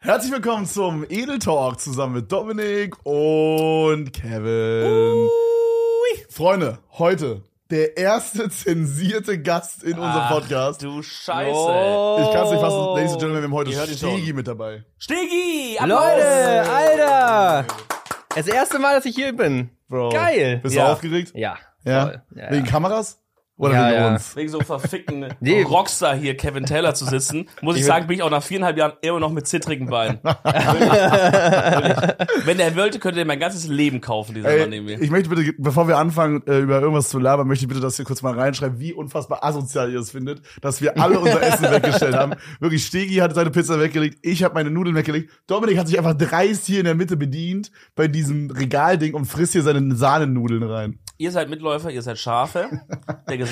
Herzlich willkommen zum Edel Talk zusammen mit Dominik und Kevin. Uh. Freunde, heute der erste zensierte Gast in unserem Ach, Podcast. Du Scheiße. Oh. Ich kann es nicht fassen, Ladies and Gentlemen, wir haben heute Ihr hört ihn Stegi schon. mit dabei. Stegi! Leute, Alter! Das erste Mal, dass ich hier bin. Bro. Geil. Bist du Ja. aufgeregt? Ja. voll. Ja, Wegen ja. Kameras? Oder Ja, wegen ja. uns? Wegen so verfickten Nee. Rockstar hier, Kevin Taylor, zu sitzen, muss ich Ich sagen, bin ich auch nach viereinhalb Jahren immer noch mit zittrigen Beinen. Wirklich. Wirklich. Wenn der wollte, könnte er mein ganzes Leben kaufen, dieser Mann neben Ey, mir. ich möchte bitte, bevor wir anfangen, äh, über irgendwas zu labern, möchte ich bitte, dass ihr kurz mal reinschreibt, wie unfassbar asozial ihr es findet, dass wir alle unser Essen weggestellt haben. Wirklich, Stegi hat seine Pizza weggelegt, ich habe meine Nudeln weggelegt, Dominik hat sich einfach dreist hier in der Mitte bedient bei diesem Regalding und frisst hier seine Sahnennudeln rein. Ihr seid Mitläufer, ihr seid Schafe der Gesellschaft.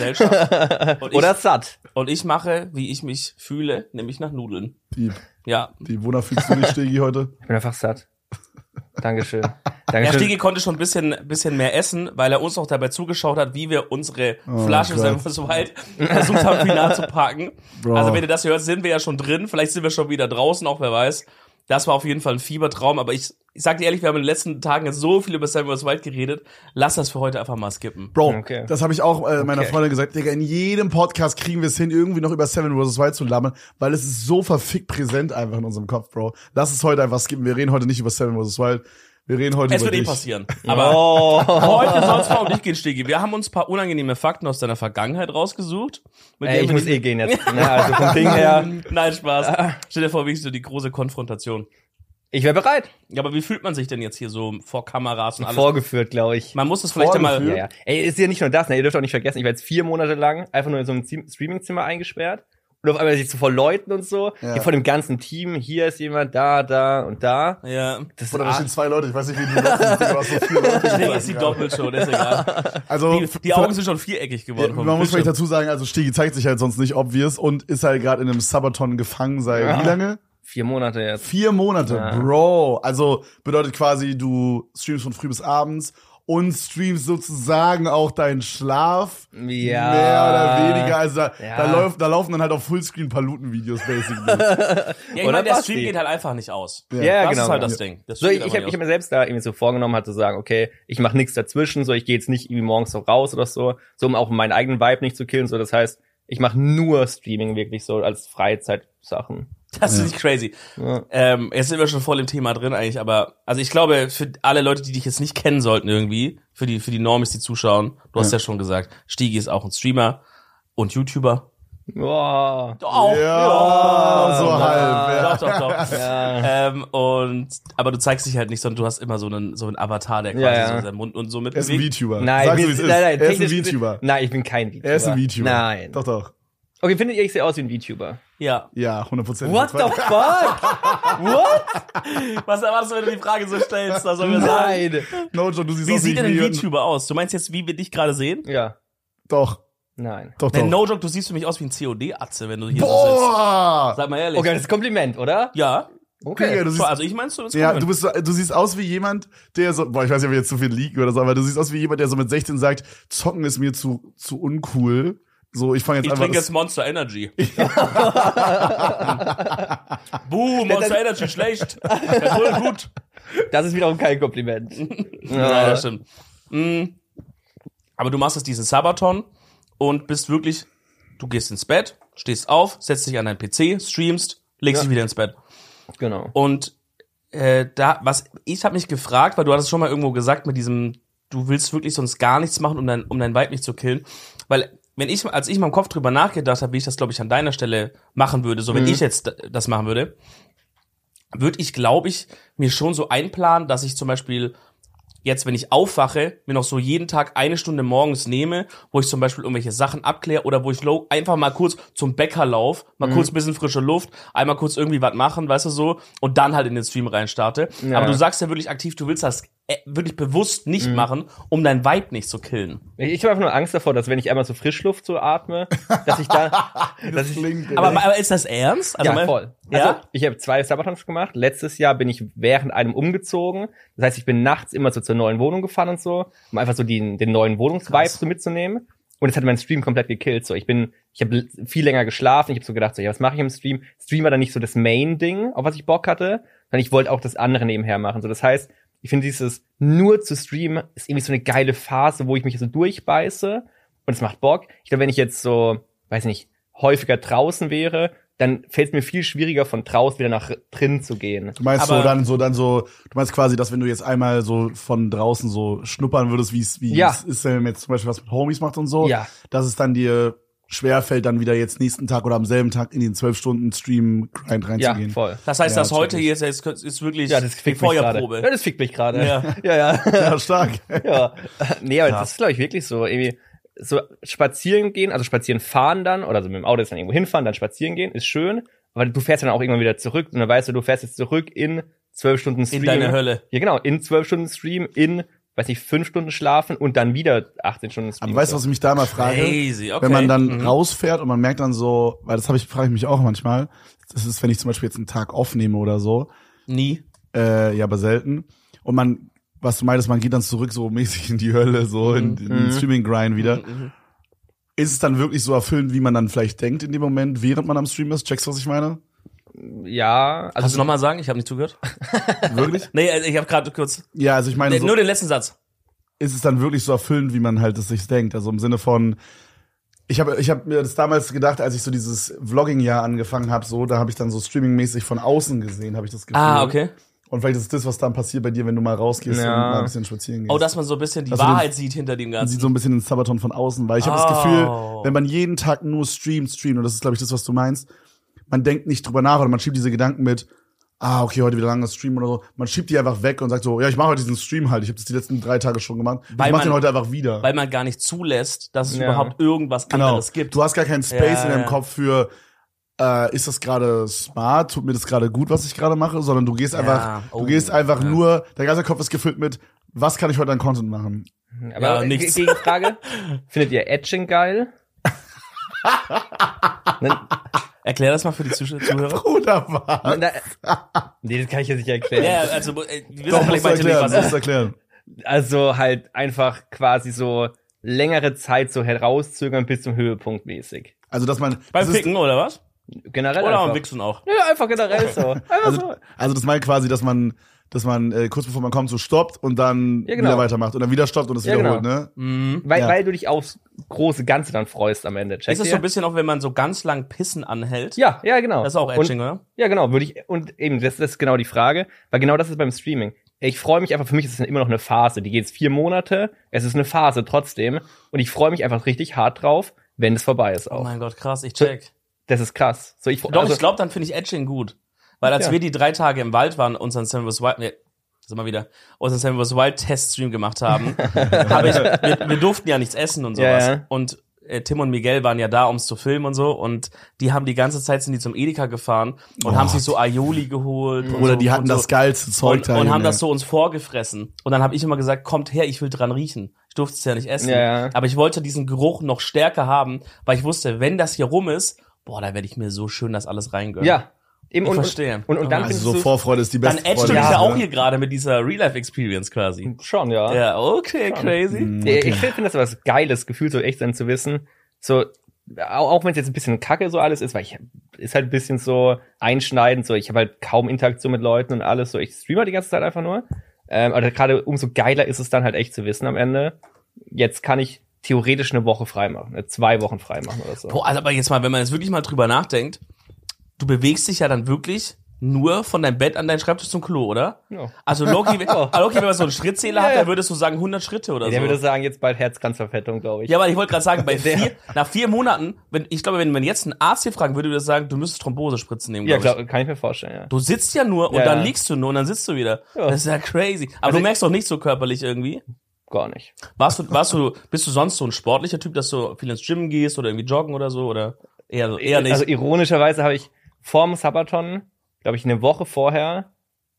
Und ich, Oder satt. und ich mache, wie ich mich fühle, nämlich nach Nudeln. Dieb, Ja. Dieb, wonach fühlst du dich, Stegi, heute? Ich bin einfach satt. Dankeschön. Ja, Dankeschön. Stegi konnte schon ein bisschen, bisschen mehr essen, weil er uns auch dabei zugeschaut hat, wie wir unsere Oh Flasche Gott. Senf so weit versucht haben, final zu packen. Bro. Also wenn ihr das hört, sind wir ja schon drin. Vielleicht sind wir schon wieder draußen, auch wer weiß. Das war auf jeden Fall ein Fiebertraum, aber ich, ich sag dir ehrlich, wir haben in den letzten Tagen jetzt so viel über Samuels Wild geredet. Lass das für heute einfach mal skippen. Bro, Okay. das habe ich auch äh, meiner Okay. Freundin gesagt. Digga, in jedem Podcast kriegen wir es hin, irgendwie noch über Seven vs. Wild zu labern, weil es ist so verfickt präsent einfach in unserem Kopf, Bro. Lass es heute einfach skippen. Wir reden heute nicht über Seven vs. Wild. Wir reden heute Es über wird eh dich. passieren. Aber oh. heute soll es auch nicht gehen, Stegi. Wir haben uns ein paar unangenehme Fakten aus deiner Vergangenheit rausgesucht. Mit Ey, denen ich wir muss die- eh gehen jetzt. Na, also vom Ding her. Nein, Spaß. Stell dir vor, wie so die große Konfrontation. Ich wäre bereit. Ja, aber wie fühlt man sich denn jetzt hier so vor Kameras und alles? Vorgeführt, glaube ich. man muss es vielleicht Vorgeführt? einmal. Ja, ja. Ey, ist ja nicht nur das, ne? Ihr dürft auch nicht vergessen, ich war jetzt vier Monate lang einfach nur in so einem Zie- Streamingzimmer eingesperrt. Und auf einmal sich so vor Leuten und so. Ja. Hier vor dem ganzen Team. Hier ist jemand, da, da und da. Ja. Das Oder da ah, stehen zwei Leute, ich weiß nicht, wie du das Du hast so viele Leute. Deswegen ist die Ja. Doppelshow, das ist egal. Also, Die, die Augen sind schon viereckig Ja, geworden. vom man muss vielleicht Bildschirm. dazu sagen, also Stegi zeigt sich halt sonst nicht obvious und ist halt gerade in einem Sabaton gefangen seit Ja. wie lange? vier Monate jetzt. Vier Monate, Ja. Bro. Also bedeutet quasi, du streamst von früh bis abends und streamst sozusagen auch deinen Schlaf. Ja. Mehr oder weniger. Also da, Ja. da, läuft, da laufen dann halt auf Fullscreen Paluten-Videos basically. Ja, ich meine, Oder der Basti. Stream geht halt einfach nicht aus. Ja. Ja, das genau. ist halt genau. das Ding. Das So, Stream ich, geht ich einfach habe ich hab nicht mir selbst da irgendwie so vorgenommen, halt zu sagen, okay, ich mache nichts dazwischen, so ich gehe jetzt nicht irgendwie morgens so raus oder so, so um auch meinen eigenen Vibe nicht zu killen, so das heißt, ich mache nur Streaming wirklich so als Freizeitsachen. aus. das ist nicht crazy. Ja. Ähm, jetzt sind wir schon voll im Thema drin eigentlich, aber also ich glaube, für alle Leute, die dich jetzt nicht kennen sollten irgendwie, für die für die Normis, die zuschauen, du hast ja schon gesagt, Stigi ist auch ein Streamer und YouTuber. Wow. Doch, ja, so halt. Ja. halb. Ja. Doch, doch, doch. Ja. Ähm, und aber du zeigst dich halt nicht, sondern du hast immer so einen so einen Avatar, der quasi Ja, ja. so seinen Mund und so mit Er ist ein VTuber. Nein, Sagst ich du, bin, wie es ist. nein, nein, er ist ein technisch- VTuber. Nein, ich bin kein VTuber. Er ist ein VTuber. Nein. Doch, doch. Okay, findet ihr, ich sehe aus wie ein VTuber? Ja. Ja, 100%. What the fuck? What? Was erwartest du, wenn du die Frage so stellst? Da sollen wir sagen. Nein. No, John, du siehst Wie aus sieht denn ein wie VTuber aus? Du meinst jetzt, wie wir dich gerade sehen? Ja, Doch, nein. doch, Denn doch. no joke, du siehst für mich aus wie ein COD-Atze, wenn du hier so sitzt. Boah! Sag mal ehrlich. Okay, das ist ein Kompliment, oder? Ja, Digga, Okay. du so, siehst also ich meinst du das Ja, Kompliment. du bist, so- du siehst aus wie jemand, der so, boah, ich weiß nicht, ob wir jetzt zu viel liegen oder so, aber du siehst aus wie jemand, der so mit 16 sagt, Zocken ist mir zu, zu uncool. So, ich fange jetzt Ich einfach. trinke jetzt Monster Energy. Buh, Monster Energy schlecht. Ja, voll gut. Das ist wiederum kein Kompliment. Nein, das stimmt. Mm. Aber du machst jetzt diesen Sabaton und bist wirklich, du gehst ins Bett, stehst auf, setzt dich an deinen PC, streamst, legst Ja. dich wieder ins Bett. Genau. Und äh, da, was, ich habe mich gefragt, weil du hattest schon mal irgendwo gesagt mit diesem, du willst wirklich sonst gar nichts machen, um dein, um dein Weib nicht zu killen. Weil, wenn ich, als ich mal im Kopf drüber nachgedacht habe, wie ich das, glaube ich, an deiner Stelle machen würde, so wenn ich jetzt d- das machen würde, würde ich, glaube ich, mir schon so einplanen, dass ich zum Beispiel jetzt, wenn ich aufwache, mir noch so jeden Tag eine Stunde morgens nehme, wo ich zum Beispiel irgendwelche Sachen abkläre oder wo ich lo- einfach mal kurz zum Bäcker lauf, Mhm. mal kurz ein bisschen frische Luft, einmal kurz irgendwie was machen, weißt du so, und dann halt in den Stream rein starte. Ja. Mhm. Aber du sagst ja wirklich aktiv, du willst das äh, wirklich bewusst nicht machen, um dein Vibe nicht zu killen. Ich, ich habe einfach nur Angst davor, dass wenn ich einmal so Frischluft so atme, dass ich da, dass ich, Link, Aber, aber ist das ernst? ja, mein- voll. Ja? Also, ich habe zwei Sabbatons gemacht. Letztes Jahr bin ich während einem umgezogen. Das heißt, ich bin nachts immer so zur neuen Wohnung gefahren und so, um einfach so den, den neuen Wohnungsvibe Krass. so mitzunehmen. Und es hat meinen Stream komplett gekillt. So, ich bin, ich habe viel länger geschlafen. Ich habe so gedacht, so, ja, was mache ich im Stream? Stream war dann nicht so das Main-Ding, auf was ich Bock hatte, sondern ich wollte auch das andere nebenher machen. So, das heißt, ich finde dieses nur zu streamen ist irgendwie so eine geile Phase, wo ich mich so durchbeiße und es macht Bock. Ich glaube, wenn ich jetzt so, weiß nicht, häufiger draußen wäre, dann fällt es mir viel schwieriger, von draußen wieder nach drin zu gehen. Du meinst Aber- so dann so dann so, du meinst quasi, dass wenn du jetzt einmal so von draußen so schnuppern würdest, wie es wie Ja. es ist, wenn man jetzt zum Beispiel was mit Homies macht und so, Ja. dass es dann dir schwerfällt, dann wieder jetzt nächsten Tag oder am selben Tag in den zwölf Stunden Stream Grind Ja, reinzugehen. voll. Das heißt, Ja, das heute natürlich. hier ist, ist, ist wirklich Ja, das die fickt mich gerade. Feuerprobe. Ja, das fickt mich gerade. Ja. ja. ja. Ja, stark. ja. Nee, aber das Krass. ist, glaube ich, wirklich so. Irgendwie so spazieren gehen, also spazieren fahren dann, oder so mit dem Auto jetzt dann irgendwo hinfahren, dann spazieren gehen, ist schön. Aber du fährst dann auch irgendwann wieder zurück und dann weißt du, du fährst jetzt zurück in zwölf Stunden Stream. in deine Hölle. Ja, genau, in zwölf Stunden Stream, in, weiß nicht, fünf Stunden schlafen und dann wieder 18 Stunden Stream. Aber weißt du, was ich mich da mal frage? Crazy, okay. Wenn man dann Mhm. rausfährt und man merkt dann so, weil das habe ich, frage ich mich auch manchmal, das ist, wenn ich zum Beispiel jetzt einen Tag aufnehme oder so, Nie. äh, ja, aber selten. Und man, was du meintest, man geht dann zurück so mäßig in die Hölle, so in, in den Mhm. Streaming-Grind wieder. Mhm. Ist es dann wirklich so erfüllend, wie man dann vielleicht denkt in dem Moment, während man am Stream ist? Checkst du, was ich meine? Ja, Kannst du also nochmal sagen? Ich habe nicht zugehört. Wirklich? Nee, also ich habe gerade kurz. ja, also ich meine, Nee, so, nur den letzten Satz. ist es dann wirklich so erfüllend, wie man halt es sich denkt? Also im Sinne von, ich habe ich hab mir das damals gedacht, als ich so dieses Vlogging-Jahr angefangen habe, so, da habe ich dann so streamingmäßig von außen gesehen, habe ich das Gefühl. Ah, okay. Und vielleicht ist das, was dann passiert bei dir, wenn du mal rausgehst Ja. und mal ein bisschen spazieren gehst. Oh, dass man so ein bisschen die Dass du den- Wahrheit sieht hinter dem man Ganzen. sieht so ein bisschen den Sabaton von außen, weil ich habe das Oh. Gefühl, wenn man jeden Tag nur streamt, streamt, und das ist, glaube ich, das, was du meinst, man denkt nicht drüber nach oder man schiebt diese Gedanken mit, ah, okay, heute wieder langes Stream oder so. Man schiebt die einfach weg und sagt so, ja, ich mache heute diesen Stream halt, ich habe das die letzten drei Tage schon gemacht. Weil ich mache man- den heute einfach wieder. weil man gar nicht zulässt, dass es Ja. überhaupt irgendwas Genau. anderes gibt. Du hast gar keinen Space Ja, in deinem ja. Kopf für, äh, ist das gerade smart, tut mir das gerade gut, was ich gerade mache, sondern du gehst einfach, oh, du gehst einfach ja. nur, dein ganzer Kopf ist gefüllt mit, was kann ich heute an Content machen? aber Ja, nichts. Ge- Gegenfrage. Findet ihr Edging geil? Nein, Erklär das mal für die Zusch- Zuhörer. Oder was? nein, nein. nee, das kann ich jetzt nicht erklären. ja, also äh, die wissen Doch, vielleicht musst du beide nicht, erklären, was es musst ist. du erklären. Also halt einfach quasi so längere Zeit so herauszögern bis zum Höhepunkt mäßig. Also, dass man, Beim das ist, Ficken, oder was? Generell Oder beim einfach. Wichsen auch. Ja, einfach generell so. Einfach also, so. also, das meint quasi, dass man, dass man äh, kurz bevor man kommt, so stoppt und dann Ja, genau. wieder weitermacht und dann wieder stoppt und es Ja, wiederholt, genau. ne? Mhm. Weil, ja. weil du dich aufs große Ganze dann freust am Ende. Check Ist das so ein bisschen auch, wenn man so ganz lang Pissen anhält? ja, ja, genau. Das ist auch Edging, Und, oder? ja, genau. Würde ich, und eben, das, das ist genau die Frage. Weil genau das ist beim Streaming. Ich freue mich einfach, für mich ist es immer noch eine Phase. Die geht jetzt vier Monate. Es ist eine Phase trotzdem. Und ich freue mich einfach richtig hart drauf, wenn es vorbei ist Oh auch. mein Gott, krass, ich check. Das ist krass. So, ich, Doch, also- ich glaube, dann finde ich Edging gut. Weil als Ja. wir die drei Tage im Wald waren, unseren Sam vs. Wild, nee, sind wir wieder, unseren Sam vs. Wild Teststream gemacht haben, habe ich, wir, wir durften ja nichts essen und Ja, sowas. ja. Und äh, Tim und Miguel waren ja da, ums zu filmen und so. Und die haben die ganze Zeit sind die zum Edeka gefahren und haben sich so Aioli geholt. und Oder so, die hatten und so. das geilste Zeug und, da. und Junge. haben das so uns vorgefressen. Und dann habe ich immer gesagt, kommt her, ich will dran riechen. Ich durfte es ja nicht essen. Ja, ja. Aber ich wollte diesen Geruch noch stärker haben, weil ich wusste, wenn das hier rum ist, boah, da werde ich mir so schön das alles reingönnen. Ja. Eben Ich und, verstehe. Und, und dann Ah, findest Also, so du- Vorfreude ist die Dann beste edgst du Freude. dich ja Ja. auch hier gerade mit dieser Real-Life-Experience quasi. schon, ja. Ja, okay, crazy. Mhm, Ich- okay. Ich finde das was geiles Gefühl, so echt dann zu wissen, so auch, auch wenn es jetzt ein bisschen Kacke so alles ist, weil ich ist halt ein bisschen so einschneidend, so ich habe halt kaum Interaktion mit Leuten und alles, so ich streame halt die ganze Zeit einfach nur. Ähm, aber gerade umso geiler ist es dann halt echt zu wissen am Ende. Jetzt kann ich theoretisch eine Woche freimachen, äh, zwei Wochen freimachen oder so. Boah, also aber jetzt mal, wenn man jetzt wirklich mal drüber nachdenkt, du bewegst dich ja dann wirklich nur von deinem Bett an deinen Schreibtisch zum Klo, oder? Ja. Also Loki, wenn, Loki, wenn man so einen Schrittzähler Ja, hat, ja. dann würdest du sagen 100 Schritte oder Der so. würde sagen, jetzt bald Herzkranzverfettung, glaube ich. Also Ja, aber ich wollte gerade sagen, bei Der- vier, nach vier Monaten, wenn, ich glaube, wenn man jetzt einen Arzt hier fragen würde, würde er sagen, du müsstest Thrombosespritzen nehmen. ja glaub ich. klar, kann ich mir vorstellen, ja. Du sitzt ja nur und Ja, dann ja. liegst du nur und dann sitzt du wieder. Ja. Das ist ja crazy. Aber Also du ich- merkst doch nicht so körperlich irgendwie. Gar nicht. Warst du, warst du, bist du sonst so ein sportlicher Typ, dass du viel ins Gym gehst oder irgendwie joggen oder so oder eher so, eher nicht. Also ironischerweise habe ich vorm Sabaton, glaube ich, eine Woche vorher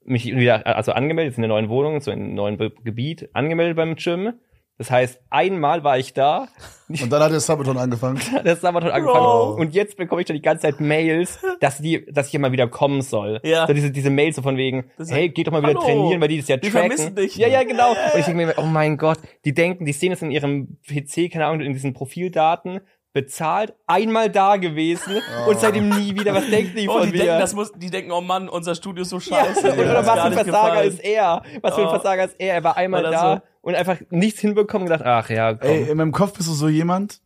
mich wieder also angemeldet, jetzt in der neuen Wohnung, so in einem neuen Be- Gebiet, angemeldet beim Gym. Das heißt, einmal war ich da, Und dann hat der Sabaton angefangen. das Sabaton angefangen Bro. und jetzt bekomme ich dann die ganze Zeit Mails, dass die, dass ich immer wieder kommen soll. Ja. So diese, diese Mails so von wegen, Das ist hey, ja- geht doch mal wieder Hallo. trainieren, weil die das ja Wir tracken. vermissen dich. Ja, ja, genau. Und ich denke mir, oh mein Gott, die denken, die sehen das in ihrem PC, keine Ahnung, in diesen Profildaten, bezahlt, einmal da gewesen und seitdem nie wieder. Was denken die Oh, von die mir? denken, das muss, die denken, oh Mann, unser Studio ist so Ja, scheiße. Ja. Uns Oder was gar für ein nicht Versager gefallen. ist er? Was für ein Oh. Versager ist er? Er war einmal War das da so? äh, und einfach nichts hinbekommen und gedacht, ach ja, komm. Ey, in meinem Kopf bist du so jemand,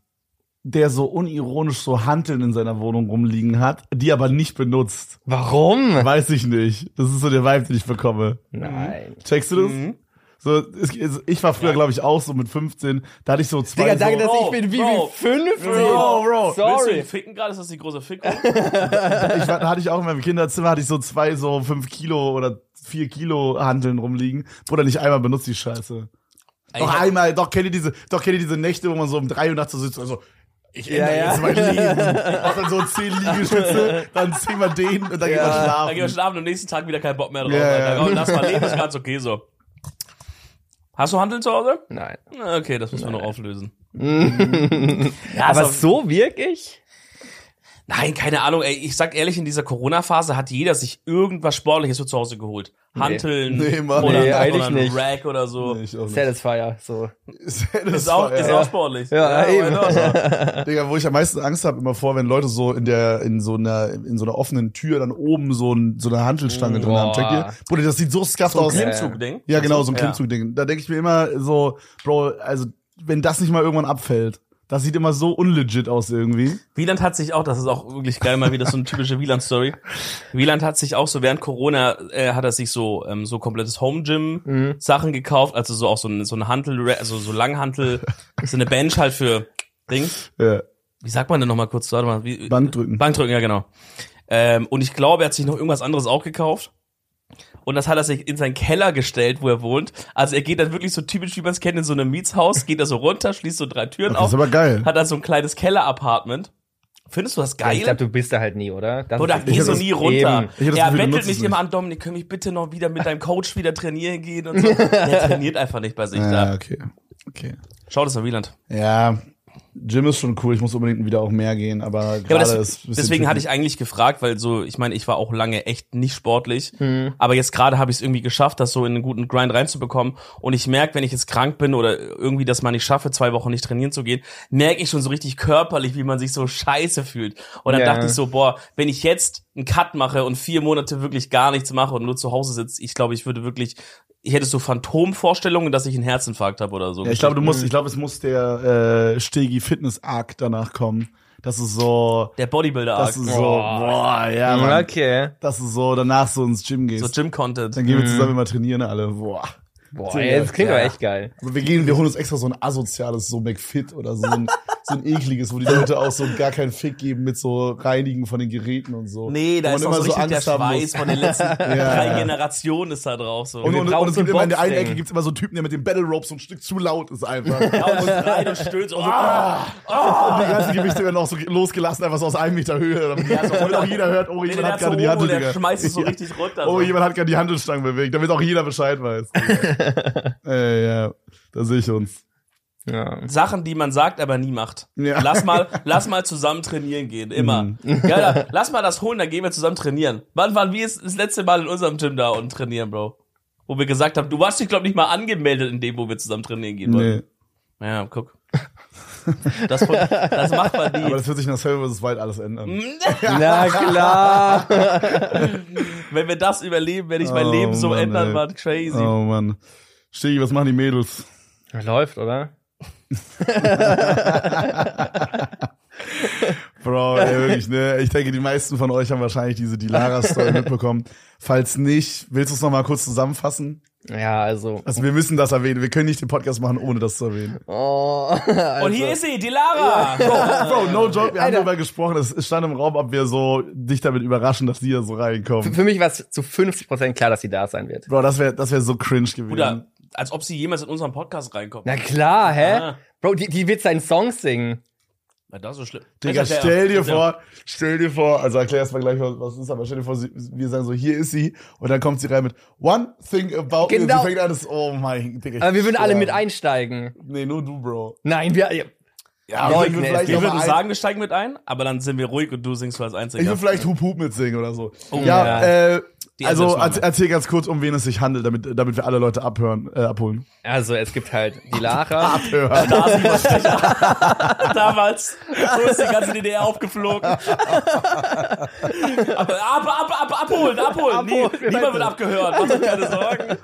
der so unironisch so Hanteln in seiner Wohnung rumliegen hat, die aber nicht benutzt. warum? Weiß ich nicht. Das ist so der Vibe, den ich bekomme. Nein. Checkst du das? Mhm. So, es, es, ich war früher, glaube ich, auch so mit 15. Da hatte ich so zwei. Digga, danke, so, dass Bro, ich bin wie, Bro. wie fünf. Bro, Bro. Willst du ihn Sorry. ficken gerade? Ist das die große Fickung? ich, war- hatte ich auch in meinem Kinderzimmer, hatte ich so zwei, so fünf Kilo oder vier Kilo Hanteln rumliegen. Bruder, nicht einmal benutzt die Scheiße. Ey, Doch einmal, doch kennt ihr diese, doch kennt ihr diese Nächte, wo man so um drei Uhr nachts so sitzt, also ich ändere Ja, ja. jetzt mein Leben. Macht dann so zehn Liegestütze, dann ziehen wir den und dann geht man Ja. Dann schlafen. gehen wir schlafen und am nächsten Tag wieder keinen Bock mehr drauf. Ja, Alter. ja. Komm, lass mal leben, ist ganz okay so. Hast du Handeln zu Hause? Nein. Na, Okay, das müssen wir noch auflösen. ja, ist aber auf- so wirklich? Nein, keine Ahnung, ey. Ich sag ehrlich, in dieser Corona-Phase hat jeder sich irgendwas Sportliches für zu Hause geholt. Hanteln Nee, Mann. oder, Nee, eigentlich oder ein nicht. Rack oder so. Nee, ich auch nicht. Satisfier, so. Ist auch, Satisfyer. ist auch sportlich. Ja, why eben. not, so. Digga, wo ich am meisten Angst habe, immer vor, wenn Leute so in der in so einer in so einer offenen Tür dann oben so, ein, so eine Hantelstange drin haben. Boah. Checkt ihr? Bruder, das sieht so scuffed So ein aus. Klimmzug-Ding. Ja, genau, so ein Ja. Klimmzug-Ding. Da denke ich mir immer so, Bro, also wenn das nicht mal irgendwann abfällt, das sieht immer so unlegit aus irgendwie. Wieland hat sich auch, das ist auch wirklich geil mal wieder so eine typische Wieland-Story. Wieland hat sich auch so während Corona äh, hat er sich so ähm, so komplettes Home Gym Sachen gekauft, also so auch so eine so eine Hantel, also so Langhantel, so eine Bench halt für Dings. Ja, Wie sagt man denn nochmal kurz? Warte mal, wie, Bankdrücken. Bankdrücken, ja genau. Ähm, und ich glaube, er hat sich noch irgendwas anderes auch gekauft. Und das hat er sich in seinen Keller gestellt, wo er wohnt. Also er geht dann wirklich so typisch, wie man es kennt, in so einem Mietshaus, geht da so runter, schließt so drei Türen das ist auf, aber geil. hat da so ein kleines Keller-Apartment. Findest du das geil? Ich glaube, du bist da halt nie, oder? Das Oder ist- gehst du das- nie runter? eben. Ich hab das Er Gefühl, du nutzt bettelt es mich nicht. immer an, Dominik, können mich bitte noch wieder mit deinem Coach wieder trainieren gehen und so. Der trainiert einfach nicht bei sich Ja, da. okay. Okay. Schau das an Wieland. Ja, Gym ist schon cool. Ich muss unbedingt wieder auch mehr gehen, aber Ja, gerade aber ist das, ein bisschen deswegen hatte tricky. ich eigentlich gefragt, weil so, ich meine, ich war auch lange echt nicht sportlich, Mhm. aber jetzt gerade habe ich es irgendwie geschafft, das so in einen guten Grind reinzubekommen und ich merke, wenn ich jetzt krank bin oder irgendwie das mal nicht schaffe, zwei Wochen nicht trainieren zu gehen, merke ich schon so richtig körperlich, wie man sich so scheiße fühlt. Und dann Ja. dachte ich so, boah, wenn ich jetzt einen Cut mache und vier Monate wirklich gar nichts mache und nur zu Hause sitze, ich glaube, ich würde wirklich, ich hätte so Phantomvorstellungen, dass ich einen Herzinfarkt habe oder so. Ja, mhm. ich glaube, du musst, ich glaube, es muss der äh, Stegi Fitness Arc danach kommen. Das ist so, der Bodybuilder das Arc, ist so, Boah. boah, ja, Mann. Okay. Das ist so, danach so ins Gym gehst. so Gym Content. Dann gehen wir zusammen immer trainieren alle. Boah. Boah, Digga. ey, das klingt aber Ja. echt geil. Aber wir gehen, wir holen uns extra so ein asoziales, so McFit oder so ein, so ein ekliges, wo die Leute auch so gar keinen Fick geben mit so Reinigen von den Geräten und so. Nee, da Wo ist man noch so richtig der haben muss. Schweiß von den letzten ja. drei Generationen ist da drauf. So. Und, Wir und, brauchen und es so ein gibt immer in der einen Boxding. Ecke gibt's immer so einen Typen, der mit dem Battle Rope so ein Stück zu laut ist einfach. Ja, und rein und stöhnt so. Ah, Und die ganzen Gewichte werden auch so losgelassen, einfach so aus einem Meter Höhe. Damit, Ja, so damit auch jeder hört, oh, nee, jemand der hat hat so gerade die Homo, Handel, der Digga. schmeißt es so Ja. richtig runter. Oh, so. jemand hat gerade die Handelstangen bewegt, damit auch jeder Bescheid weiß. Digga. Ey, ja, da sehe ich uns. Ja. Sachen, die man sagt, aber nie macht. Ja. Mhm. Lass mal, lass mal zusammen trainieren gehen, immer. Ja, da, lass mal das holen, dann gehen wir zusammen trainieren. Wann waren wir das letzte Mal in unserem Gym da und trainieren, Bro? Wo wir gesagt haben, du warst dich, glaube nicht mal angemeldet in dem, wo wir zusammen trainieren gehen wollten. Nee. Ja, guck. Das, das macht man nie. Aber das wird sich nach Server vs. Wild alles ändern. Mhm. Na klar. Wenn wir das überleben, werde ich mein Oh, Leben so Mann, ändern, ey. Mann. Crazy. Oh Mann. Stegi, was machen die Mädels? Läuft, oder? Bro, ey, wirklich, ne? Ich denke, die meisten von euch haben wahrscheinlich diese Dilara-Story mitbekommen. Falls nicht, willst du es nochmal kurz zusammenfassen? Ja, also. Also wir müssen das erwähnen. Wir können nicht den Podcast machen, ohne das zu erwähnen. Oh, also. Und hier ist sie, die Lara. Äh, Bro, no joke, wir haben darüber gesprochen. Es es stand im Raum, ob wir so dich damit überraschen, dass die da so reinkommen. Für mich war es zu 50% klar, dass sie da sein wird. Bro, das wäre das wär so cringe gewesen. Bruder, als ob sie jemals in unseren Podcast reinkommt. Na klar, hä? Ah. Bro, die, die wird seinen Song singen. Na, das ist so schlimm. Digga, Das ist ja- stell dir das ist ja- vor, stell dir vor, also erklär erst mal gleich, was was ist, aber stell dir vor, sie, wir sagen so, hier ist sie, und dann kommt sie rein mit One thing about me, und Genau. sie fängt an, das, oh mein, Digga. ich Aber wir würden alle sterbe. mit einsteigen. Nee, nur du, Bro. Nein, wir. Ja. Ja, Leute, ich will ne, vielleicht wir Wir noch würden mal ein- sagen, wir steigen mit ein, aber dann sind wir ruhig und du singst du als Einziger. Ich will vielleicht Hup Hup mitsingen oder so. ja. ja, äh, Oh, Die ne? also Ersatzmama. erz- erzähl ganz kurz, um wen es sich handelt, damit, damit wir alle Leute abhören, äh, abholen. Also es gibt halt die Lara. Abhören. Damals, so ist die ganze DDR aufgeflogen. ab, ab, ab, ab, abholen, abholen. Nie, Abholen, wir niemand meinen wird so. abgehört, macht euch keine Sorgen.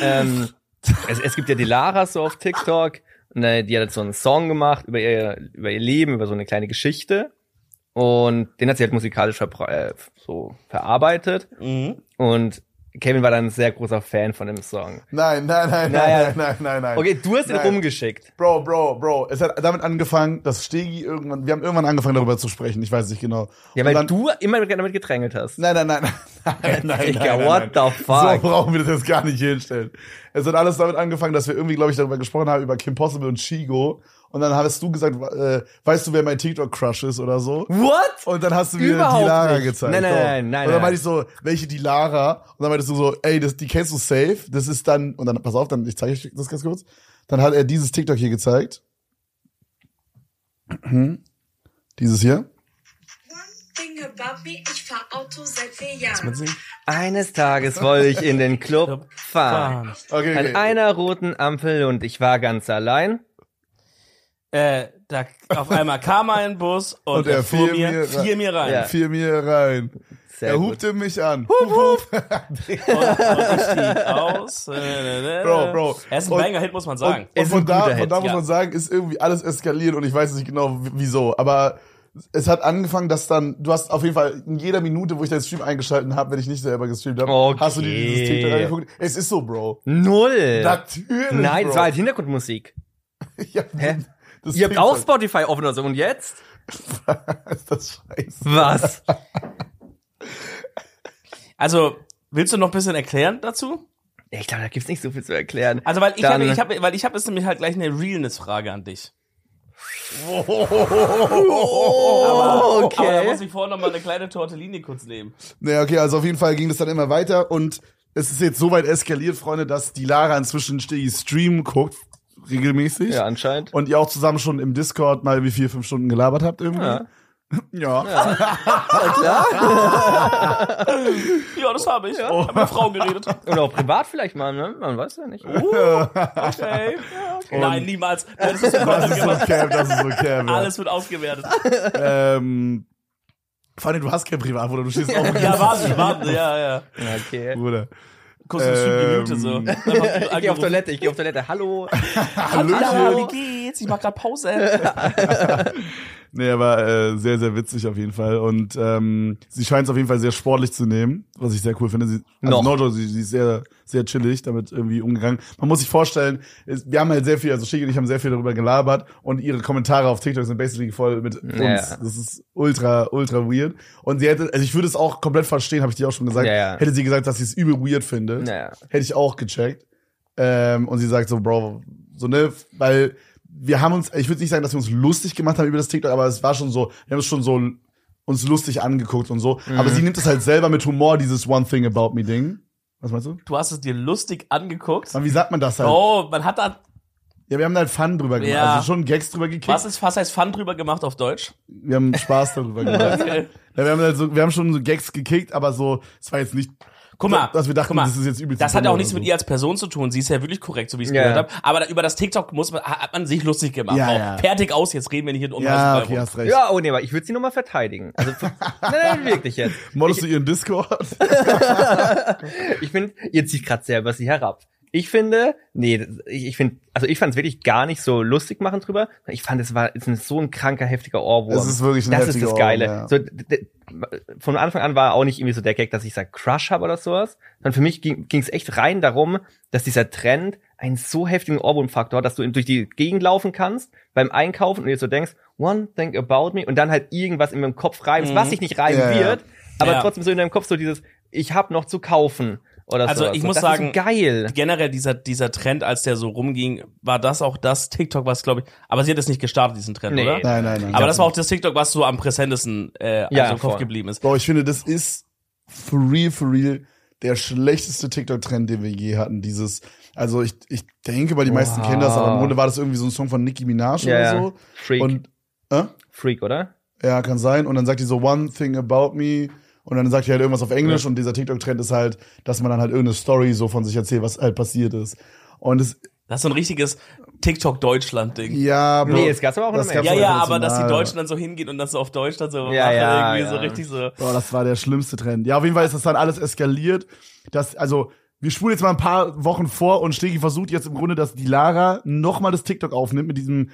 ähm, es, es gibt ja die Lara so auf TikTok. Und, äh, die hat halt so einen Song gemacht über ihr, über ihr Leben, über so eine kleine Geschichte. Und den hat sie halt musikalisch verbra- äh, so verarbeitet. Mhm. Und Kevin war dann ein sehr großer Fan von dem Song. Nein, nein, nein, nein, Naja. nein, nein, nein, nein. Okay, du hast ihn Nein. rumgeschickt. Bro, Bro, Bro. Es hat damit angefangen, dass Stegi irgendwann, wir haben irgendwann angefangen darüber zu sprechen, ich weiß nicht genau. Ja, Und weil dann, du immer damit gedrängelt hast. Nein, nein, nein, nein, nein, nein, Digga, nein, nein. what the So fuck? brauchen wir das jetzt gar nicht hinstellen. Es hat alles damit angefangen, dass wir irgendwie, glaube ich, darüber gesprochen haben, über Kim Possible und Shigo. Und dann hast du gesagt, äh, weißt du, wer mein TikTok-Crush ist oder so? What? Und dann hast du mir Überhaupt die Lara nicht. gezeigt. Nein, nein, Doch. nein, nein, Und dann nein. meinte ich so, welche die Lara? Und dann meintest du so, ey, das, die kennst du safe. Das ist dann, und dann, pass auf, dann, ich zeige euch das ganz kurz. Dann hat er dieses TikTok hier gezeigt. Mhm. Dieses hier. One thing about me, ich fahr Auto seit vier Jahren. Eines Tages wollte ich in den Club Ah. fahren. Fahren. Okay, An einer roten Ampel und ich war ganz allein. Äh, da, auf einmal kam ein Bus und, er fuhr mir, fiel mir rein. Ja. Fiel mir rein. Sehr er gut. hupte mich an. Hup, hup. Und, und ich stieg aus. Äh, äh, äh. Bro, Bro. Er ist ein Und- Banger-Hit, muss man sagen. Und, Es und ist von, ein da, guter von Hit, da muss ja. man sagen, ist irgendwie alles eskaliert und ich weiß nicht genau w- wieso, aber es hat angefangen, dass dann, du hast auf jeden Fall in jeder Minute, wo ich deinen Stream eingeschalten habe, wenn ich nicht selber gestreamt habe, Okay. hast du dir dieses TikTok angeguckt. Es ist so, Bro. Null. Natürlich, Nein, Bro. es war halt Hintergrundmusik. Ich hab, Hä? Das Ihr habt TikTok- auch Spotify offen oder so. Und jetzt? ist das scheiße. Was? Also, willst du noch ein bisschen erklären dazu? Ich glaube, da gibt's nicht so viel zu erklären. Also, weil ich Dann- habe, ich habe, weil ich habe jetzt nämlich halt gleich eine Realness-Frage an dich. oh, Aber da okay. muss ich vorher noch mal eine kleine Tortellini kurz nehmen. Naja, okay, also auf jeden Fall ging das dann immer weiter und es ist jetzt so weit eskaliert, Freunde, dass die Lara inzwischen die Stream guckt, regelmäßig. Ja, anscheinend. Und ihr auch zusammen schon im Discord mal wie vier, fünf Stunden gelabert habt irgendwie. Ja. Ja. Ja, das habe ich. Ich habe mit Frauen geredet. Oder auch privat vielleicht mal, ne? Man weiß ja nicht. Uh. Okay. Ja, okay. Nein, niemals. Nein, Das ist so Das ist so gemacht. Cam, das ist so Cam. Ja. Alles wird ausgewertet. Ähm, vor allem, du hast kein Privatbruder, du stehst auf Ja, warte, warte, ja, ja. Uh, Okay. Bruder. Kurz eine ähm, Ähm. Minute so. Einfach Ich geh auf angerufen. Toilette, ich geh auf Toilette. Hallo. Hallo, Hallo. wie geht's? Ich mach grad Pause. Nee, aber äh, sehr, sehr witzig auf jeden Fall. Und ähm, sie scheint es auf jeden Fall sehr sportlich zu nehmen, was ich sehr cool finde. Sie, also no Noch. joke, sie, sie ist sehr, sehr chillig damit irgendwie umgegangen. Man muss sich vorstellen, es, wir haben halt sehr viel, also Schick und ich haben sehr viel darüber gelabert und ihre Kommentare auf TikTok sind basically voll mit uns. Das ist ultra, ultra weird. Und sie hätte, also ich würde es auch komplett verstehen, habe ich dir auch schon gesagt, Ja, ja. hätte sie gesagt, dass sie es übel weird findet. Ja. Hätte ich auch gecheckt. Ähm, und sie sagt so, Bro, so ne, weil wir haben uns, ich würde nicht sagen, dass wir uns lustig gemacht haben über das TikTok, aber es war schon so, wir haben es schon so uns lustig angeguckt und so. Aber Mhm. sie nimmt es halt selber mit Humor, dieses One Thing About Me Ding. Was meinst du? Du hast es dir lustig angeguckt. Mann, wie sagt man das halt? Oh, man hat da, Ja, wir haben da halt Fun drüber gemacht, Ja. also schon Gags drüber gekickt. was ist, was heißt Fun drüber gemacht auf Deutsch? Wir haben Spaß darüber gemacht. Okay. ja, wir haben halt so, wir haben schon so Gags gekickt, aber so, es war jetzt nicht, Guck mal, dass wir dachten, guck mal, das ist jetzt übel. Das hat auch nichts mit ihr als Person zu tun. Sie ist ja wirklich korrekt, so wie ich es Ja. gehört habe. Aber da, über das TikTok muss man, hat man sich lustig gemacht. Ja, Auch ja. Fertig aus, jetzt reden wir nicht in Umlauf. Ja, okay, also- hast recht. Ja, oh nee, aber ich würde sie nochmal verteidigen. Also, nein, nein, wirklich jetzt. Moddest du ihren Discord? Ich finde, ihr zieht gerade selber sie herab. Ich finde, nee, das- ich, ich finde, also ich fand es wirklich gar nicht so lustig machen drüber. Ich fand, es war es ist so ein kranker, heftiger Ohrwurm. Es ist wirklich ein Das ist heftiger das Geile. Ohrwurm, ja. So, d- d- von Anfang an war auch nicht irgendwie so der Gag, dass ich da Crush habe oder sowas. Sondern für mich ging es echt rein darum, dass dieser Trend einen so heftigen Ohrwurmfaktor, hat, dass du eben durch die Gegend laufen kannst beim Einkaufen und dir so denkst, one thing about me und dann halt irgendwas in meinem Kopf reibst, was sich nicht reiben Mhm. Ja, ja. wird, aber Ja. trotzdem so in deinem Kopf so dieses, ich hab noch zu kaufen. oder Also, sowas. ich Und muss das ist sagen, so geil. Generell dieser, dieser Trend, als der so rumging, war das auch das TikTok, was glaube ich, aber sie hat es nicht gestartet, diesen Trend, Nee. oder? Nein, nein, nein. Aber das war auch das TikTok, was so am präsentesten äh, Ja, also im Kopf voll. geblieben ist. Boah, ich finde, das ist for real, for real der schlechteste TikTok-Trend, den wir je hatten. Dieses, also ich, ich denke mal, die meisten Wow. kennen das, aber im Grunde war das irgendwie so ein Song von Nicki Minaj Ja, ja. oder so. Freak. Und, äh? Freak, oder? Ja, kann sein. Und dann sagt die so, one thing about me. Und dann sagt die halt irgendwas auf Englisch. Und dieser TikTok-Trend ist halt, dass man dann halt irgendeine Story so von sich erzählt, was halt passiert ist. Und es, Das ist so ein richtiges TikTok-Deutschland-Ding. ja, Bro. Nee, es gab's aber auch das noch gab's Ja, auch ja, aber dass die international. Deutschen dann so hingehen und das so auf Deutsch dann so Ja, machen, ja, irgendwie ja. so richtig so. Boah, das war der schlimmste Trend. Ja, auf jeden Fall ist das dann alles eskaliert. Das, also, wir spulen jetzt mal ein paar Wochen vor und Stegi versucht jetzt im Grunde, dass die Lara nochmal das TikTok aufnimmt mit diesem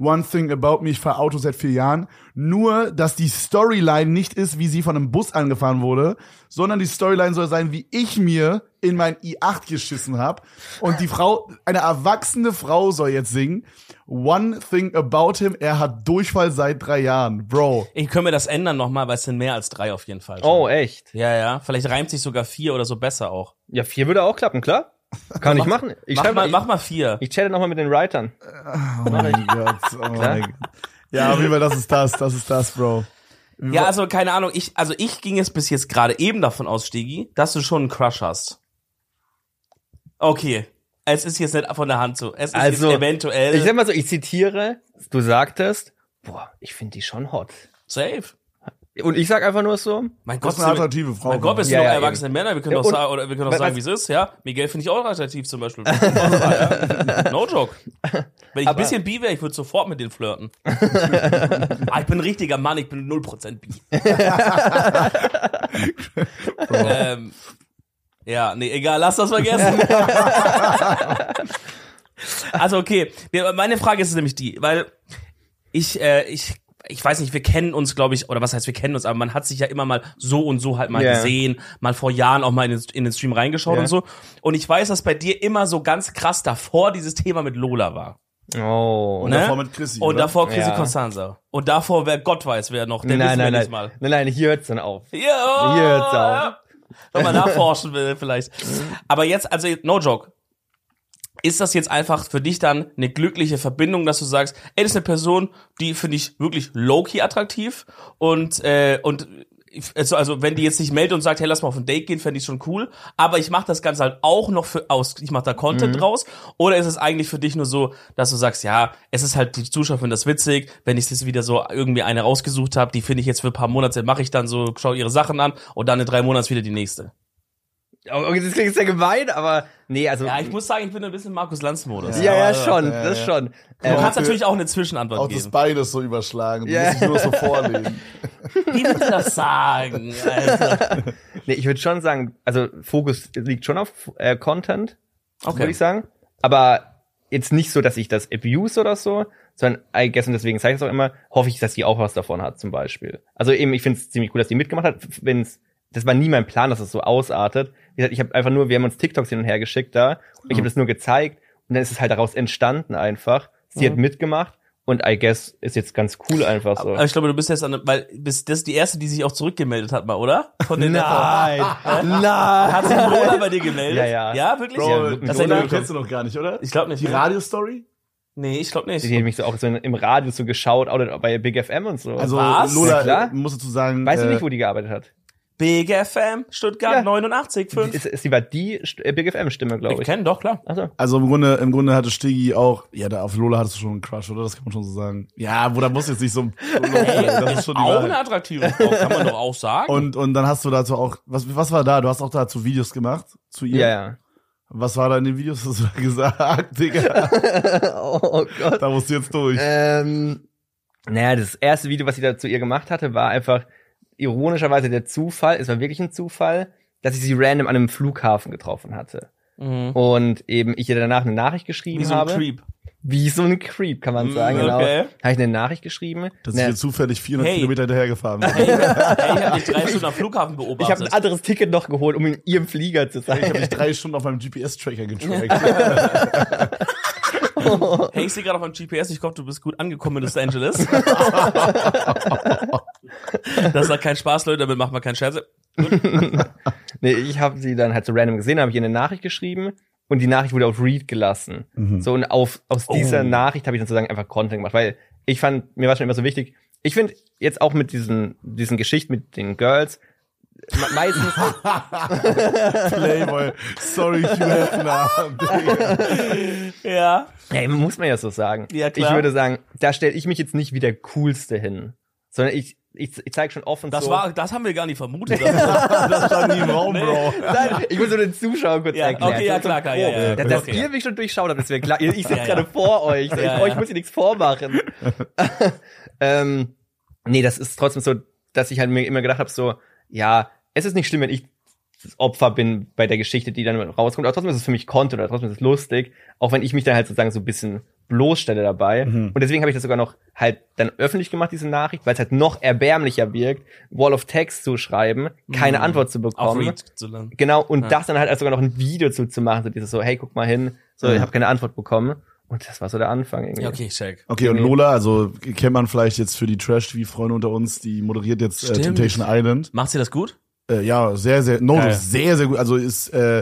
One Thing About Me, ich fahr Auto seit vier Jahren. Nur, dass die Storyline nicht ist, wie sie von einem Bus angefahren wurde, sondern die Storyline soll sein, wie ich mir in mein i8 geschissen hab. Und die Frau, eine erwachsene Frau soll jetzt singen. One Thing About Him, er hat Durchfall seit drei Jahren. Bro. Ich können wir das ändern nochmal, weil es sind mehr als drei auf jeden Fall. schon. Oh, echt? Ja, ja. Vielleicht reimt sich sogar vier oder so besser auch. Ja, vier würde auch klappen, klar. Kann ich machen. Ich mach, schreib mal, ich, mach mal vier. ich chatte nochmal mit den Writern. Oh mein Gott, oh mein Gott. Ja, auf jeden Fall, das ist das, das ist das, Bro. Ja, also keine Ahnung. Ich, also ich ging jetzt bis jetzt gerade eben davon aus, Stigi, dass du schon einen Crush hast. Okay. Es ist jetzt nicht von der Hand zu. Es ist Also, jetzt eventuell Ich sag mal so, ich zitiere, du sagtest, boah, ich finde die schon hot. safe. Und ich sag einfach nur so, Das Mein Gott, ist eine halt sind wir- attraktive Frau. mein Gott, wir sind Ja, doch ja, erwachsene Männer. Wir können Ja, doch und- sagen, oder wir können doch was- sagen, wie es ist, ja. Miguel finde ich auch attraktiv zum Beispiel. Ja. no joke. Wenn ich ein Aber- bisschen bi wäre, ich würde sofort mit denen flirten. ah, ich bin ein richtiger Mann, ich bin 0% bi. ähm, ja, nee, egal, lass das vergessen. also, okay. Wir- Meine Frage ist nämlich die, weil ich, äh, ich, ich weiß nicht, wir kennen uns, glaube ich, oder was heißt, wir kennen uns, aber man hat sich ja immer mal so und so halt mal Ja. gesehen, mal vor Jahren auch mal in den, in den Stream reingeschaut Ja. und so. Und ich weiß, dass bei dir immer so ganz krass davor dieses Thema mit Lola war. oh. Und ne? davor mit Chrissy. Und oder? davor Chrissy Ja. Costanza. Und davor, wer Gott weiß, wer noch, der nein, wissen wir nein, nicht nein. mal. nein, nein, hier hört's dann auf. Ja, Hier hört's Ah. auf. Wenn man nachforschen will, vielleicht. Aber jetzt, also, no joke. Ist das jetzt einfach für dich dann eine glückliche Verbindung, dass du sagst, ey, das ist eine Person, die finde ich wirklich low-key attraktiv und, äh, und, ich- also, also, wenn die jetzt nicht meldet und sagt, hey, lass mal auf ein Date gehen, fände ich schon cool. Aber ich mache das Ganze halt auch noch für aus, ich mache da Content draus. Oder ist es eigentlich für dich nur so, dass du sagst, ja, es ist halt, die Zuschauer finden das witzig, wenn ich jetzt wieder so irgendwie eine rausgesucht habe, die finde ich jetzt für ein paar Monate, mache ich dann so, schau ihre Sachen an und dann in drei Monaten wieder die nächste. Oh, Okay, das klingt sehr gemein, aber nee, also. Ja, ich muss sagen, ich bin ein bisschen Markus Lanz-Modus. ja, ja, Ja, schon, ja, das ja. schon. Du Ähm, kannst natürlich auch eine Zwischenantwort Auch das geben. beides so überschlagen. Du Ja. musst dich nur so vorlegen. Wie willst du das sagen? Also, Alter? nee, ich würde schon sagen, also Fokus liegt schon auf äh, Content, Okay. würde ich sagen. Aber jetzt nicht so, dass ich das abuse oder so, sondern I guess, und deswegen sage ich es auch immer, hoffe ich, dass die auch was davon hat, zum Beispiel. Also eben, ich finde es ziemlich cool, dass die mitgemacht hat. Wenn's, das war nie mein Plan, dass es so ausartet. Wie gesagt, ich habe einfach nur, wir haben uns TikToks hin und her geschickt da und ich Ah. habe das nur gezeigt und dann ist es halt daraus entstanden einfach. Sie Mhm. hat mitgemacht und I guess ist jetzt ganz cool einfach so. Aber ich glaube, du bist jetzt an, weil bist, das ist die erste, die sich auch zurückgemeldet hat, mal, oder? Von den nein. Hat sich Lola bei dir gemeldet? Ja, ja. Ja, wirklich? Bro, Bro, das das Lola erinnert- kennst du noch gar nicht, oder? Ich glaube nicht. Die Radio-Story? nee, ich glaube Die nicht. haben mich so auch so im Radio so geschaut, auch bei Big FM und so. Also, Was? Ja, Lola, klar. äh, muss dazu sagen. weißt du äh, nicht, wo die gearbeitet hat? Big FM, Stuttgart Ja. 89, 5. Sie, sie war die St- äh, Big FM-Stimme, glaube ich ich. kenne, doch, klar. Also, Also im Grunde, im Grunde hatte Stigi auch, ja, da auf Lola hattest du schon einen Crush, oder? Das kann man schon so sagen. Ja, wo da muss jetzt nicht so ein Das ist schon die Auch Wahrheit. eine attraktive Frau, kann man doch auch sagen. Und, und dann hast du dazu auch, was, was war da? Du hast auch dazu Videos gemacht? Zu ihr? ja, ja. Was war da in den Videos? Das war gesagt, Digga. oh Gott. Da musst du jetzt durch. Ähm, naja, das erste Video, was ich da zu ihr gemacht hatte, war einfach ironischerweise der Zufall, es war wirklich ein Zufall, dass ich sie random an einem Flughafen getroffen hatte. mhm. Und eben ich ihr danach eine Nachricht geschrieben Wie so ein habe. Creep. Wie so ein Creep, kann man Mm, sagen, genau. okay. Habe ich eine Nachricht geschrieben. Dass ich Ne, hier zufällig 400 Hey. Kilometer hinterhergefahren bin. Hey, hey, ich hab dich drei Stunden am Flughafen beobachtet. ich habe ein anderes Ticket noch geholt, um in ihrem Flieger zu sein. Ich habe mich drei Stunden auf meinem GPS-Tracker getrackt. Hey, ich sehe gerade auf meinem GPS, ich glaube, du bist gut angekommen in Los Angeles. das war kein Spaß, Leute, damit macht man keinen Scherz. nee, ich habe sie dann halt so random gesehen, habe ihr eine Nachricht geschrieben und die Nachricht wurde auf Read gelassen. Mhm. So und auf, aus Oh. dieser Nachricht habe ich dann sozusagen einfach Content gemacht, weil ich fand, mir war schon immer so wichtig, ich finde jetzt auch mit diesen, diesen Geschichten mit den Girls, me- meistens, Playboy. Sorry, Hugh Hefner. Digga. Ja. Ey, muss man ja so sagen. Ja, klar. Ich würde sagen, da stelle ich mich jetzt nicht wie der Coolste hin, sondern ich, ich, ich zeige schon offen Das so. war, das haben wir gar nicht vermutet. dass- das stand nie im Raum, Nee. Bro. Nein, ich muss nur den Zuschauern kurz Ja, erklären. okay, ja, So klar, klar, ja, ja, ja. grob. Dass Okay. ihr mich schon durchschaut habt, das wäre klar. Ihr- Ich sitze Ja, ja. gerade vor euch. So, Ja, ich, ja. euch muss ich nichts vormachen. ähm, nee, das ist trotzdem so, dass ich halt mir immer gedacht habe, so, ja, es ist nicht schlimm, wenn ich das Opfer bin bei der Geschichte, die dann rauskommt. Aber trotzdem ist es für mich Content oder trotzdem ist es lustig, auch wenn ich mich dann halt sozusagen so ein bisschen bloßstelle dabei. Und deswegen habe ich das sogar noch halt dann öffentlich gemacht, diese Nachricht, weil es halt noch erbärmlicher wirkt, Wall of Text zu schreiben, keine Antwort zu Mhm. Auf bekommen. Reed zu lernen. Genau, und Ja. das dann halt sogar noch ein Video zu, zu machen, so dieses so, hey, guck mal hin, so, Ja. ich habe keine Antwort bekommen. Und das war so der Anfang irgendwie. Ja, okay, check. Okay, und Lola, also kennt man vielleicht jetzt für die Trash-TV-Freunde unter uns, die moderiert jetzt äh, Stimmt. Temptation Island. Macht sie das gut? Äh, ja, sehr, sehr, no, Geil. ist sehr, sehr gut. Also ist äh,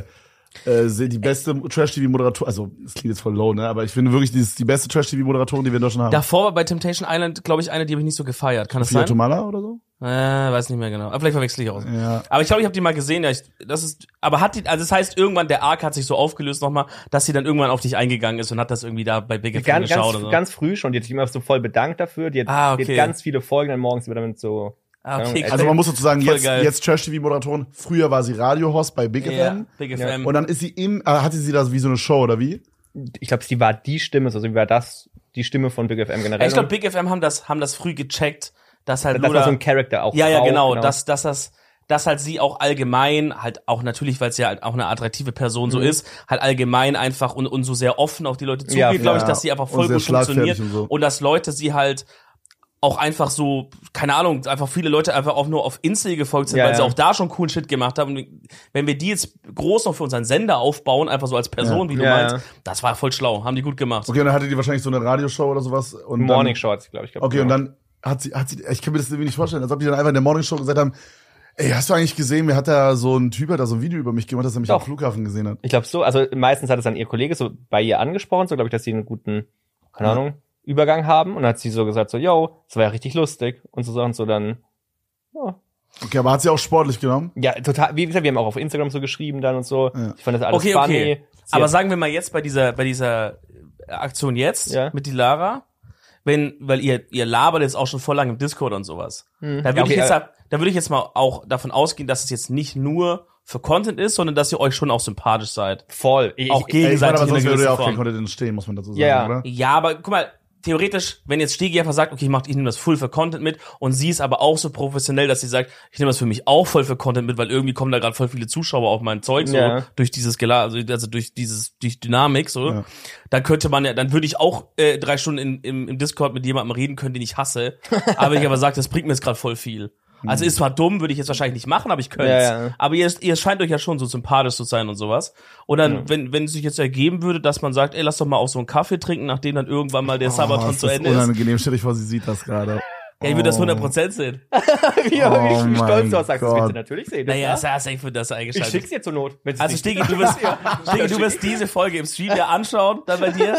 äh, sehr- die beste Trash-TV-Moderatorin, also es klingt jetzt voll low, ne? Aber ich finde wirklich, die ist die beste Trash-TV-Moderatorin, die wir in Deutschland haben. Davor war bei Temptation Island, glaube ich, eine, die habe ich nicht so gefeiert. Kann das Sophia sein? Tomala oder so? Äh, weiß nicht mehr genau. Aber vielleicht verwechsel ich auch. Ja. Aber ich glaube, ich habe die mal gesehen. Ja, ich, das ist, aber hat die, also das heißt, irgendwann der Arc hat sich so aufgelöst nochmal, dass sie dann irgendwann auf dich eingegangen ist und hat das irgendwie da bei Big Fan Ganz, geschaut ganz, oder so. ganz früh schon, die hat sich immer so voll bedankt dafür. Die hat, Ah, okay. die hat ganz viele Folgen dann morgens immer damit so. ah, Ahnung, okay, also Also man muss sozusagen, Voll jetzt, geil. jetzt Trash-TV-Moderatorin, früher war sie Radiohost bei Big ja, FM. Big Ja. FM. Und dann ist sie im, äh, hatte sie das wie so eine Show, oder wie? Ich glaube, sie war die Stimme, so, also sie war das, die Stimme von Big FM generell. ich glaube, Und Big FM haben das, haben das früh gecheckt, dass halt das war Lola, so ein Charakter auch. ja, ja, drauf, genau, dass, dass das, dass halt sie auch allgemein, halt auch natürlich, weil es ja halt auch eine attraktive Person so Mhm. ist, halt allgemein einfach und, und so sehr offen auf die Leute zugeht, Ja, glaube ich, ja. dass sie einfach voll Und sehr gut funktioniert schlagfertig und so. und dass Leute sie halt auch einfach so, keine Ahnung, einfach viele Leute einfach auch nur auf Insel gefolgt sind, Ja, weil sie ja. auch da schon coolen Shit gemacht haben. Und wenn wir die jetzt groß noch für unseren Sender aufbauen, einfach so als Person, wie du Ja, meinst, ja. das war voll schlau, haben die gut gemacht. Okay, und dann hatte die wahrscheinlich so eine Radioshow oder sowas. Und Morning dann, Shorts, glaube ich. Glaub, Okay, genau. und dann hat sie, hat sie, ich kann mir das irgendwie nicht vorstellen, als ob die dann einfach in der Morning Show gesagt haben, ey, hast du eigentlich gesehen, mir hat da so ein Typ, hat da so ein Video über mich gemacht, dass er mich Doch. am Flughafen gesehen hat. Ich glaube so, also meistens hat es dann ihr Kollege so bei ihr angesprochen, so glaube ich, dass sie einen guten, keine Ja. Ahnung, Übergang haben. Und dann hat sie so gesagt, so, yo, das war ja richtig lustig. Und so Sachen, so dann, ja. Okay, aber hat sie auch sportlich genommen? ja, total, wie gesagt, wir haben auch auf Instagram so geschrieben dann und so. Ja. Ich fand das alles Okay, funny. okay. Sie Aber hat- sagen wir mal jetzt bei dieser, bei dieser äh, Aktion jetzt Ja. mit die Lara, wenn, weil ihr, ihr labert jetzt auch schon voll lang im Discord und sowas. Hm. Da würde Okay, ich jetzt, äh, da, da würde ich jetzt mal auch davon ausgehen, dass es jetzt nicht nur für Content ist, sondern dass ihr euch schon auch sympathisch seid. voll. Ich, Auch ich, gegen- Ey, ich meine, Gegenseitig aber sonst in einer würde ja auch gewissen kein Form. Content entstehen, muss man dazu sagen, Ja, ja. oder? Ja, aber guck mal, theoretisch, wenn jetzt Stegi einfach sagt, okay, ich mach, ich nehme das full für Content mit und sie ist aber auch so professionell, dass sie sagt, ich nehme das für mich auch voll für Content mit, weil irgendwie kommen da gerade voll viele Zuschauer auf mein Zeug so Ja. durch dieses Gela also, also durch dieses durch Dynamik so. Ja. Dann könnte man ja, dann würde ich auch äh, drei Stunden in, im, im Discord mit jemandem reden können, den ich hasse, aber ich aber sage, das bringt mir jetzt gerade voll viel. Also Hm. ist zwar dumm, würde ich jetzt wahrscheinlich nicht machen, aber ich könnte Ja, ja. Aber ihr, ihr scheint euch ja schon so sympathisch zu sein und sowas. Und dann, wenn, wenn es sich jetzt ergeben würde, dass man sagt, ey, lass doch mal auch so einen Kaffee trinken, nachdem dann irgendwann mal der Oh, Sabaton ist zu das Ende ist. unangenehm, stell dich vor, sie sieht das gerade. Ja, ich würde das Oh. 100% sehen. wie, Oh wie stolz mein du auch sagst, das Gott. willst du natürlich sehen. Naja, das, das ist echt für das ich eingeschaltet. schick's dir zur Not. wenn sie's also nicht- Stegi, du wirst, Stegi, du wirst diese Folge im Stream ja anschauen, dann bei dir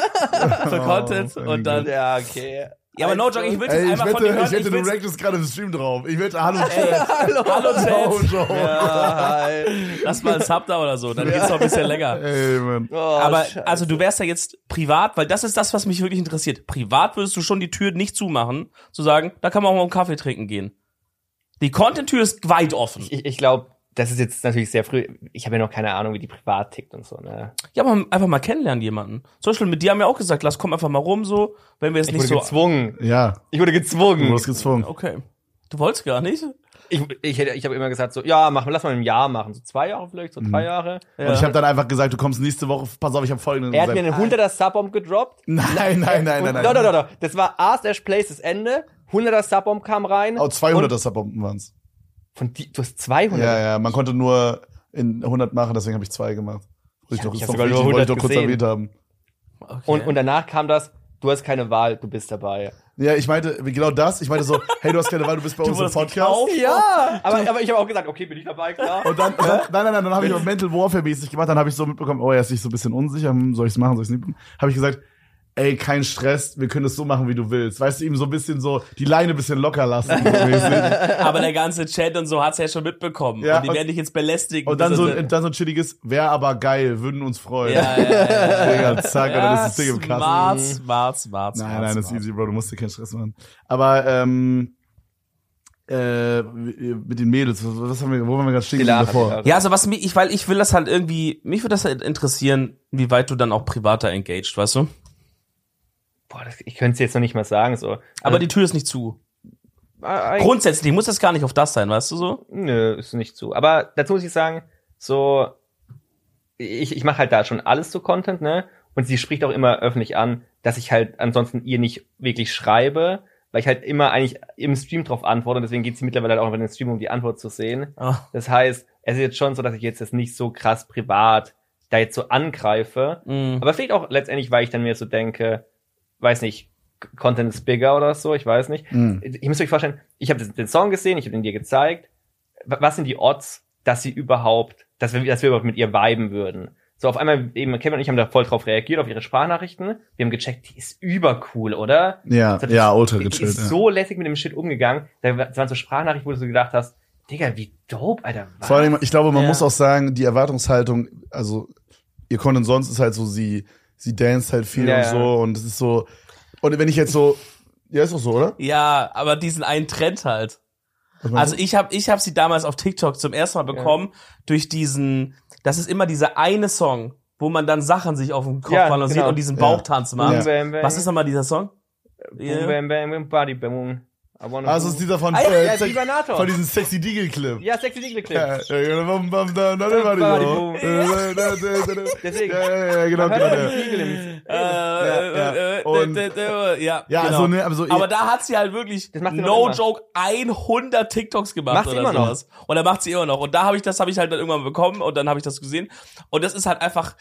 für Oh, Content mein und dann. Ja, okay. Ja, aber no joke, ich will das Ey, ich einmal von dir wette, hören. ich wette, du will's- reactest gerade im Stream drauf. Ich wette, hallo, Chat. Hallo, Hallo Ciao, Chat. ciao. Ja, Lass mal einen Sub da oder so, dann geht's noch ein bisschen länger. Ey, Mann. Oh, Aber also du wärst ja jetzt privat, weil das ist das, was mich wirklich interessiert. Privat würdest du schon die Tür nicht zumachen, zu sagen, da kann man auch mal einen Kaffee trinken gehen. Die Content-Tür ist weit offen. ich, ich glaube, das ist jetzt natürlich sehr früh. Ich habe ja noch keine Ahnung, wie die privat tickt und so. Ne? Ja, aber einfach mal kennenlernen jemanden. Zum Beispiel mit dir haben wir auch gesagt, lass komm einfach mal rum so, wenn wir jetzt Ich nicht wurde so. gezwungen. Ja, Ich wurde du gezwungen. wurdest gezwungen. Okay. Du wolltest gar nicht. Ich, ich, hätte- ich habe immer gesagt, so, ja, mach, lass mal im Jahr machen. So zwei Jahre vielleicht, so drei Jahre. Mhm. Und ich habe dann einfach gesagt, du kommst nächste Woche, pass auf, ich habe folgenden Er hat mir gesagt. einen 100er Subbomb gedroppt. Nein, nein, nein, nein, Und, nein. Doch, doch, doch, doch. Das war A slash Place das Ende. 100er Subbomb kam rein. Oh, 200 Und das Bomben waren's. Von die, du hast 200. Ja, ja, man konnte nur in 100 machen, deswegen habe ich zwei gemacht. Wollte ich Ja, doch, ist ich hab doch sogar nur wichtig, wollte ich doch 100 kurz gesehen. erwähnt haben. Okay. Und, und danach kam das, du hast keine Wahl, du bist dabei. Ja, ich meinte, genau das. Ich meinte so, hey, du hast keine Wahl, du bist bei uns im wurdest Podcast. Ja, aber, aber ich habe auch gesagt, okay, bin ich dabei, klar. Und dann, dann, nein, nein, nein, dann habe ich aber Mental Warfare mäßig gemacht, dann habe ich so mitbekommen, oh, er ist sich so ein bisschen unsicher, hm, soll ich es machen, soll ich es nicht machen? Habe ich gesagt, ey, kein Stress, wir können es so machen, wie du willst. Weißt du, ihm so ein bisschen so die Leine ein bisschen locker lassen. so mäßig. Aber der ganze Chat und so hat's ja schon mitbekommen. Ja, und die und- werden dich jetzt belästigen. Und dann so, ja, ein- dann so ein chilliges, wär aber geil, würden uns freuen. ja, ja, ja. Digga, zack, und dann ist das Ding im Kasten. Smart, smart, smart, smart. Nein, nein, das ist smart. easy, Bro. Du musst dir keinen Stress machen. Aber ähm, äh, mit den Mädels, was, was haben wir, wo waren wir gerade stehen geblieben davor? Ja. Ja, also was mich, ich, weil ich will das halt irgendwie, mich würde das halt interessieren, wie weit du dann auch privater engaged, weißt du? Boah, das, ich könnte es jetzt noch nicht mal sagen. So. Also, Aber die Tür ist nicht zu. Äh, Grundsätzlich muss das gar nicht auf das sein, weißt du so? Nö, ist nicht zu. Aber dazu muss ich sagen, so, ich, ich mache halt da schon alles zu Content, ne? Und sie spricht auch immer öffentlich an, dass ich halt ansonsten ihr nicht wirklich schreibe, weil ich halt immer eigentlich im Stream drauf antworte. Und deswegen geht sie mittlerweile halt auch über den Stream, um die Antwort zu sehen. Ah. Das heißt, es ist jetzt schon so, dass ich jetzt, jetzt nicht so krass privat da jetzt so angreife. Mm. Aber vielleicht auch letztendlich, weil ich dann mir so denke, weiß nicht, Content is bigger oder so, ich weiß nicht Mhm. ihr müsst euch vorstellen, ich habe den Song gesehen, ich habe den dir gezeigt. Wa- Was sind die Odds, dass sie überhaupt, dass wir, dass wir überhaupt mit ihr viben würden? So auf einmal eben Kevin und ich haben da voll drauf reagiert auf ihre Sprachnachrichten. Wir haben gecheckt, die ist übercool, oder? Ja, Das hat- ja, ultra Die gechillt. ist Ja. so lässig mit dem Shit umgegangen. Da wa- das waren so Sprachnachrichten, wo du so gedacht hast, Digga, wie dope, Alter. was? Vor allem, ich glaube, man Ja. muss auch sagen, die Erwartungshaltung, also ihr Content sonst ist halt so, sie, sie danst halt viel Ja, und ja. so und es ist so. Und wenn ich jetzt so, ja, ist doch so, oder? Ja, aber diesen einen Trend halt. Was Mhm. meinst Also ich habe ich hab sie damals auf TikTok zum ersten Mal bekommen durch diesen, das ist immer dieser eine Song, wo man dann Sachen sich auf dem Kopf Ja, balanciert genau. und diesen Ja. Bauchtanz Boom, Ja. macht. bam, bam. Was ist nochmal dieser Song? Boom, bam, bam, bam, body, boom. I du? wanna also boom. es ist dieser von, Ah, ja, äh, ja, Sex- Viva Nator. von diesem sexy Deagle-Clip. Ja, sexy Dingle Clip. Ja, ja, bam, bam, da, da, da, da, da, da, da, da, da, da. Deswegen. Ja, ja, ja, genau, Man hört genau. auch ja. die Igel im- Äh, äh, äh, Und- äh, äh, äh, Ja, Ja, genau. also, ne, aber so, Aber da hat sie halt wirklich, Das macht sie noch no immer. joke, 100 TikToks gemacht Macht sie oder immer noch. sowas. Und dann macht sie immer noch. Und da habe ich das, habe ich halt dann irgendwann bekommen und dann habe ich das gesehen. Und das ist halt einfach,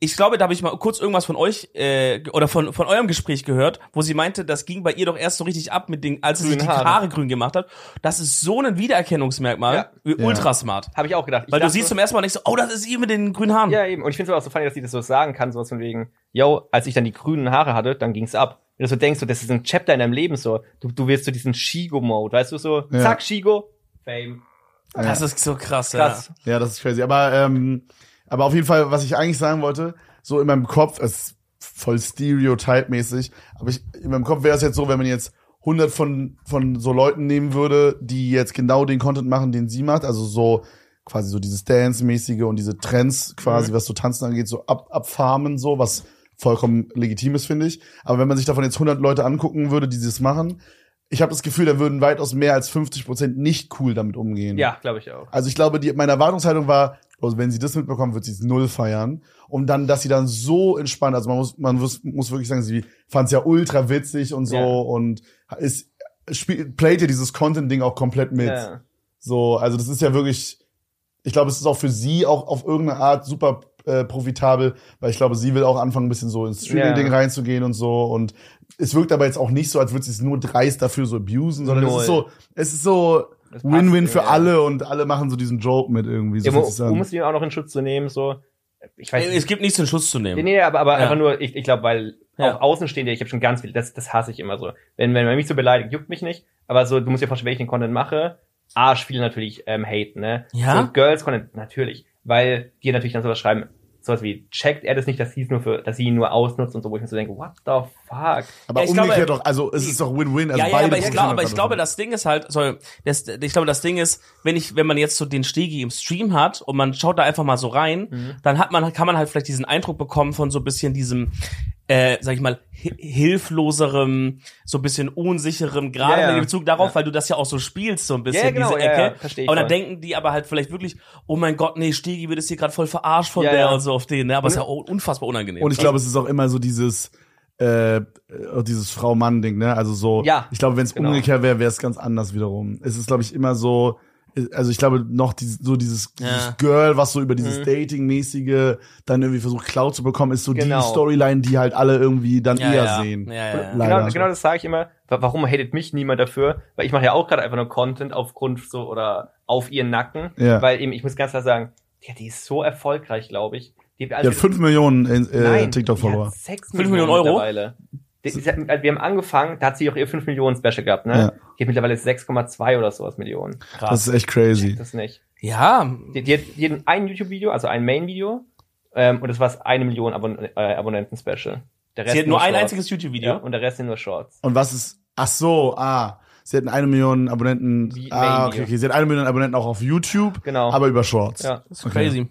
ich glaube, da habe ich mal kurz irgendwas von euch äh, oder von, von eurem Gespräch gehört, wo sie meinte, das ging bei ihr doch erst so richtig ab, mit den, als sie sich die Grünen Haare. Haare. grün gemacht hat. Das ist so ein Wiedererkennungsmerkmal, ultra smart. Habe ich auch gedacht. Ich Weil du dachte- siehst zum ersten Mal nicht so, oh, das ist ihr mit den grünen Haaren. Ja, eben. Und ich finde es aber auch so funny, dass sie das so sagen kann, sowas von wegen, yo, als ich dann die grünen Haare hatte, dann ging's ab. Wenn du so denkst, so, das ist ein Chapter in deinem Leben, so, du, du wirst so diesen Shigo-Mode, weißt du, so, Ja. zack, Shigo, Fame. Das ist so krass, Krass. Ja. Ja, das ist crazy. Aber, ähm, aber auf jeden Fall, was ich eigentlich sagen wollte, so in meinem Kopf, es ist voll stereotype-mäßig, aber ich, in meinem Kopf wäre es jetzt so, wenn man jetzt 100 von, von so Leuten nehmen würde, die jetzt genau den Content machen, den sie macht, also so quasi so dieses Dance-mäßige und diese Trends quasi, was so Tanzen angeht, so ab, abfarmen, so, was vollkommen legitim ist, finde ich. Aber wenn man sich davon jetzt 100 Leute angucken würde, die das machen, ich habe das Gefühl, da würden weitaus mehr als 50 Prozent nicht cool damit umgehen. Ja, glaube ich auch. Also ich glaube, die, meine Erwartungshaltung war, also wenn sie das mitbekommen, wird sie es null feiern. Und dann, dass sie dann so entspannt, also man muss, man muss, muss wirklich sagen, sie fand es ja ultra witzig und so Ja. und ist, spielt, playt ihr dieses Content-Ding auch komplett mit. Ja. So, also das ist ja wirklich, ich glaube, es ist auch für sie auch auf irgendeine Art super äh, profitabel, weil ich glaube, sie will auch anfangen, ein bisschen so ins Streaming-Ding Ja. reinzugehen und so. Und es wirkt aber jetzt auch nicht so, als würde sie es nur dreist dafür so abusen, sondern es Null. ist so, es ist so Das passt Win-Win irgendwie, für ja. alle und alle machen so diesen Joke mit irgendwie. So Ja, fühlt um, sich's um an. es ihm auch noch in Schutz zu nehmen, so, ich weiß Es nicht. gibt nichts in Schuss zu nehmen. Nee, nee, aber, aber Ja. einfach nur, ich, ich glaube, weil Ja. auch Außenstehende, ich habe schon ganz viel, das, das hasse ich immer so. Wenn, wenn man mich so beleidigt, juckt mich nicht, aber so, du musst dir vorstellen, wenn ich den Content mache, Arsch viele natürlich ähm, haten, ne? Ja? So Girls Content, natürlich. Weil die natürlich dann sowas schreiben, sowas wie, checkt er das nicht, dass sie es nur für, dass sie ihn nur ausnutzt und so, wo ich mir so denke, what the fuck? aber Ja, ich umgekehrt glaube- doch, also es ist doch Win-Win. Also ja, ja, beide aber ich, profitieren glaube, aber ich davon. glaube, das Ding ist halt, sorry, das, ich glaube, das Ding ist, wenn ich, wenn man jetzt so den Stegi im Stream hat und man schaut da einfach mal so rein, Mhm. dann hat man, kann man halt vielleicht diesen Eindruck bekommen von so ein bisschen diesem, äh, sag ich mal, hi- hilfloserem, so ein bisschen unsicherem, gerade Ja, ja. in Bezug darauf, Ja. weil du das ja auch so spielst, so ein bisschen, Ja, genau, diese ja, Ecke. ja, versteh ich und dann voll. denken die aber halt vielleicht wirklich, oh mein Gott, nee, Stegi wird es hier gerade voll verarscht von Ja, der ja. und so auf den, ne? Aber es ist ja auch unfassbar unangenehm. Und ich glaube, es ist auch immer so dieses äh, äh, dieses Frau-Mann-Ding, ne? Also so. Ja, Ich glaube, wenn es genau. umgekehrt wäre, wäre es ganz anders wiederum. Es ist, glaube ich, immer so. also ich glaube noch dieses, so dieses, Ja. dieses Girl, was so über dieses Mhm. Dating-mäßige dann irgendwie versucht Cloud zu bekommen, ist so Genau. die Storyline, die halt alle irgendwie dann Ja, eher ja. sehen. Ja, ja, ja. Leider. Genau, genau das sage ich immer. Wa- Warum hatet mich niemand dafür? Weil ich mache ja auch gerade einfach nur Content aufgrund so oder auf ihren Nacken. Ja. Weil eben, ich muss ganz klar sagen, ja, die ist so erfolgreich, glaube ich. Die hat, also Die hat 5 Millionen in- äh, Nein, TikTok-Follower. die hat sechs Fünf Millionen Euro? mittlerweile. Die, die, hat- wir haben angefangen, da hat sie auch ihr 5 Millionen Special gehabt, ne? Ja. Die hat mittlerweile 6,2 oder sowas Millionen. Das ist echt crazy. Das nicht. Ja, Die, die hat jeden ein YouTube-Video, also ein Main-Video, ähm, und das war's eine Million Abon äh, Abonnenten-Special. Der sie hat nur ein Shorts. einziges ja, YouTube-Video. und der Rest sind nur Shorts. Und was ist, ach so, ah, sie hatten eine Million Abonnenten, Wie- ah, nein, okay, hier. okay, sie hat eine Million Abonnenten auch auf YouTube, Genau. aber über Shorts. ja, Das ist Okay. crazy.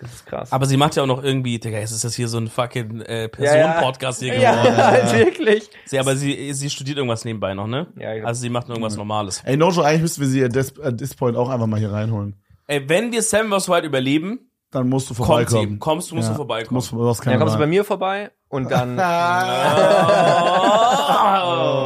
das ist krass. Aber sie macht ja auch noch irgendwie, Digga, jetzt ist das hier so ein fucking äh, Ja, ja. Personen-Podcast hier ja, geworden. Ja. wirklich. Sie, aber sie, sie studiert irgendwas nebenbei noch, ne? Ja, genau. Also sie macht noch irgendwas Ja. Normales. Ey, Nojo, eigentlich müssten wir sie at this, at this point auch einfach mal hier reinholen. Ey, wenn wir Sam vs. Wild überleben, Dann musst du kommt sie. vorbeikommen. Kommst du, musst Ja, du vorbeikommen. Musst, du hast keine Dann kommst du bei Wahl. Ah. mir vorbei und dann.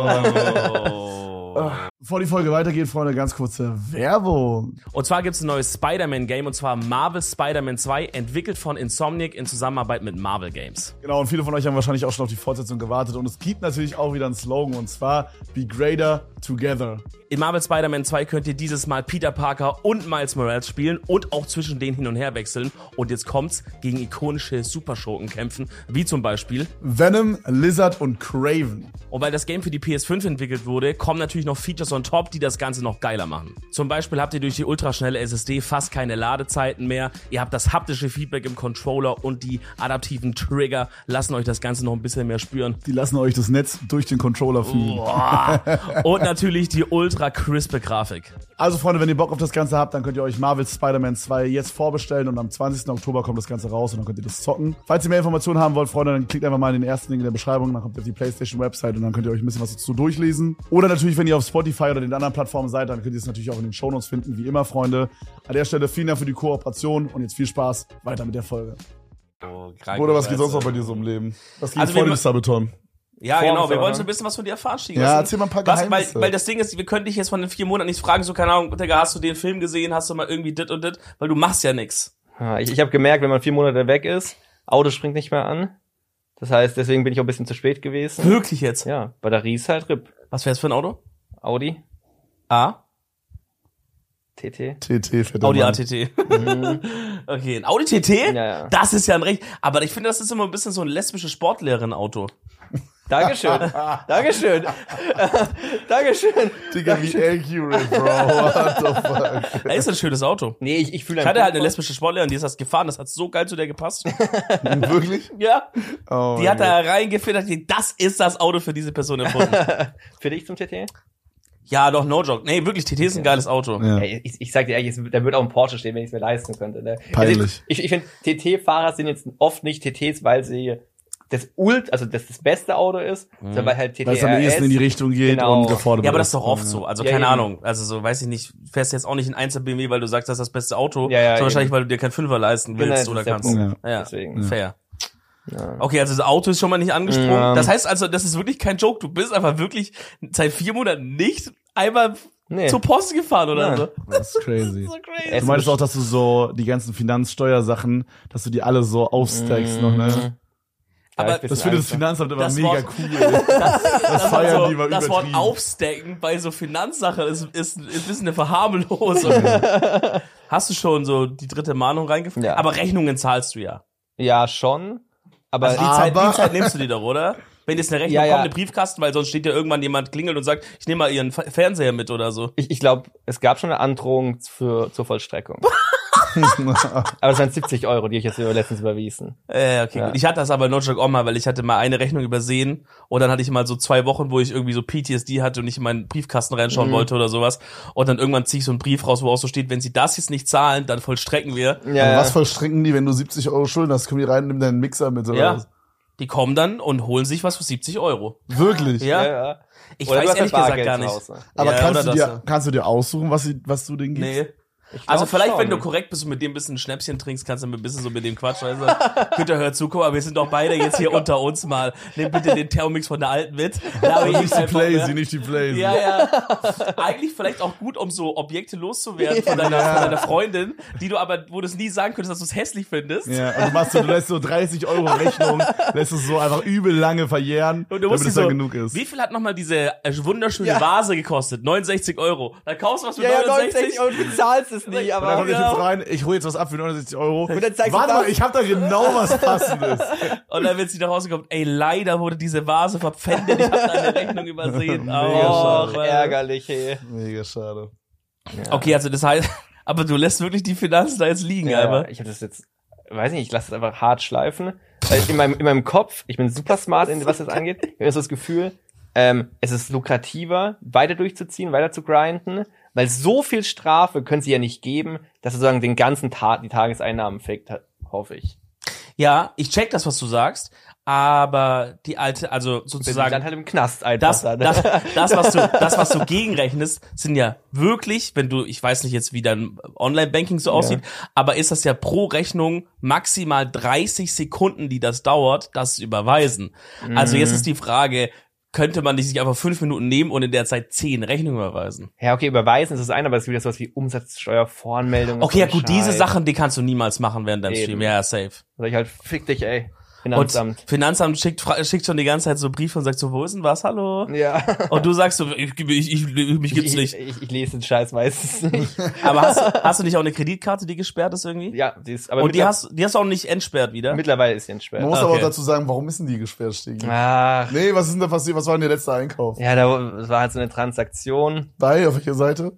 Oh. Oh. Bevor die Folge weitergeht, Freunde, ganz kurze Werbung. Und zwar gibt es ein neues Spider-Man-Game und zwar Marvel Spider-Man 2, entwickelt von Insomniac in Zusammenarbeit mit Marvel Games. Genau, und viele von euch haben wahrscheinlich auch schon auf die Fortsetzung gewartet. Und es gibt natürlich auch wieder einen Slogan, und zwar Be Greater Together. In Marvel Spider-Man 2 könnt ihr dieses Mal Peter Parker und Miles Morales spielen und auch zwischen denen hin und her wechseln. Und jetzt kommt's gegen ikonische Superschurken kämpfen, wie zum Beispiel. Venom, Lizard und Craven. Und weil das Game für die PS5 entwickelt wurde, kommen natürlich noch Features on top, die das Ganze noch geiler machen. Zum Beispiel habt ihr durch die ultraschnelle SSD fast keine Ladezeiten mehr, ihr habt das haptische Feedback im Controller und die adaptiven Trigger lassen euch das Ganze noch ein bisschen mehr spüren. Die lassen euch das Netz durch den Controller fliegen. Boah. Und natürlich die ultra crispe Grafik. Also, Freunde, wenn ihr Bock auf das Ganze habt, dann könnt ihr euch Marvel's Spider-Man 2 jetzt vorbestellen und am 20. Oktober kommt das Ganze raus und dann könnt ihr das zocken. Falls ihr mehr Informationen haben wollt, Freunde, dann klickt einfach mal in den ersten Link in der Beschreibung, dann kommt ihr auf die PlayStation-Website und dann könnt ihr euch ein bisschen was dazu durchlesen. Oder natürlich, wenn ihr auf Spotify oder den anderen Plattformen seid, dann könnt ihr es natürlich auch in den Shownotes finden, wie immer, Freunde. An der Stelle vielen Dank für die Kooperation und jetzt viel Spaß weiter mit der Folge. Oder was geht sonst noch bei dir so im Leben? Was geht Also vor wir- dem Sabaton? Ja, Vor genau. uns Wir aber, wollen ne? so ein bisschen was von dir erfahren, Stieg. Ja, Was- erzähl mal ein paar was, weil, Geheimnisse. weil das Ding ist, wir können dich jetzt von den vier Monaten nicht fragen, so keine Ahnung, Digga, hast du den Film gesehen, hast du mal irgendwie dit und dit, weil du machst ja nix. Ah, Ich, ich habe gemerkt, wenn man vier Monate weg ist, Auto springt nicht mehr an. Das heißt, deswegen bin ich auch ein bisschen zu spät gewesen. Wirklich jetzt. Ja, Batterie ist halt RIP. Was wär's für ein Auto? Audi, A. TT. TT, fetter Audi Mann. ATT. okay, ein Audi TT? Mhm. Ja, ja. Das ist ja ein Recht. Aber ich finde, das ist immer ein bisschen so ein lesbisches Sportlehrerin-Auto. Dankeschön. Dankeschön. Dankeschön. Digga, wie accurate, bro. What the fuck? Ey, ist ein schönes Auto. Nee, ich, ich fühle Ich hatte halt eine lesbische Sportlehrerin, die ist das gefahren, das hat so geil zu der gepasst. Wirklich? ja. Oh Die mein hat da reingeführt, hat gesagt, das ist das Auto für diese Person erfunden. Für dich zum TT? ja, doch, no joke. Nee, wirklich, TT ist ein geiles Auto. Ja. Ey, ich, ich sag dir ehrlich, es- da würde auch ein Porsche stehen, wenn ich es mir leisten könnte. Ne? Peinlich. Also ich ich, ich finde, TT-Fahrer sind jetzt oft nicht TTs, weil sie das Ult, also das, das beste Auto ist, Mhm. sondern weil halt TT. Weil es am ehesten in die Richtung geht Genau. und gefordert Ja, aber das ist ist. doch oft so. Also Ja, keine eben. Ahnung. Also so, weiß ich nicht, fährst jetzt auch nicht ein 1er BMW, weil du sagst, das ist das beste Auto, Ja, ja, sondern wahrscheinlich, eben. weil du dir kein Fünfer leisten Genau, willst das oder ist der kannst. Punkt. Ja. Deswegen. Fair. Ja. Okay, also das Auto ist schon mal nicht angesprungen. Ja. Das heißt also, das ist wirklich kein Joke. Du bist einfach wirklich seit vier Monaten nicht einmal Nee. zur Post gefahren oder Nein. so. Das ist crazy. So crazy. Du meinst auch, dass du so die ganzen Finanzsteuersachen, dass du die alle so aufstackst noch, ne? Aber Mhm. ich bin Das ein findet das Angster. Finanzamt immer Mhm. Das mega Wort- cool. Das, Wort feiern so, die mal Also, das Wort übertrieben. aufstecken bei so Finanzsachen ist, ist, ist ein bisschen eine Verharmlosung. Hast du schon so die dritte Mahnung reingefallen? Ja. Aber Rechnungen zahlst du ja. Ja, schon. Ah, Aber Äh, Also Die Zeit, Aber- die Zeit nimmst du dir doch, oder? Wenn jetzt eine Rechnung Ja, ja. kommt, eine Briefkasten, weil sonst steht ja irgendwann jemand klingelt und sagt, ich nehme mal ihren Fe- Fernseher mit oder so. ich, ich glaube, es gab schon eine Androhung für, zur Vollstreckung. Aber es waren 70 Euro, die ich jetzt über- letztens überwiesen. Äh, okay, Ja. gut. Ich hatte das aber in Notchuk auch mal, weil ich hatte mal eine Rechnung übersehen und dann hatte ich mal so zwei Wochen, wo ich irgendwie so PTSD hatte und ich in meinen Briefkasten Mhm. reinschauen wollte oder sowas. Und dann irgendwann ziehe ich so einen Brief raus, wo auch so steht, wenn sie das jetzt nicht zahlen, dann vollstrecken wir. Aber was verstricken die, wenn du 70 Euro Schulden hast? Kommen die rein, nimm deinen Mixer mit oder Ja. was? Die kommen dann und holen sich was für 70 Euro. Wirklich? Ja. ja. Ich Oder du weiß hast ehrlich ja gesagt Bargeld gar zu nicht. Hause. Aber Ja, kannst, oder du dir, das, ja. kannst du dir aussuchen, was, sie, was du denen gibst? Nee. also vielleicht, schon. wenn du korrekt bist und mit dem ein bisschen ein Schnäpschen trinkst, kannst du ein bisschen so mit dem Quatsch, weißt du, Günther, hör zu, guck mal, wir sind doch beide jetzt hier unter uns mal. Nimm bitte den Thermomix von der alten mit. Da hab ich Also Nicht die einfach mehr. Playsee, nicht die Playsee. Ja, ja. Eigentlich vielleicht auch gut, um so Objekte loszuwerden von, deiner, von deiner Freundin, die du aber, wo du es nie sagen könntest, dass du es hässlich findest. Ja, also machst du, du lässt so 30 Euro Rechnung, lässt es so einfach übel lange verjähren, Und du musst damit es dir dann so, genug ist. Wie viel hat nochmal diese äh, wunderschöne Ja. Vase gekostet? 69 Euro. Da kaufst du was für Ja, ja, 69 69 Euro, du zahlst es nicht, Und dann aber. kommt der Genau. Typ rein, ich hole jetzt was ab für 69 Euro. Und dann zeigst du Warte das. mal, ich habe da genau was passendes. Und dann wird sie nach Hause kommen, ey, leider wurde diese Vase verpfändet, ich habe deine Rechnung übersehen. Oh, Mega Och, Mann. ärgerlich, ey. Mega schade. Okay, also das heißt, aber du lässt wirklich die Finanzen da jetzt liegen, Ja, aber. Äh, ich habe das jetzt, weiß nicht, ich lasse es einfach hart schleifen. Weil in meinem, in meinem Kopf, ich bin super smart, in was das angeht. Ich habe jetzt das Gefühl, ähm, es ist lukrativer, weiter durchzuziehen, weiter zu grinden, weil so viel Strafe können sie ja nicht geben, dass sie sozusagen den ganzen Tag die Tageseinnahmen fickt, hoffe ich. Ja, ich check das, was du sagst, aber die alte, also Bin dann sozusagen. halt im Knast einfach. Das, dann. das, das, was du, das, was du gegenrechnest, sind ja wirklich, wenn du, ich weiß nicht jetzt, wie dein Online-Banking so aussieht, aber ist das ja pro Rechnung maximal 30 Sekunden, die das dauert, das zu überweisen. Also jetzt ist die Frage, könnte man nicht sich einfach fünf Minuten nehmen und in der Zeit zehn Rechnungen überweisen? ja, okay, überweisen ist das eine, aber es ist wieder sowas wie Umsatzsteuer, Voranmeldung. und Okay, so ja ein gut, diese Scheiß. Sachen, die kannst du niemals machen während deinem Eben. Stream. Ja, safe. Sag ich halt, fick dich, ey. Und Finanzamt. Finanzamt schickt, fra- schickt schon die ganze Zeit so Briefe und sagt so, wo ist denn was? Hallo? ja. Und du sagst so, ich, ich, ich, mich gibt's ich, nicht. Ich, ich lese den Scheiß meistens nicht. Aber hast, hast du nicht auch eine Kreditkarte, die gesperrt ist irgendwie? ja, die ist, aber und die mittler- hast, die hast du auch nicht entsperrt wieder? mittlerweile ist sie Man entsperrt. muss Okay. aber auch dazu sagen, warum ist denn die gesperrt, Stigi? Ach, Nee, was ist denn da passiert? Was war denn der letzte Einkauf? Ah. ja, da das war halt so eine Transaktion. Bei, auf welcher Seite?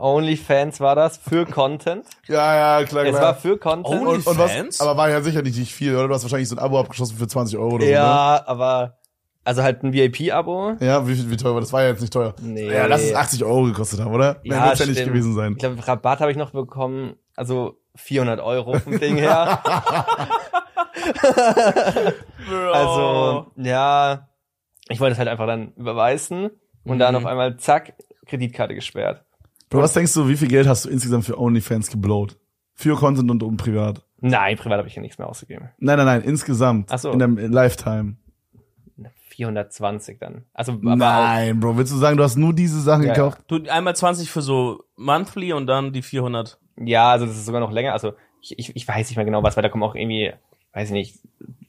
OnlyFans war das für Content. Ja, ja, genau. klar, Es war klar. für Content. Only- Und, und was, Fans? aber war ja sicher nicht, nicht viel, oder? Du hast wahrscheinlich so ein Abo abgeschlossen für 20 Euro oder ne? ja, aber also halt ein VIP-Abo. so. ne? Ja, wie, viel- wie teuer war das? War ja jetzt nicht teuer. Nee. Ja, lass es 80 Euro gekostet haben, oder? Mehr Ja, wird's ja nicht stimmt. gewesen sein. Ich glaube, Rabatt habe ich noch bekommen. Also 400 Euro vom Ding her. Bro. Oh. Also, ja, ich wollte es halt einfach dann überweisen und Mhm. dann auf einmal zack, Kreditkarte gesperrt. Bro, was denkst du, wie viel Geld hast du insgesamt für OnlyFans geblowt? Für Content und um privat? Nein, privat habe ich ja nichts mehr ausgegeben. Nein, nein, nein, insgesamt. Ach so. In deinem Lifetime. 420 dann. Also, aber auch, Nein, Bro, willst du sagen, du hast nur diese Sachen Ja, ja. gekauft? Du, einmal 20 für so monthly und dann die 400. ja, also das ist sogar noch länger. Also ich, ich, ich weiß nicht mehr genau was, weil da kommen auch irgendwie, weiß ich nicht,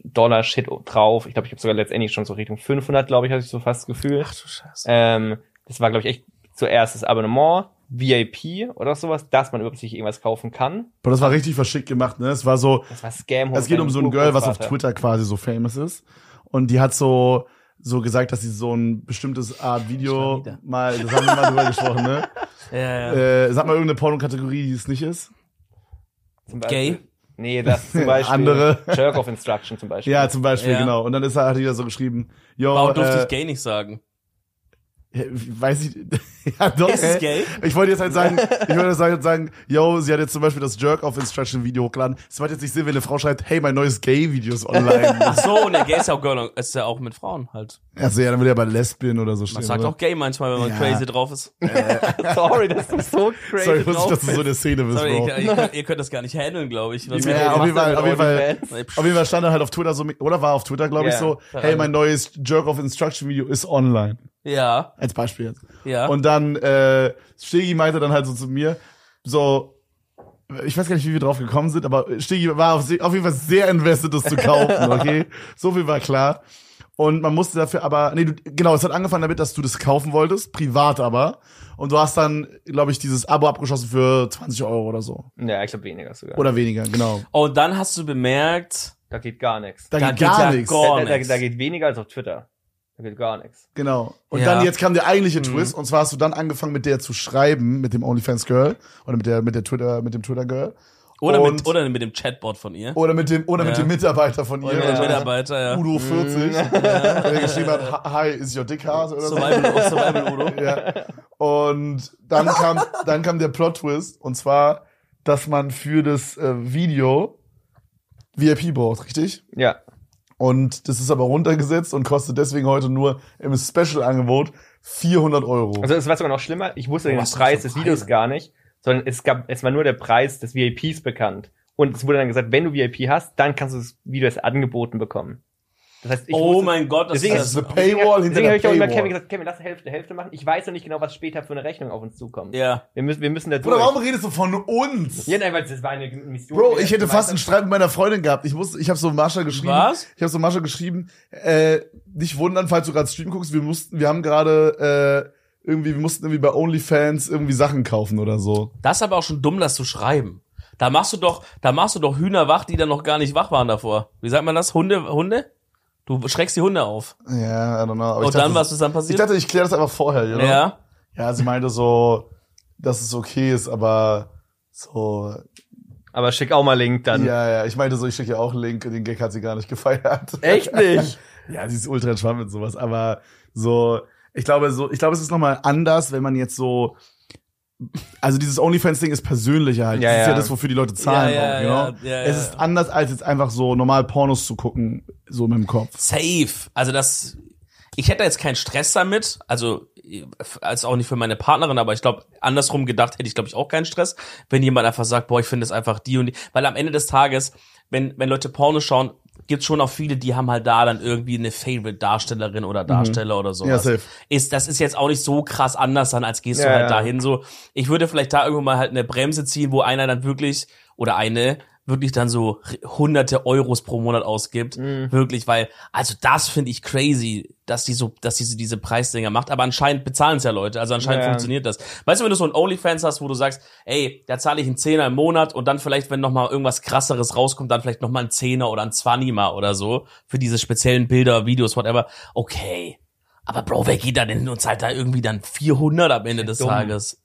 Dollar-Shit drauf. Ich glaube, ich habe sogar letztendlich schon so Richtung 500, glaube ich, hatte ich so fast das Gefühl. du Scheiße. Ähm, das war, glaube ich, echt zuerst das Abonnement, VIP oder sowas, dass man überhaupt sich irgendwas kaufen kann. Bro, das war richtig verschickt gemacht, ne? Es war so, Das war Scam. es geht um so ein Girl, was auf Urgroßvater. Twitter quasi so famous ist. Und die hat so, so gesagt, dass sie so ein bestimmtes Art Video Schon wieder. mal, das haben wir mal drüber gesprochen, ne? Ja, ja. Äh, sag mal irgendeine Pornokategorie, die es nicht ist. Zum Beispiel- Gay. Nee, das zum Beispiel. Andere. Jerk of Instruction zum Beispiel. Ja, zum Beispiel, Ja. genau. Und dann ist, hat die da so geschrieben, yo, Warum durfte äh, ich gay nicht sagen? Ja, Weiß ich. Ja, doch. Ist es hä? gay? Ich wollte jetzt halt sagen, ich wollte jetzt halt sagen, yo, sie hat jetzt zum Beispiel das Jerk-Off-Instruction-Video hochgeladen. Das wird jetzt nicht sehen, wenn eine Frau schreibt, hey, mein neues Gay-Video ist online. Ach so, ne, gay ist ja auch, Girl, ist ja auch mit Frauen halt. also ja, dann will ja bei Lesbien oder so stehen. Man sagt oder? auch gay manchmal, wenn man Ja. crazy drauf ist. Sorry, das ist so crazy. Sorry, ich wusste, drauf. nicht, dass du so eine Szene bist, Sorry, Bro. ihr, ihr, könnt, ihr könnt das gar nicht handeln, glaube ich. Was Ja, ihr- auf jeden Fall, auf jeden Fall. OnlyFans. Auf jeden Fall stand er halt auf Twitter so, oder war auf Twitter, glaube ich, Ja, so, hey, mein neues Jerk-Off-Instruction-Video ist online. Ja, Als Beispiel jetzt. ja. Und dann, äh, Stegi meinte dann halt so zu mir, so, ich weiß gar nicht, wie wir drauf gekommen sind, aber Stegi war auf, auf jeden Fall sehr invested, das zu kaufen, okay? so viel war klar. Und man musste dafür aber, nee, du, genau, es hat angefangen damit, dass du das kaufen wolltest, privat aber. Und du hast dann, glaube ich, dieses Abo abgeschossen für 20 Euro oder so. Ja, ich glaube weniger sogar. Oder weniger, genau. Oh, Und dann hast du bemerkt, da geht gar nichts. Da, Da geht geht gar ja nichts. Gott. Da, Gar da, da, nix. da geht weniger als auf Twitter. Da geht gar nichts. Genau. Und Ja. Mhm. dann jetzt kam der eigentliche Twist und zwar hast du dann angefangen mit der zu schreiben, mit dem OnlyFans Girl oder mit der mit der Twitter mit dem Twitter Girl oder Und- mit, oder mit dem Chatbot von ihr. oder mit dem oder mit Ja. dem Mitarbeiter von ihr, Oder mit dem wahrscheinlich Mitarbeiter, ja. Udo 40, Mhm. der geschrieben hat, "Hi, is your dick hard?" oder so. Survival, auf Survival Udo. Ja. Und dann kam dann kam der Plot Twist und zwar, dass man für das äh, Video VIP braucht, richtig? Ja. Und das ist aber runtergesetzt und kostet deswegen heute nur im Special-Angebot 400 Euro. Also es war sogar noch schlimmer. Ich wusste Oh, den was sind Preis das für des Videos Preise? gar nicht, sondern es gab, es war nur der Preis des VIPs bekannt. Und es wurde dann gesagt, wenn du VIP hast, dann kannst du das Video als angeboten bekommen. Das heißt, ich oh wusste- mein Gott, das Deswegen ist Also ist das. the Paywall hinter deswegen der habe ich auch immer Paywall. Kevin gesagt, Kevin, lass Hälfte, Hälfte machen. Ich weiß noch nicht genau, was später für eine Rechnung auf uns zukommt. Ja. Wir müssen, wir müssen da durch. Bruder, warum redest du von uns? Ja, nein, weil das war eine Mission. Bro, ich hätte fast einen Streit mit meiner Freundin gehabt. Ich muss, ich habe so Mascha geschrieben. Was? Ich habe so Mascha geschrieben. Äh, nicht wundern, falls du gerade Stream guckst. Wir mussten, wir haben gerade äh, irgendwie, wir mussten irgendwie bei OnlyFans irgendwie Sachen kaufen oder so. Das ist aber auch schon dumm, das zu schreiben. Da machst du doch, da machst du doch Hühner wach, die dann noch gar nicht wach waren davor. Wie sagt man das? Hunde, Hunde? Du schreckst die Hunde auf. Ja, I don't know. Oh, Aber ich Und dann, dachte, was ist dann Ich passiert? dachte, ich kläre das einfach vorher, you know? ja. Ja, sie meinte so, dass es okay ist, aber so. Aber schick auch mal Link dann. Ja, ja. Ich meinte so, ich schicke ihr auch Link und den Gag hat sie gar nicht gefeiert. Echt nicht? Ja, sie ist ultra entspannt mit sowas, aber so, ich glaube, so, ich glaube, es ist nochmal anders, wenn man jetzt so, also dieses OnlyFans-Ding ist persönlicher halt. Ja, das ist ja ja. das, wofür die Leute zahlen Ja, ja, auch, you know? ja, ja, es ja. ist anders, als jetzt einfach so normal Pornos zu gucken, so mit dem Kopf. Safe. Also das, ich hätte jetzt keinen Stress damit. Also als auch nicht für meine Partnerin, aber ich glaube andersrum gedacht hätte ich glaube ich auch keinen Stress, wenn jemand einfach sagt, boah, ich finde es einfach die und die, weil am Ende des Tages, wenn wenn Leute Porno schauen, gibt's schon auch viele, die haben halt da dann irgendwie eine Favorite Darstellerin oder Darsteller oder sowas. Mhm. Ja, safe. Ist das ist jetzt auch nicht so krass anders dann als gehst du Ja, halt ja. dahin so. Ich würde vielleicht da irgendwo mal halt eine Bremse ziehen, wo einer dann wirklich oder eine wirklich dann so hunderte Euros pro Monat ausgibt, Mhm. wirklich, weil also das finde ich crazy, dass die so, dass die so diese Preisdinger macht, aber anscheinend bezahlen es ja Leute, also anscheinend Ja. funktioniert das. Weißt du, wenn du so ein OnlyFans hast, wo du sagst, ey, da zahle ich einen Zehner im Monat und dann vielleicht, wenn noch mal irgendwas krasseres rauskommt, dann vielleicht noch mal einen Zehner oder einen Zwannimer oder so für diese speziellen Bilder, Videos, whatever. Okay. Aber Bro, wer geht da denn hin und zahlt da irgendwie dann 400 am Ende des Dumm. Tages?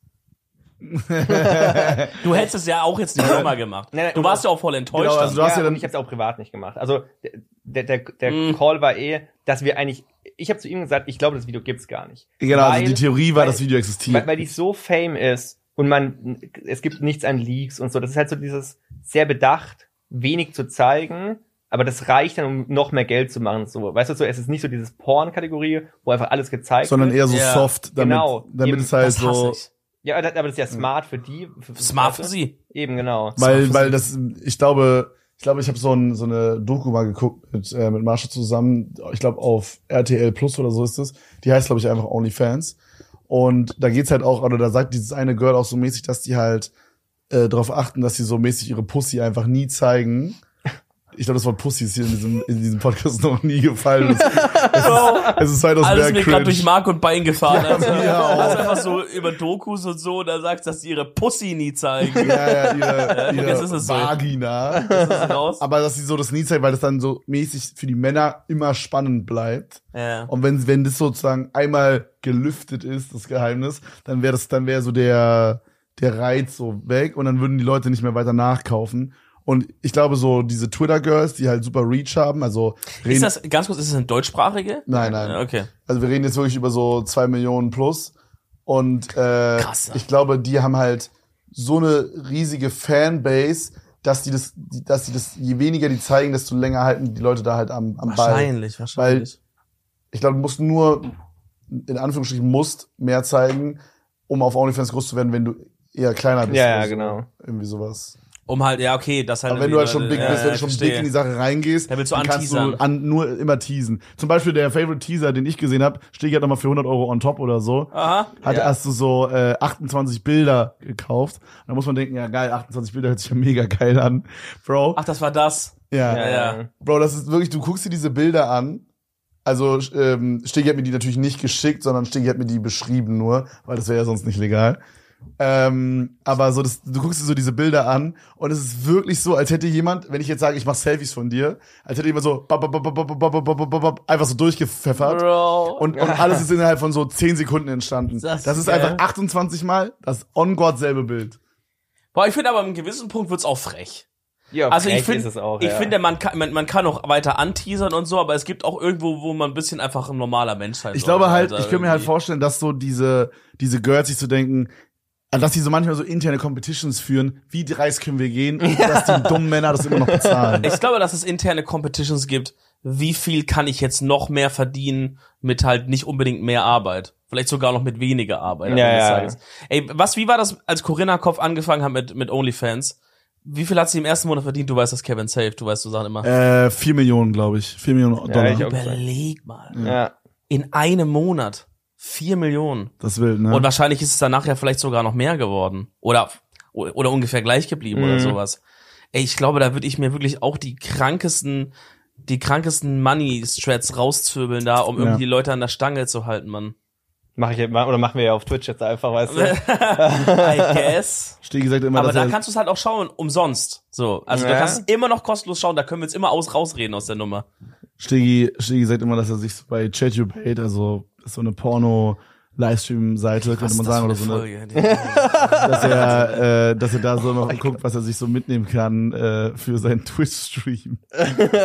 du hättest es ja auch jetzt nicht nochmal gemacht. Nein, nein, du warst ja auch voll enttäuscht. Genau, dann. also du hast ja dann- und ich habe es auch privat nicht gemacht. Also der, der, der Mm. Call war eh, dass wir eigentlich, ich habe zu ihm gesagt, ich glaube, das Video gibt's gar nicht. Genau, Weil- also die Theorie war, weil- das Video Weil, existiert. weil die so fame ist und man, es gibt nichts an Leaks und so. Das ist halt so dieses sehr bedacht, wenig zu zeigen, aber das reicht dann, um noch mehr Geld zu machen. So, weißt du, so, es ist nicht so dieses Porn-Kategorie, wo einfach alles gezeigt sondern wird. eher so Ja, soft, damit, genau. damit Eben, es halt das hasse so, ich. Ja, aber das aber das ist ja smart für die. Für, Smart für sie. Eben, genau. Weil, Das weil das, ich glaube, ich glaube, ich habe so, ein, so eine Doku mal geguckt mit, äh, mit Marsha zusammen. Ich glaube, auf RTL Plus oder so ist es. Die heißt, glaube ich, einfach OnlyFans. Und da geht's halt auch, oder da sagt dieses eine Girl auch so mäßig, dass die halt äh, darauf achten, dass sie so mäßig ihre Pussy einfach nie zeigen. Ich glaube, das Wort Pussy ist hier in diesem, in diesem Podcast noch nie gefallen. Es, es ist halt aus Alles mir gerade cringe. durch Mark und Bein gefahren. Also, mir auch. also einfach so über Dokus und so, da sagst du, dass sie ihre Pussy nie zeigen. Ja, ja, ihre, ihre jetzt ist es so. Vagina. Das ist raus. Aber dass sie so das nie zeigt, weil das dann so mäßig für die Männer immer spannend bleibt. ja. Und wenn, wenn das sozusagen einmal gelüftet ist, das Geheimnis, dann wäre das, dann wäre so der, der Reiz so weg und dann würden die Leute nicht mehr weiter nachkaufen. Und ich glaube, so diese Twitter-Girls, die halt super Reach haben, also reden. Ist das, ganz kurz, ist das eine deutschsprachige? Nein, nein. Ja, Okay. Also wir reden jetzt wirklich über so zwei Millionen plus. Und äh, Krass. ich glaube, die haben halt so eine riesige Fanbase, dass die das, die- dass die das, je weniger die zeigen, desto länger halten die Leute da halt am, am Ball. Wahrscheinlich, wahrscheinlich. Ich glaube, du musst nur, in Anführungsstrichen, musst mehr zeigen, um auf OnlyFans groß zu werden, wenn du eher kleiner bist. Ja, ja, oder so. genau. Irgendwie sowas. Um halt, ja, okay, das halt. Aber wenn du halt irgendwie schon big Leute- bist, wenn ja, du schon verstehe. big in die Sache reingehst, Da willst du dann kannst du anteasern. an, nur immer teasen. Zum Beispiel der Favorite Teaser, den ich gesehen habe, steht ja nochmal für 100 Euro on top oder so. Aha. Hat, Ja. Hast du so äh, 28 Bilder gekauft. Da muss man denken, ja geil, 28 Bilder hört sich ja mega geil an. Bro, Ach, das war das. ja. ja, ja. Bro, das ist wirklich, du guckst dir diese Bilder an. Also ähm, Stegi hat mir die natürlich nicht geschickt, sondern Stegi hat mir die beschrieben nur, weil das wäre ja sonst nicht legal. Ähm, aber so das, du guckst dir so diese Bilder an und es ist wirklich so, als hätte jemand, wenn ich jetzt sage, ich mache Selfies von dir, als hätte jemand so bap, bap, bap, bap, bap, bap, bap, bap, bap, bap, einfach so durchgepfeffert Bro. und, und alles ist innerhalb von so 10 Sekunden entstanden. Das Das, ist ist geil. einfach 28 Mal das on God selbe Bild. Boah, ich finde aber, einem gewissen Punkt wird's auch frech. Ja, Also ich frech ist finde, es auch, ich ja. finde, man kann, man, man kann auch weiter anteasern und so, aber es gibt auch irgendwo, wo man ein bisschen einfach ein normaler Mensch sein Ich sollte, glaube halt, Alter, ich könnte mir halt irgendwie. vorstellen, dass so diese, diese Girls sich zu denken, Also, dass die so manchmal so interne Competitions führen, wie dreist können wir gehen, dass die dummen Männer das immer noch bezahlen. Ich glaube, dass es interne Competitions gibt. Wie viel kann ich jetzt noch mehr verdienen mit halt nicht unbedingt mehr Arbeit? Vielleicht sogar noch mit weniger Arbeit. am Ja, Ende des ja. Tages. Ey, was, wie war das, als Corinna Kopf angefangen hat mit, mit OnlyFans? Wie viel hat sie im ersten Monat verdient? Du weißt das, Kevin Safe. Du weißt so Sachen immer. Äh, vier Millionen, glaube ich. Vier Millionen Dollar. ich auch. Überleg mal. Ja. In einem Monat. Vier Millionen. das ist wild, ne? Und wahrscheinlich ist es danach ja vielleicht sogar noch mehr geworden. Oder, oder ungefähr gleich geblieben oder Mhm. sowas. Ey, ich glaube, da würde ich mir wirklich auch die krankesten, die krankesten Money-Strats rauszwirbeln da, um irgendwie Ja. die Leute an der Stange zu halten, Mann. Mach ich, oder machen wir ja auf Twitch jetzt einfach, weißt du. I guess. Stegi sagt immer, Aber dass da er- kannst du es halt auch schauen, umsonst. So. Also du Ja. kannst immer noch kostenlos schauen, da können wir jetzt immer aus rausreden aus der Nummer. Stegi, Stegi sagt immer, dass er sich bei ChatUbate, also das ist so eine Porno-Livestream-Seite, könnte man sagen, oder so eine, Folge? dass Die- er, äh, dass er da so Oh immer guckt, was er sich so mitnehmen kann äh, für seinen Twitch-Stream. hast, du schon-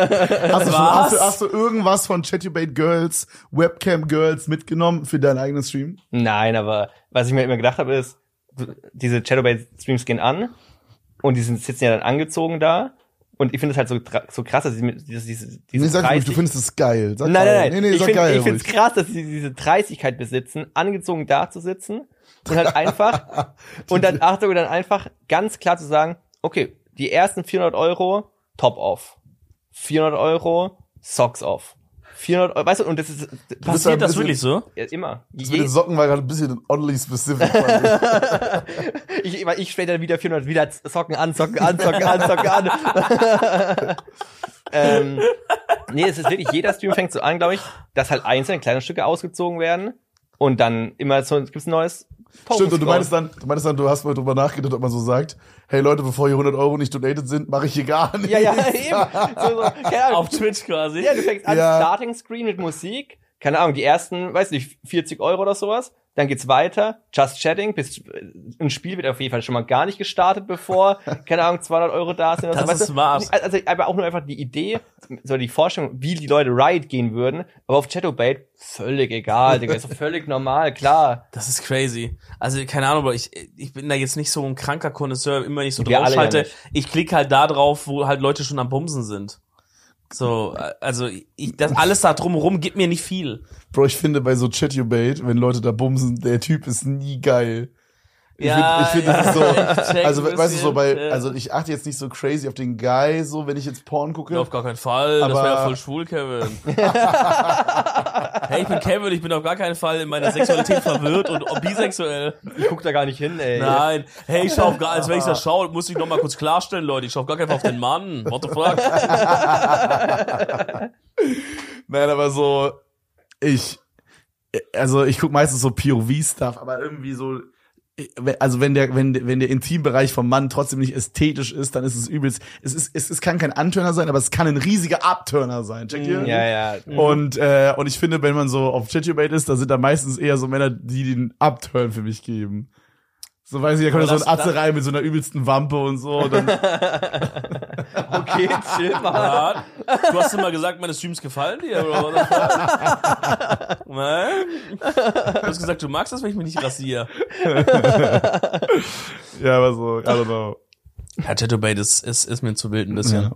hast, du, Was? hast du irgendwas von ChatUbate Girls, Webcam Girls mitgenommen für deinen eigenen Stream? Nein, aber was ich mir immer gedacht habe, ist, diese Shadowbait-Streams gehen an und die sind, sitzen ja dann angezogen da. Und ich finde es halt so, tra- so krass, dass diese, diese, diese Nee, sag ruhig, 30 du findest es geil. Sag Nein, geil. nein, nein. Nee, nee, ich sag finde geil. es ruhig. krass, dass sie diese Dreistigkeit besitzen, angezogen da zu sitzen und halt einfach, und dann, Achtung, dann einfach ganz klar zu sagen, okay, die ersten 400 Euro, top off. 400 Euro, socks off. 400 Euro, weißt du, und das ist, bist Passiert ein das bisschen- wirklich so? ja, immer. Das mit den Je, Socken war gerade ein bisschen oddly specific. fand ich. ich, weil ich später wieder 400, wieder Socken an, Socken an, Socken an, Socken an. ähm, nee, es ist wirklich, jeder Stream fängt so an, glaube ich, dass halt einzelne kleine Stücke ausgezogen werden und dann immer so, es gibt ein neues Stimmt, und du Pokémon. meinst dann, du meinst dann, du hast mal drüber nachgedacht, ob man so sagt, hey Leute, bevor hier 100 Euro nicht donated sind, mache ich hier gar nichts. Ja, ja, eben. So, so, keine Ahnung. Auf Twitch quasi. Ja, du fängst an, Ja. Starting Screen mit Musik. Keine Ahnung, die ersten, weiß nicht, 40 Euro oder sowas. Dann geht's weiter. Just Chatting. Bis, äh, ein Spiel wird auf jeden Fall schon mal gar nicht gestartet, bevor, keine Ahnung, 200 Euro da sind. oder Das so, weißt ist du? smart. Also, aber auch nur einfach die Idee, so die Forschung, wie die Leute Riot gehen würden. Aber auf Chatobate, völlig egal, Digga. Ist doch völlig normal, klar. Das ist crazy. Also, keine Ahnung, aber ich, ich bin da jetzt nicht so ein kranker Connoisseur, immer nicht so Wir alle ja draufschalte. nicht. Ich klicke halt da drauf, wo halt Leute schon am Bumsen sind. So, äh, also ich, das alles da drumherum gibt mir nicht viel. Bro, ich finde bei so Chatubate, wenn Leute da bumsen, der Typ ist nie geil. Ich Ja, find- ich find, das ist so. ich check Also, ein weißt du, so bei, bisschen, ja. also ich achte jetzt nicht so crazy auf den Guy, so, wenn ich jetzt Porn gucke. Auf gar keinen Fall, das Aber- wäre ja voll schwul, Kevin. hey, ich bin Kevin, ich bin auf gar keinen Fall in meiner Sexualität verwirrt und bisexuell. Ich guck da gar nicht hin, ey. Nein, hey, ich schau auf gar, als wenn ich das schaue, muss ich noch mal kurz klarstellen, Leute, ich schau auf gar keinen Fall auf den Mann. What the fuck? Nein, aber so, ich, also ich guck meistens so POV-Stuff, aber irgendwie so, also wenn der, wenn, wenn der Intimbereich vom Mann trotzdem nicht ästhetisch ist, dann ist es übelst, es ist, es, es kann kein Antörner sein, aber es kann ein riesiger Abturner sein. Checkt ihr? Mm, Ja, ja. Mhm. Und, äh, und ich finde, wenn man so auf Chatubate ist, da sind da meistens eher so Männer, die den Upturn für mich geben. So weiß ich, da kommt Aber ja so ein das- Atze rein mit so einer übelsten Wampe und so. Und dann, Okay, chill mal. Ja, du hast immer gesagt, meine Streams gefallen dir, oder was? Nein? Du hast gesagt, du magst das, wenn ich mich nicht rasiere. ja, aber so, I don't know. Ja, Tattoo Bait ist, ist, ist mir zu wild ein Ja. bisschen.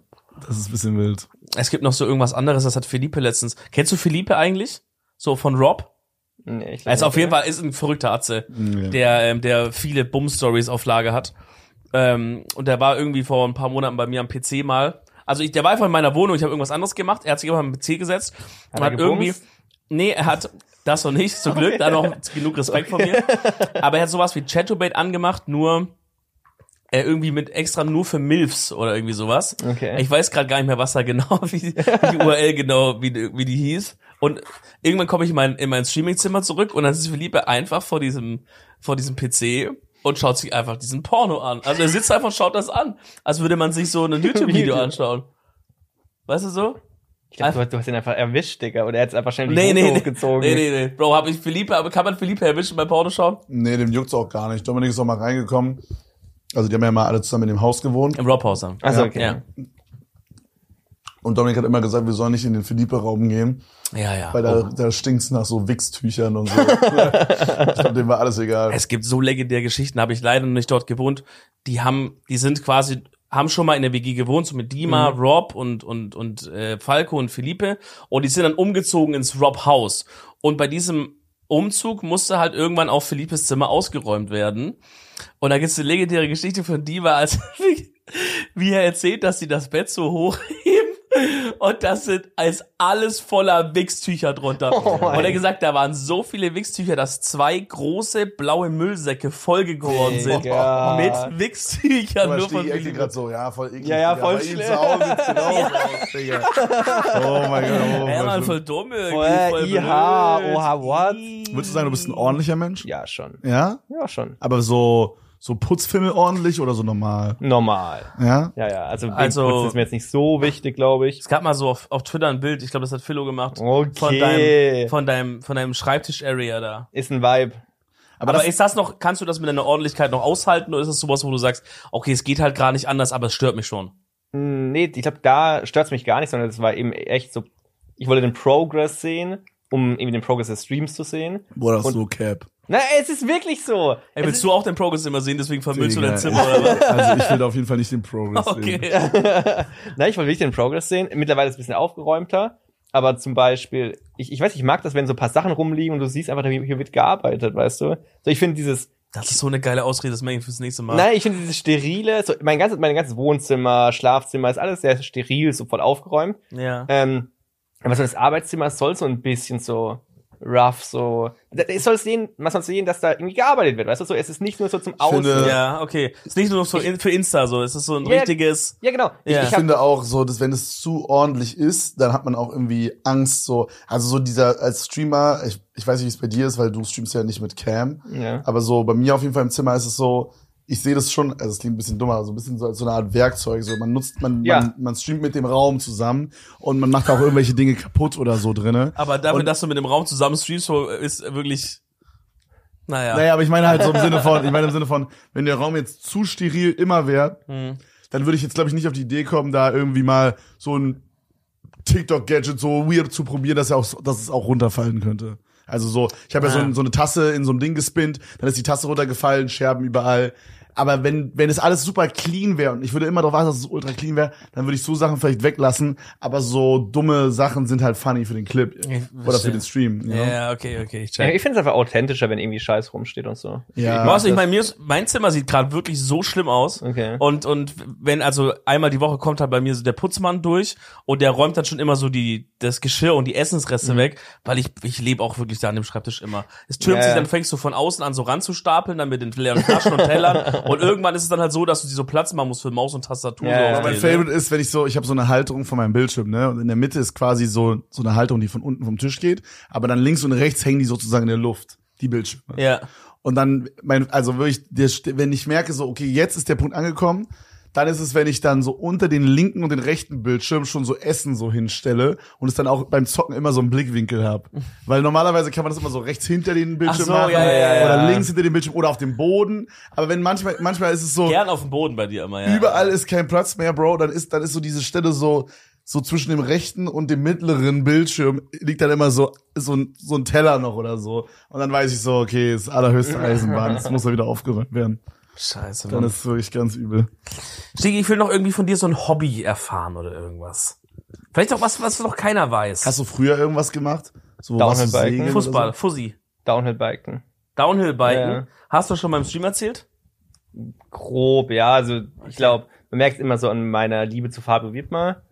Das ist ein bisschen wild. Es gibt noch so irgendwas anderes, das hat Felipe letztens. Kennst du Felipe eigentlich? So von Rob? Nee, ich glaub Er ist auf nicht. jeden Fall ist ein verrückter Atze, Mm, Ja. der, ähm, der viele Bum-Stories auf Lage hat. Ähm, und der war irgendwie vor ein paar Monaten bei mir am PC mal. Also ich, der war einfach in meiner Wohnung, ich habe irgendwas anderes gemacht, er hat sich einfach am PC gesetzt und er hat irgendwie. gebumst? Nee, er hat das noch nicht, zum Glück, da noch genug Respekt von mir. Aber er hat sowas wie Chatobate angemacht, nur äh, irgendwie mit extra nur für MILFs oder irgendwie sowas. Okay. Ich weiß gerade gar nicht mehr, was da genau, wie, wie die URL genau, wie, die- wie die hieß. Und irgendwann komme ich in mein, in mein Streamingzimmer zurück und dann sitzt Philippe einfach vor diesem, vor diesem PC und schaut sich einfach diesen Porno an. Also er sitzt einfach und schaut das an, als würde man sich so ein YouTube-Video Video. anschauen. Weißt du so? Ich glaub, du, hast- du hast ihn einfach erwischt, Digga. Oder er hat's einfach schnell die Nee, Hose nee, nee. hochgezogen. Nee, nee, nee. Bro, hab ich Philippe, aber kann man Philippe erwischen beim Porno schauen? Nee, dem juckt's auch gar nicht. Dominik ist auch mal reingekommen. Hm. Ah. Also die haben ja mal alle zusammen in dem Haus gewohnt. Im Robhaus dann. Achso, Ja. okay. Ja. Und Dominik hat immer gesagt, wir sollen nicht in den Philippe-Raum gehen, Ja, ja. weil da, da stinkt's nach so Wichstüchern und so. ich glaube, dem war alles egal. Es gibt so legendäre Geschichten, habe ich leider noch nicht dort gewohnt. Die haben, die sind quasi, haben schon mal in der WG gewohnt, so mit Dima, Rob und, und, und äh, Falco und Felipe. Und die sind dann umgezogen ins Rob-Haus. Und bei diesem Umzug musste halt irgendwann auch Felipes Zimmer ausgeräumt werden. Und da gibt's eine legendäre Geschichte von Diva, als wie, wie er erzählt, dass sie das Bett so hochheben und das sind als alles voller Wichstücher drunter. und er gesagt, da waren so viele Wichstücher, dass zwei große blaue Müllsäcke voll geworden sind Oh, Digga. mit Wichstüchern Aber nur Stieg von ekelt Philipp. gerade so, ja, voll eklig. Ja, ja, Digga, voll bei ihm schlimm. zu Hause sieht's genauso aus, Digga. Oh mein Gott. Oh Ja, mein man, Gott. voll dumm irgendwie, Voll, iha, blöd. oha, what? Würdest du sagen, du bist ein ordentlicher Mensch? Ja, schon. Ja? Ja, schon. Aber so, so Putzfimmel ordentlich oder so normal? Normal. Ja? Ja, ja. Also, Also- also ist mir jetzt nicht so wichtig, glaube ich. Es gab mal so auf, auf Twitter ein Bild, ich glaube, das hat Philo gemacht, von Okay. deinem, von deinem, von deinem Schreibtisch-Area da. ist ein Vibe. Aber, ist das noch, kannst du das mit deiner Ordentlichkeit noch aushalten oder ist das sowas, wo du sagst, okay, es geht halt gar nicht anders, aber es stört mich schon? Mm, Nee, ich glaube, da stört's mich gar nicht, sondern es war eben echt so, ich wollte den Progress sehen, um eben den Progress des Streams zu sehen. Boah, das ist Und- so cap. Na, es ist wirklich so. Ey, es willst ist, du auch den Progress immer sehen, deswegen vermüllst du Digga, dein Zimmer oder was? ich- Also ich will da auf jeden Fall nicht den Progress sehen. Okay. Nein, ich wollte wirklich den Progress sehen. Mittlerweile ist es ein bisschen aufgeräumter, aber zum Beispiel, ich, ich weiß, ich mag das, wenn so ein paar Sachen rumliegen und du siehst einfach, hier hier wird gearbeitet, weißt du? So, ich finde dieses, Das ist so eine geile Ausrede, das merke ich fürs nächste Mal. nein, ich finde dieses sterile, so, mein ganzes, mein ganzes Wohnzimmer, Schlafzimmer ist alles sehr steril, so voll aufgeräumt. Ja. Ähm, aber so das Arbeitszimmer soll so ein bisschen so rough, so. da- Es soll sehen, man soll sehen, dass da irgendwie gearbeitet wird, weißt du? So, es ist nicht nur so zum Außen. finde- Ja, okay. Ist nicht nur noch so in, für Insta so, es ist so ein Ja. richtiges. ja, genau. Ja. Ich hab- finde auch so, dass wenn es zu ordentlich ist, dann hat man auch irgendwie Angst so, also so dieser als Streamer, ich, ich weiß nicht, wie es bei dir ist, weil du streamst ja nicht mit Cam, ja. aber so bei mir auf jeden Fall im Zimmer ist es so, ich sehe das schon, also es klingt ein bisschen dummer, so ein bisschen so als so eine Art Werkzeug, so man nutzt, man, Ja. man, man streamt mit dem Raum zusammen und man macht auch irgendwelche Dinge kaputt oder so drinne. Aber dafür, Und- dass du mit dem Raum zusammen streamst, so, ist wirklich. Naja. Naja, aber ich meine halt so im Sinne von, ich meine im Sinne von, wenn der Raum jetzt zu steril immer wäre, Hm. dann würde ich jetzt, glaube ich, nicht auf die Idee kommen, da irgendwie mal so ein TikTok-Gadget so weird zu probieren, dass, er auch, dass es auch runterfallen könnte. Also so, ich habe ja so, Ah. ein, so eine Tasse in so einem Ding gespinnt, dann ist die Tasse runtergefallen, Scherben überall. Aber wenn, wenn es alles super clean wäre und ich würde immer darauf warten, dass es ultra clean wäre, dann würde ich so Sachen vielleicht weglassen. Aber so dumme Sachen sind halt funny für den Clip oder für verstehe. den Stream. You know? Ja, okay, okay, ich Ja, check. ich finde es einfach authentischer, wenn irgendwie Scheiß rumsteht und so. Ja. Weißt du, ich das- meine, mir ist- mein Zimmer sieht gerade wirklich so schlimm aus. Okay. Und, und wenn, also einmal die Woche kommt halt bei mir so der Putzmann durch und der räumt dann schon immer so die, das Geschirr und die Essensreste Mhm. weg, weil ich, ich lebe auch wirklich da an dem Schreibtisch immer. Es türmt Ja, sich, ja. dann fängst du von außen an so ranzustapeln, dann mit den leeren Flaschen und Tellern und irgendwann ist es dann halt so, dass du die so Platz machen musst für Maus und Tastatur. ne? Ja, so ja. auf Aber mein die- Favorite ist, wenn ich so, ich habe so eine Halterung von meinem Bildschirm, ne? Und in der Mitte ist quasi so, so eine Halterung, die von unten vom Tisch geht, aber dann links und rechts hängen die sozusagen in der Luft, die Bildschirme. Ja. Und dann, mein, also wirklich, der, St- wenn ich merke, so, okay, jetzt ist der Punkt angekommen, dann ist es, wenn ich dann so unter den linken und den rechten Bildschirm schon so Essen so hinstelle und es dann auch beim Zocken immer so einen Blickwinkel habe. Weil normalerweise kann man das immer so rechts hinter den Bildschirm so, machen ja, ja, ja, oder ja. links hinter den Bildschirm oder auf dem Boden. Aber wenn manchmal, manchmal ist es so, Gern auf dem Boden bei dir immer, ja. überall ist kein Platz mehr, Bro, dann ist, dann ist so diese Stelle so, so zwischen dem rechten und dem mittleren Bildschirm liegt dann immer so, so ein, so ein Teller noch oder so. Und dann weiß ich so, okay, ist allerhöchste Eisenbahn, das muss ja wieder aufgeräumt werden. Scheiße, Dann Mann. ist es wirklich ganz übel. Stigi, ich will noch irgendwie von dir so ein Hobby erfahren oder irgendwas. Vielleicht auch was, was noch keiner weiß. Hast du früher irgendwas gemacht? So Downhill warst du Biken. segeln oder Fußball, So? Fussi. Downhill-Biken. Downhill-Biken. Ja. Hast du schon beim Stream erzählt? Grob, ja. Also, ich glaube, man merkt immer so an meiner Liebe zu Fabio Wiedmer,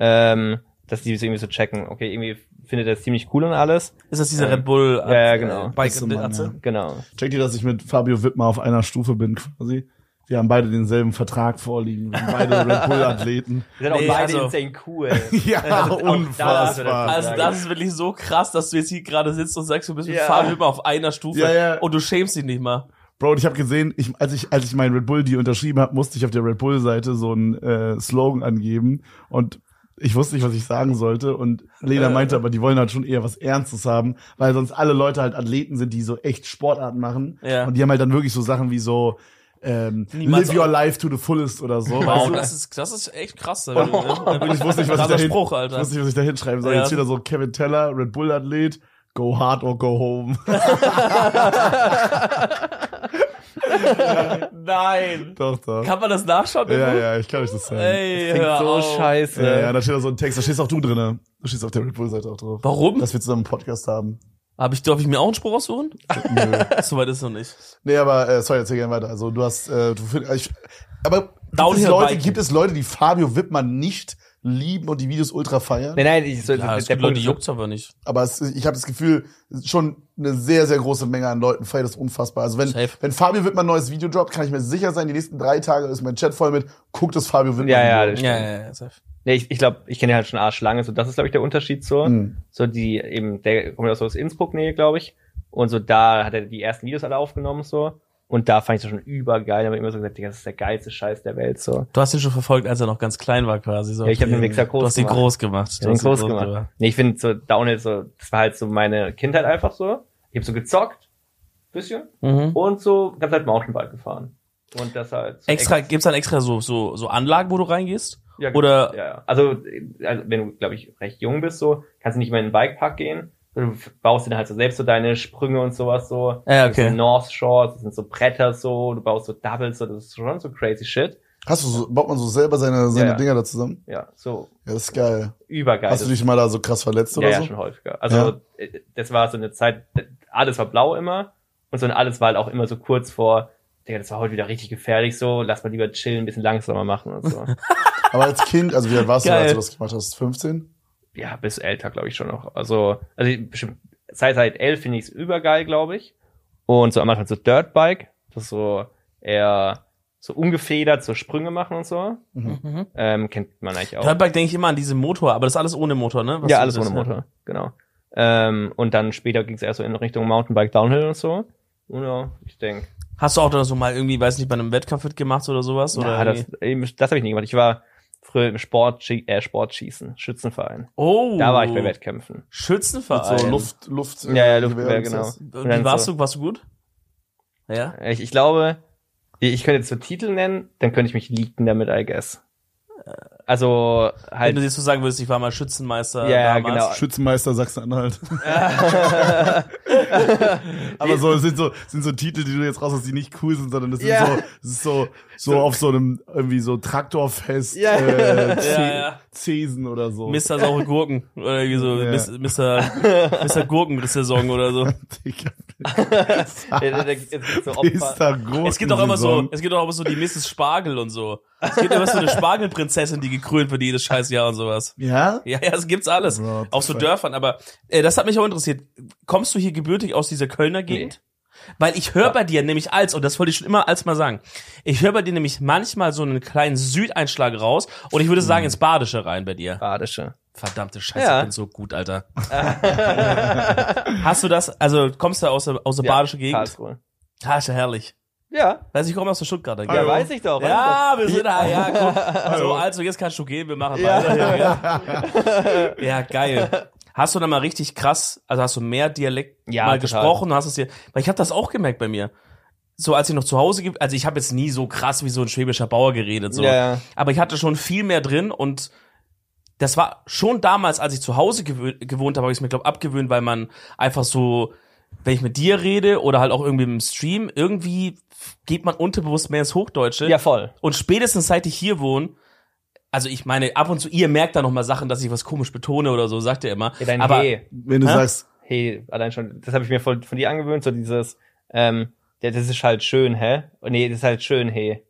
ähm, dass die so irgendwie so checken, okay, irgendwie findet er es ziemlich cool und alles. Ist das diese Ähm, Red Bull Äh, ja, ja, genau. Bike Ist so, Mann, ja. Genau. Checkt ihr, dass ich mit Fabio Wittmer auf einer Stufe bin quasi? Wir haben beide denselben Vertrag vorliegen. Wir sind beide Red Bull-Athleten. Wir sind auch Nee, beide also- insane cool. Also ja, auch da hast du das unfassbar. Also das ist wirklich so krass, dass du jetzt hier gerade sitzt und sagst, du bist mit genau. Ja. Fabio immer auf einer Stufe Ja, ja. und du schämst dich nicht mal. Bro, und ich habe gesehen, ich, als ich als ich meinen Red Bull Deal unterschrieben habe, musste ich auf der Red Bull Seite so einen äh, Slogan angeben und ich wusste nicht, was ich sagen sollte und Lena Äh. meinte aber, die wollen halt schon eher was Ernstes haben, weil sonst alle Leute halt Athleten sind, die so echt Sportarten machen Ja. und die haben halt dann wirklich so Sachen wie so ähm, Niemals Live your auch. life to the fullest oder Oh, so. weißt Wow, du? Also das ist, das ist echt krass. Also, ne? Da bin Und ich wusste nicht, was ich krasser da hin- Spruch, Ich Alter. wusste nicht, was ich da hinschreiben soll. Ja. Jetzt steht da so Kevin Teller, Red Bull Athlet, go hard or go home. Nein. doch, doch. Kann man das nachschauen? Ja, irgendwo? ja, ich kann euch das zeigen. Ey, Klingt hör so auf. scheiße. Ja, ja, da steht da so ein Text, da stehst auch du drinne. Da stehst auf der Red Bull-Seite auch drauf. Warum? Dass wir zusammen einen Podcast haben. Hab ich, darf ich mir auch einen Spruch aussuchen? Nö. Soweit ist es noch nicht. Also Nee, aber äh, sorry, erzähl gerne weiter. Also du hast, äh, du find, ich, aber gibt es, Downhill Leute, Biking. gibt es Leute, die Fabio Wittmann nicht lieben und die Videos ultra feiern? Nein, nein, ich, so, Ja, es der gibt Leute, Punkt die ist, juckt's aber nicht. Aber es, ich habe das Gefühl, schon eine sehr, sehr große Menge an Leuten feiert das unfassbar. Also wenn, Safe. wenn Fabio Wittmann ein neues Video droppt, kann ich mir sicher sein, die nächsten drei Tage ist mein Chat voll mit, guckt das Fabio Wittmann. Ja, ja, Video. das Ja, ja, ja, safe. nee, ich, ich glaube, ich kenne halt schon Arschlange, so das ist glaube ich der Unterschied so. Mhm. So die eben der kommt ja so aus Innsbruck Nähe, glaube ich. Und so da hat er die ersten Videos alle aufgenommen so und da fand ich das schon übergeil, aber immer so gesagt, Digga, das ist der geilste Scheiß der Welt so. Du hast ihn schon verfolgt, als er noch ganz klein war, quasi. So. Ja, ich hab den Wichser Du groß hast ihn gemacht. groß gemacht. Ich hab ihn groß gemacht. Nee, ich finde so Downhill so, das war halt so meine Kindheit einfach so. Ich habe so gezockt, bisschen Mhm. und so ganz halt Mountainbike gefahren. Und das halt so Extra, gibt's dann extra so, so, so Anlagen, wo du reingehst? Ja, Oder- ja, ja. Also, äh, also wenn du, glaube ich, recht jung bist, so, kannst du nicht mehr in den Bikepark gehen. Du f- baust dir dann halt so selbst so deine Sprünge und sowas so. Ja, Das sind okay. So North Shores, das sind so Bretter so, du baust so Doubles so, das ist schon so crazy shit. Hast du so, baut man so selber seine, seine Ja, ja. Dinger da zusammen? Ja, so Ja, das ist geil. übergeil. Hast du dich mal da so krass verletzt das, ja, oder ja, so? schon häufiger. Also, äh, das war so eine Zeit, äh, alles war blau immer und so ein alles war halt auch immer so kurz vor, Digga, das war heute wieder richtig gefährlich so, lass mal lieber chillen, ein bisschen langsamer machen und so. Aber als Kind, also wie alt warst du, Geil. als du das gemacht hast? 15? ja, bis älter, glaube ich, schon noch. Also, also ich- bestimmt, seit seit elf finde ich es übergeil, glaube ich. Und so am Anfang so Dirtbike, das ist so eher so ungefedert, so Sprünge machen und so. Mhm. Ähm, kennt man eigentlich auch. Dirtbike denke ich immer an diesen Motor, aber das ist alles ohne Motor, ne? Was ja, du- alles das- ohne Motor, genau. Ähm, und dann später ging es erst so in Richtung Mountainbike Downhill und so. Und ja, ich denke. Hast du auch da so mal irgendwie, weiß nicht, bei einem Wettkampf mitgemacht oder sowas? Oder Ja, das irgendwie- eben, das habe ich nie gemacht. Ich war früher im Sport, äh, Sportschießen, Schützenverein. oh, Da war ich bei Wettkämpfen. Schützenverein. Mit so Luft, Luft. Ja, ja, äh, Luftgewehr, Gewehr und genau. sowas. Und Und dann Wie warst so- du? Warst du gut? Ja. Ich, ich glaube, ich ich könnte jetzt so Titel nennen, dann könnte ich mich leaken damit, I guess. Also Wenn du halt. jetzt so sagen würdest, ich war mal Schützenmeister Ja, damals. genau. Ah. Schützenmeister Sachsen-Anhalt. Aber so es sind so sind so Titel, die du jetzt raus hast, die nicht cool sind, sondern das sind Ja. so es ist so so auf so einem irgendwie so Traktorfest Ja. äh, Ce- Ja, ja. Zesen oder so. Mr. saure Gurken oder irgendwie so Ja. Mis- Mr. Mr. Gurken-Saison oder so. Digga, Ja, da- da- es gibt so ist Opfer. da groß. Es gibt auch immer so, es gibt auch immer so die Mrs. Spargel und so. Es gibt immer so eine Spargelprinzessin, die gekrönt wird jedes scheiß Jahr und sowas. Ja? Ja, ja, es gibt's alles. What the Auch so fuck? Dörfern, aber äh, das hat mich auch interessiert. Kommst du hier gebürtig aus dieser Kölner Gegend? Weil ich höre bei dir nämlich als, und das wollte ich schon immer als mal sagen, ich höre bei dir nämlich manchmal so einen kleinen Südeinschlag raus und ich würde sagen ins Badische rein bei dir. Badische. Verdammte Scheiße, Ja. ich bin so gut, Alter. Hast du das, also kommst du aus der, aus der badischen Gegend? Karlsruhe. Ah, ist ja herrlich. Ja, Weiß ich, komme aus der Stuttgarter ja Gegend. weiß ich doch. Weiß Ja, wir sind da, ja, guck. So, also jetzt kannst du gehen, wir machen weiter. Ja, ja. geil. Hast du da mal richtig krass, also hast du mehr Dialekt Ja, mal total. gesprochen, hast es dir, weil ich habe das auch gemerkt bei mir. So als ich noch zu Hause, ge- also ich habe jetzt nie so krass wie so ein schwäbischer Bauer geredet, ich so. doch. Ja, ja. aber ich hatte schon viel mehr drin und das war schon damals, als ich zu Hause gewö- gewohnt habe, habe ich es mir, glaube abgewöhnt, weil man einfach so, wenn ich mit dir rede oder halt auch irgendwie im Stream, irgendwie geht man unterbewusst mehr ins Hochdeutsche. ja, voll. Und spätestens seit ich hier wohne, also ich meine, ab und zu, ihr merkt da nochmal Sachen, dass ich was komisch betone oder so, sagt er immer. Ja, dein aber He. Wenn du Hä? sagst, He, allein schon. Das habe ich mir von, von dir angewöhnt, so dieses, ähm, ja, das ist halt schön, hä? Oh, Nee, das ist halt schön, he.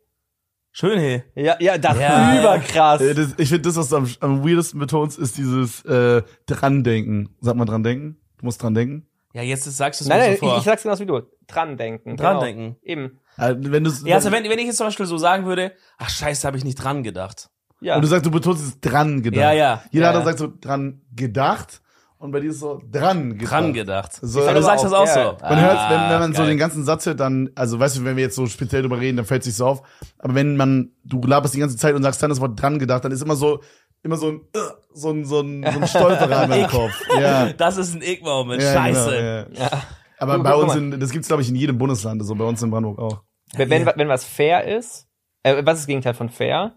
schön, hey. Ja, ja, das Ja, ist überkrass. äh, das, ich finde das, was du am, am weirdesten betonst, ist dieses äh, dran denken. Sagt man dran denken? Du musst dran denken. Ja, jetzt sagst du es nein, mir nein, so ich, vor. ich sag's genauso wie du. Dran denken. Dran genau. denken. Eben. Äh, wenn du's- ja, also wenn, wenn ich jetzt zum Beispiel so sagen würde, ach scheiße, habe ich nicht dran gedacht. Ja. Und du sagst, du betonst es dran gedacht. Ja, ja. Jeder Ja, hat dann ja. sagt so dran gedacht und bei dir ist so dran gedacht. Dran gedacht. So, Aber aber du sagst auch, das auch ja. so. Ah, Man hört, wenn, wenn man so geil. den ganzen Satz hört, dann, also weißt du, wenn wir jetzt so speziell drüber reden, dann fällt sich so auf. Aber wenn man, du laberst die ganze Zeit und sagst dann das Wort dran gedacht, dann ist immer so, immer so ein, äh, so ein, so ein, so ein Stolperer in meinem Kopf. Ja. Das ist ein Ick-Moment. ja scheiße. Genau, ja. Aber Guck, bei guck uns, mal. in, das gibt's glaube ich in jedem Bundesland, so bei also uns in Brandenburg auch. Wenn, wenn, Ja. wenn was fair ist, äh, was ist das Gegenteil von fair?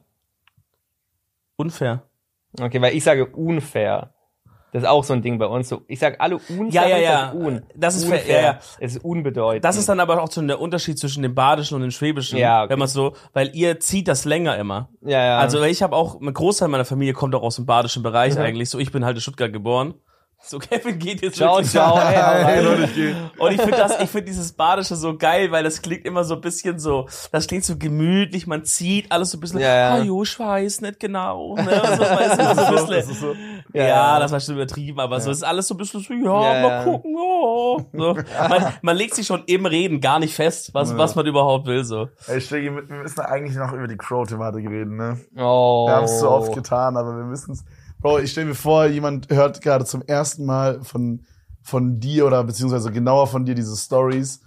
Unfair. Okay, weil ich sage unfair. Das ist auch so ein Ding bei uns. So, ich sage alle unfair. Ja, ja, ich ja. sag Un. Das ist fair, unfair. ja, ja. Es ist unbedeutend. Das ist dann aber auch so der Unterschied zwischen dem Badischen und dem Schwäbischen, Ja, okay. wenn man so, weil ihr zieht das länger immer. ja, ja. Also ich habe auch, ein Großteil meiner Familie kommt auch aus dem badischen Bereich Mhm. eigentlich. So, ich bin halt in Stuttgart geboren. So, Kevin geht jetzt ciao, wirklich- ciao. Ey, hau rein. Hey, Leute, ich geh. Und ich finde das, ich finde dieses Badische so geil, weil das klingt immer so ein bisschen so, das klingt so gemütlich, man zieht alles so ein bisschen, Ja, ja. ah, jo, ich weiß nicht genau, ne? So, weißt du, so ein bisschen, ja, ja. das war schon übertrieben, aber so ist alles so ein bisschen so, ja, Ja, mal ja. gucken, ja. So. Man, man legt sich schon im Reden gar nicht fest, was, Ja. was man überhaupt will, so. Ey, Steggy, wir wir müssen eigentlich noch über die Crow-Thematik reden, ne? Oh. Wir haben es so oft getan, aber wir müssen es. Bro, ich stelle mir vor, jemand hört gerade zum ersten Mal von, von dir oder beziehungsweise genauer von dir diese Stories.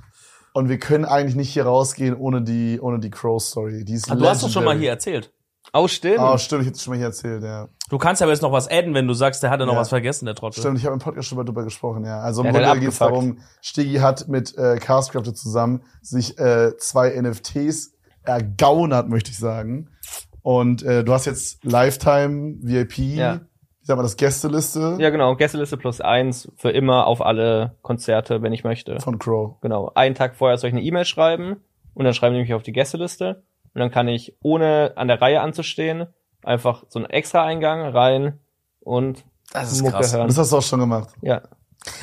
Und wir können eigentlich nicht hier rausgehen ohne die, ohne die Crow-Story. Die ist Ah, Du hast doch schon mal legendary. hier erzählt. Oh, stimmt. Oh, stimmt, ich hab's schon mal hier erzählt, ja. Du kannst aber jetzt noch was adden, wenn du sagst, der hatte noch Ja. was vergessen, der Trottel. Stimmt, ich habe im Podcast schon mal drüber gesprochen, ja. Also im Ja, der Grunde hat halt geht's abgefuckt. darum, Stiggy hat mit äh, Castcrafter zusammen sich äh, zwei NFTs ergaunert, möchte ich sagen. Und äh, du hast jetzt Lifetime, VIP, Ja. wie sagt man das, Gästeliste Ja, genau. Gästeliste plus eins für immer auf alle Konzerte, wenn ich möchte. von Crow. Genau. Einen Tag vorher soll ich eine E-Mail schreiben und dann schreiben die mich auf die Gästeliste. Und dann kann ich, ohne an der Reihe anzustehen, einfach so einen extra Eingang rein und Das ist krass. Also Und das hast du auch schon gemacht. Ja,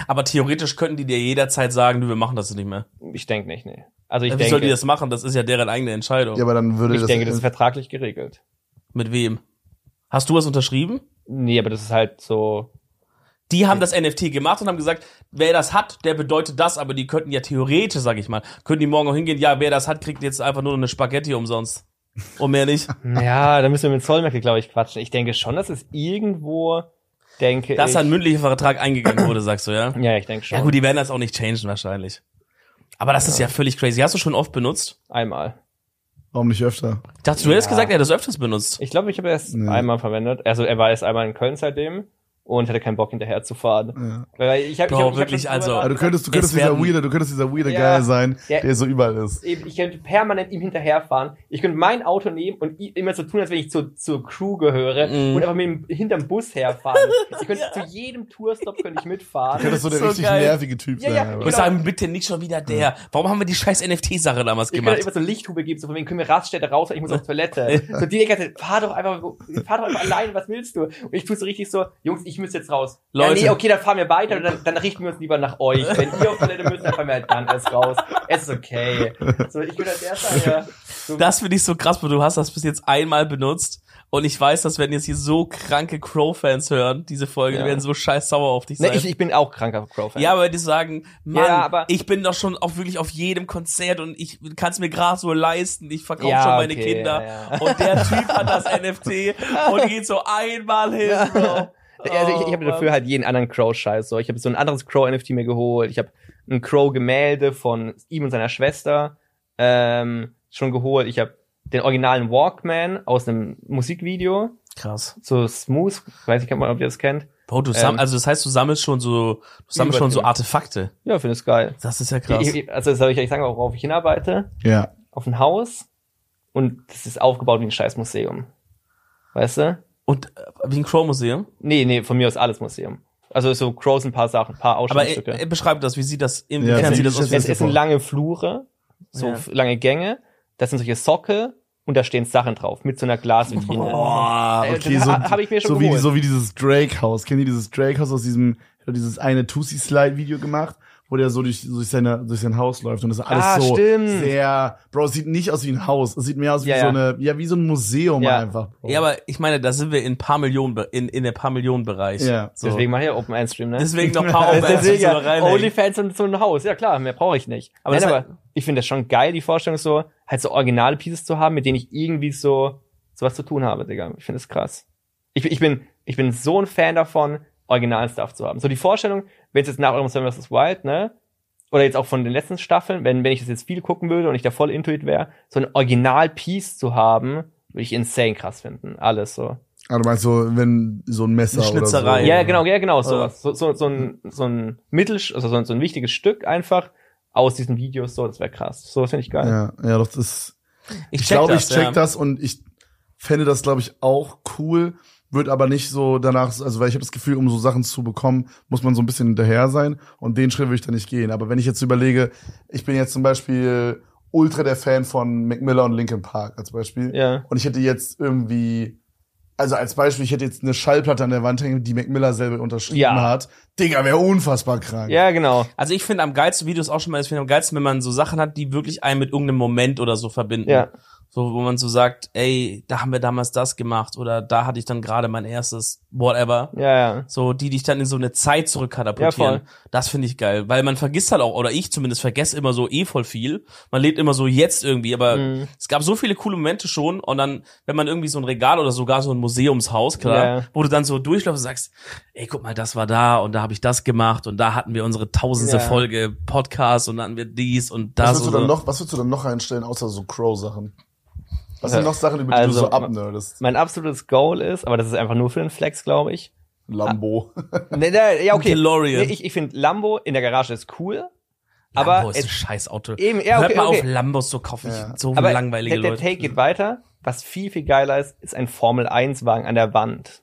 Aber theoretisch könnten die dir jederzeit sagen, du, wir machen das nicht mehr. Äh, ich denke nicht, nee. Also ich Wie denke, sollen die das machen? Das ist ja deren eigene Entscheidung. Ja, aber dann würde ich das. denke, das ist vertraglich geregelt. Mit wem? Hast du was unterschrieben? Nee, aber das ist halt so, Die haben das NFT gemacht und haben gesagt, wer das hat, der bedeutet das, aber die könnten ja theoretisch, sag ich mal, könnten die morgen auch hingehen, ja, wer das hat, kriegt jetzt einfach nur eine Spaghetti umsonst. Und mehr nicht. ja, da müssen wir mit Zollmärkte, glaube ich, quatschen. Ich denke schon, dass es irgendwo, denke Dass ich. da ein mündlicher Vertrag eingegangen wurde, sagst du, ja? ja, ich denke schon. Ja gut, die werden das auch nicht changen wahrscheinlich. Aber das ist ja völlig crazy. Hast du schon oft benutzt? Einmal. Warum nicht öfter? Ich dachte, du hättest Ja. gesagt, er hat das öfters benutzt. Ich glaube, ich habe erst Nee. einmal verwendet. Also er war erst einmal in Köln seitdem und hatte keinen Bock hinterher zu fahren. Ja. Weil ich hab, Bro, ich hab, ich wirklich, hab schon also- drüber Aber du könntest, du könntest Es dieser werden- weirde, du könntest dieser weirde Ja. Geil sein, Ja. der so überall ist. eben, ich könnte permanent ihm hinterherfahren. Ich könnte mein Auto nehmen und i- immer so tun, als wenn ich zur, zur Crew gehöre Mhm. und einfach mit ihm hinterm Bus herfahren. Ich könnte zu jedem Tourstop könnte ich Du mitfahren. könntest so der So richtig geil. nervige Typ Ja, sein. ja, genau. Ich aber- muss sagen, bitte nicht schon wieder der. Warum haben wir die scheiß NFT-Sache damals Ich könnte gemacht? immer so Lichthube geben, so von wegen, können wir Raststätte raus, ich muss auf Toilette. So die ganze Zeit, fahr doch einfach, fahr doch einfach allein, was willst du? Und ich tue so richtig so, Jungs, ich muss jetzt raus. Leute. Ja, nee, okay, dann fahren wir weiter und dann, dann richten wir uns lieber nach euch. Wenn ihr auf Toilette müsst, dann fahren wir halt dann erst raus. Es ist okay. So, ich würde als erster, ja, so, Das finde ich so krass, weil du hast das bis jetzt einmal benutzt. Und ich weiß, dass wenn jetzt hier so kranke Crow-Fans hören, diese Folge, Ja. die werden so scheiß sauer auf dich ne, sein. ich, ich bin auch kranker Crow-Fan. ja, aber die sagen, Mann, Ja, aber- ich bin doch schon auch wirklich auf jedem Konzert und ich kann es mir gerade so leisten. Ich verkaufe Ja, schon meine okay, Kinder. ja, ja. Und der Typ hat das NFT und geht so einmal hin, Bro. Also ich, ich habe Oh, dafür Mann. halt jeden anderen Crow-Scheiß. So, ich habe so ein anderes Crow-NFT mir geholt. Ich habe ein Crow-Gemälde von ihm und seiner Schwester ähm, schon geholt. Ich habe den originalen Walkman aus einem Musikvideo. krass. So Smooth, weiß ich nicht, ob ihr das kennt. Bro, du sam Ähm, also das heißt, du sammelst schon so, du sammelst schon so Übertrieben. Artefakte. Ja, finde es geil. Das ist ja krass. Ich, ich, also soll ich euch sagen, worauf ich hinarbeite? Ja. Auf ein Haus und das ist aufgebaut wie ein scheiß Museum. Weißt du? Und äh, wie ein Crow-Museum? Nee, nee, von mir aus alles Museum. Also so Crows ein paar Sachen, ein paar Aber Ausschnittstücke. äh, äh, beschreib das, wie sieht das, Ja, inwiefern wie sieht das sieht aus? das es es sind lange Flure, so Ja. f- lange Gänge, das sind solche Sockel und da stehen Sachen drauf mit so einer Oh, Glasvitrine. Boah, Äh, okay, das so, ha- hab ich mir schon so, wie, geholt. so wie dieses Drake House. Kennt ihr dieses Drake House aus diesem, hat dieses eine Tussi Slide Video gemacht, wo der so durch, durch, seine, durch sein Haus läuft und das ist alles Ah, so stimmt. sehr, Bro, es sieht nicht aus wie ein Haus, es sieht mehr aus wie Ja, so ja. eine, ja, wie so ein Museum Ja. einfach. Bro. Ja, aber ich meine, da sind wir in paar Millionen, Be- in, in der paar Millionen Bereich. Ja. so. Deswegen deswegen, mache ich ja Open End Stream, ne? deswegen noch ein paar Das ist Aufwärts, deswegen, die wir ja, reinlegen. Onlyfans und so ein Haus. Ja klar, mehr brauche ich nicht. Aber Aber, Nein, das- aber ich finde das schon geil, die Vorstellung so, halt so originale Pieces zu haben, mit denen ich irgendwie so sowas zu tun habe, Digga. Ich finde das krass. Ich, bin- ich bin ich bin so ein Fan davon, originalen Stuff zu haben. So die Vorstellung, wenn es jetzt nach eurem Seven vs. Wild, ne? Oder jetzt auch von den letzten Staffeln, wenn, wenn ich das jetzt viel gucken würde und ich da voll Intuit wäre, so ein Original-Piece zu haben, würde ich insane krass finden. Alles so. Ah, du meinst so, wenn so ein Messer Eine oder so. Schnitzerei. Ja, genau, ja, genau, Oder- sowas. So, so, so ein, so ein Mittel, also so ein, so ein wichtiges Stück einfach aus diesen Videos, so, das wäre krass. So, das finde ich geil. Ja, ja, doch, das ist, Ich, ich glaube, ich check ja. das und ich fände das, glaube ich, auch cool, wird aber nicht so danach, also weil ich habe das Gefühl, um so Sachen zu bekommen, muss man so ein bisschen hinterher sein und den Schritt würde ich da nicht gehen. Aber wenn ich jetzt überlege, ich bin jetzt zum Beispiel ultra der Fan von Mac Miller und Linkin Park als Beispiel. Ja. Und ich hätte jetzt irgendwie, also als Beispiel, ich hätte jetzt eine Schallplatte an der Wand hängen, die Mac Miller selber unterschrieben Ja. hat. Digga, wäre unfassbar krank. Ja, genau. Also ich finde am geilsten Videos auch schon mal, ich finde am geilsten, wenn man so Sachen hat, die wirklich einen mit irgendeinem Moment oder so verbinden. Ja. So, wo man so sagt, ey, da haben wir damals das gemacht oder da hatte ich dann gerade mein erstes whatever. Ja, ja. So, die dich dann in so eine Zeit zurückkatapultieren. Ja, das finde ich geil, weil man vergisst halt auch, oder ich zumindest vergesse immer so eh voll viel. Man lebt immer so jetzt irgendwie, aber Mhm. es gab so viele coole Momente schon und dann, wenn man irgendwie so ein Regal oder sogar so ein Museumshaus, klar, Ja. wo du dann so durchläufst und sagst, ey, guck mal, das war da und da habe ich das gemacht und da hatten wir unsere tausendste Ja. Folge Podcast und dann hatten wir dies und Was das. würdest, und du dann so. noch, was würdest du dann noch reinstellen, außer so Crow-Sachen? Was sind Ja. noch Sachen, über die Also, du so abnerdest? Mein absolutes Goal ist, aber das ist einfach nur für den Flex, glaube ich. Lambo. Ah, Nee, nee, ja, okay. Nee, DeLorean. ich ich finde Lambo in der Garage ist cool, Lambo aber ist ein es, scheiß Auto. eben, ja, okay, Hört mal okay. auf, Lambos zu kaufen. Ich Ja. find so aber langweilige der, der Leute. Take geht weiter. Was viel, viel geiler ist, ist ein Formel-1-Wagen an der Wand.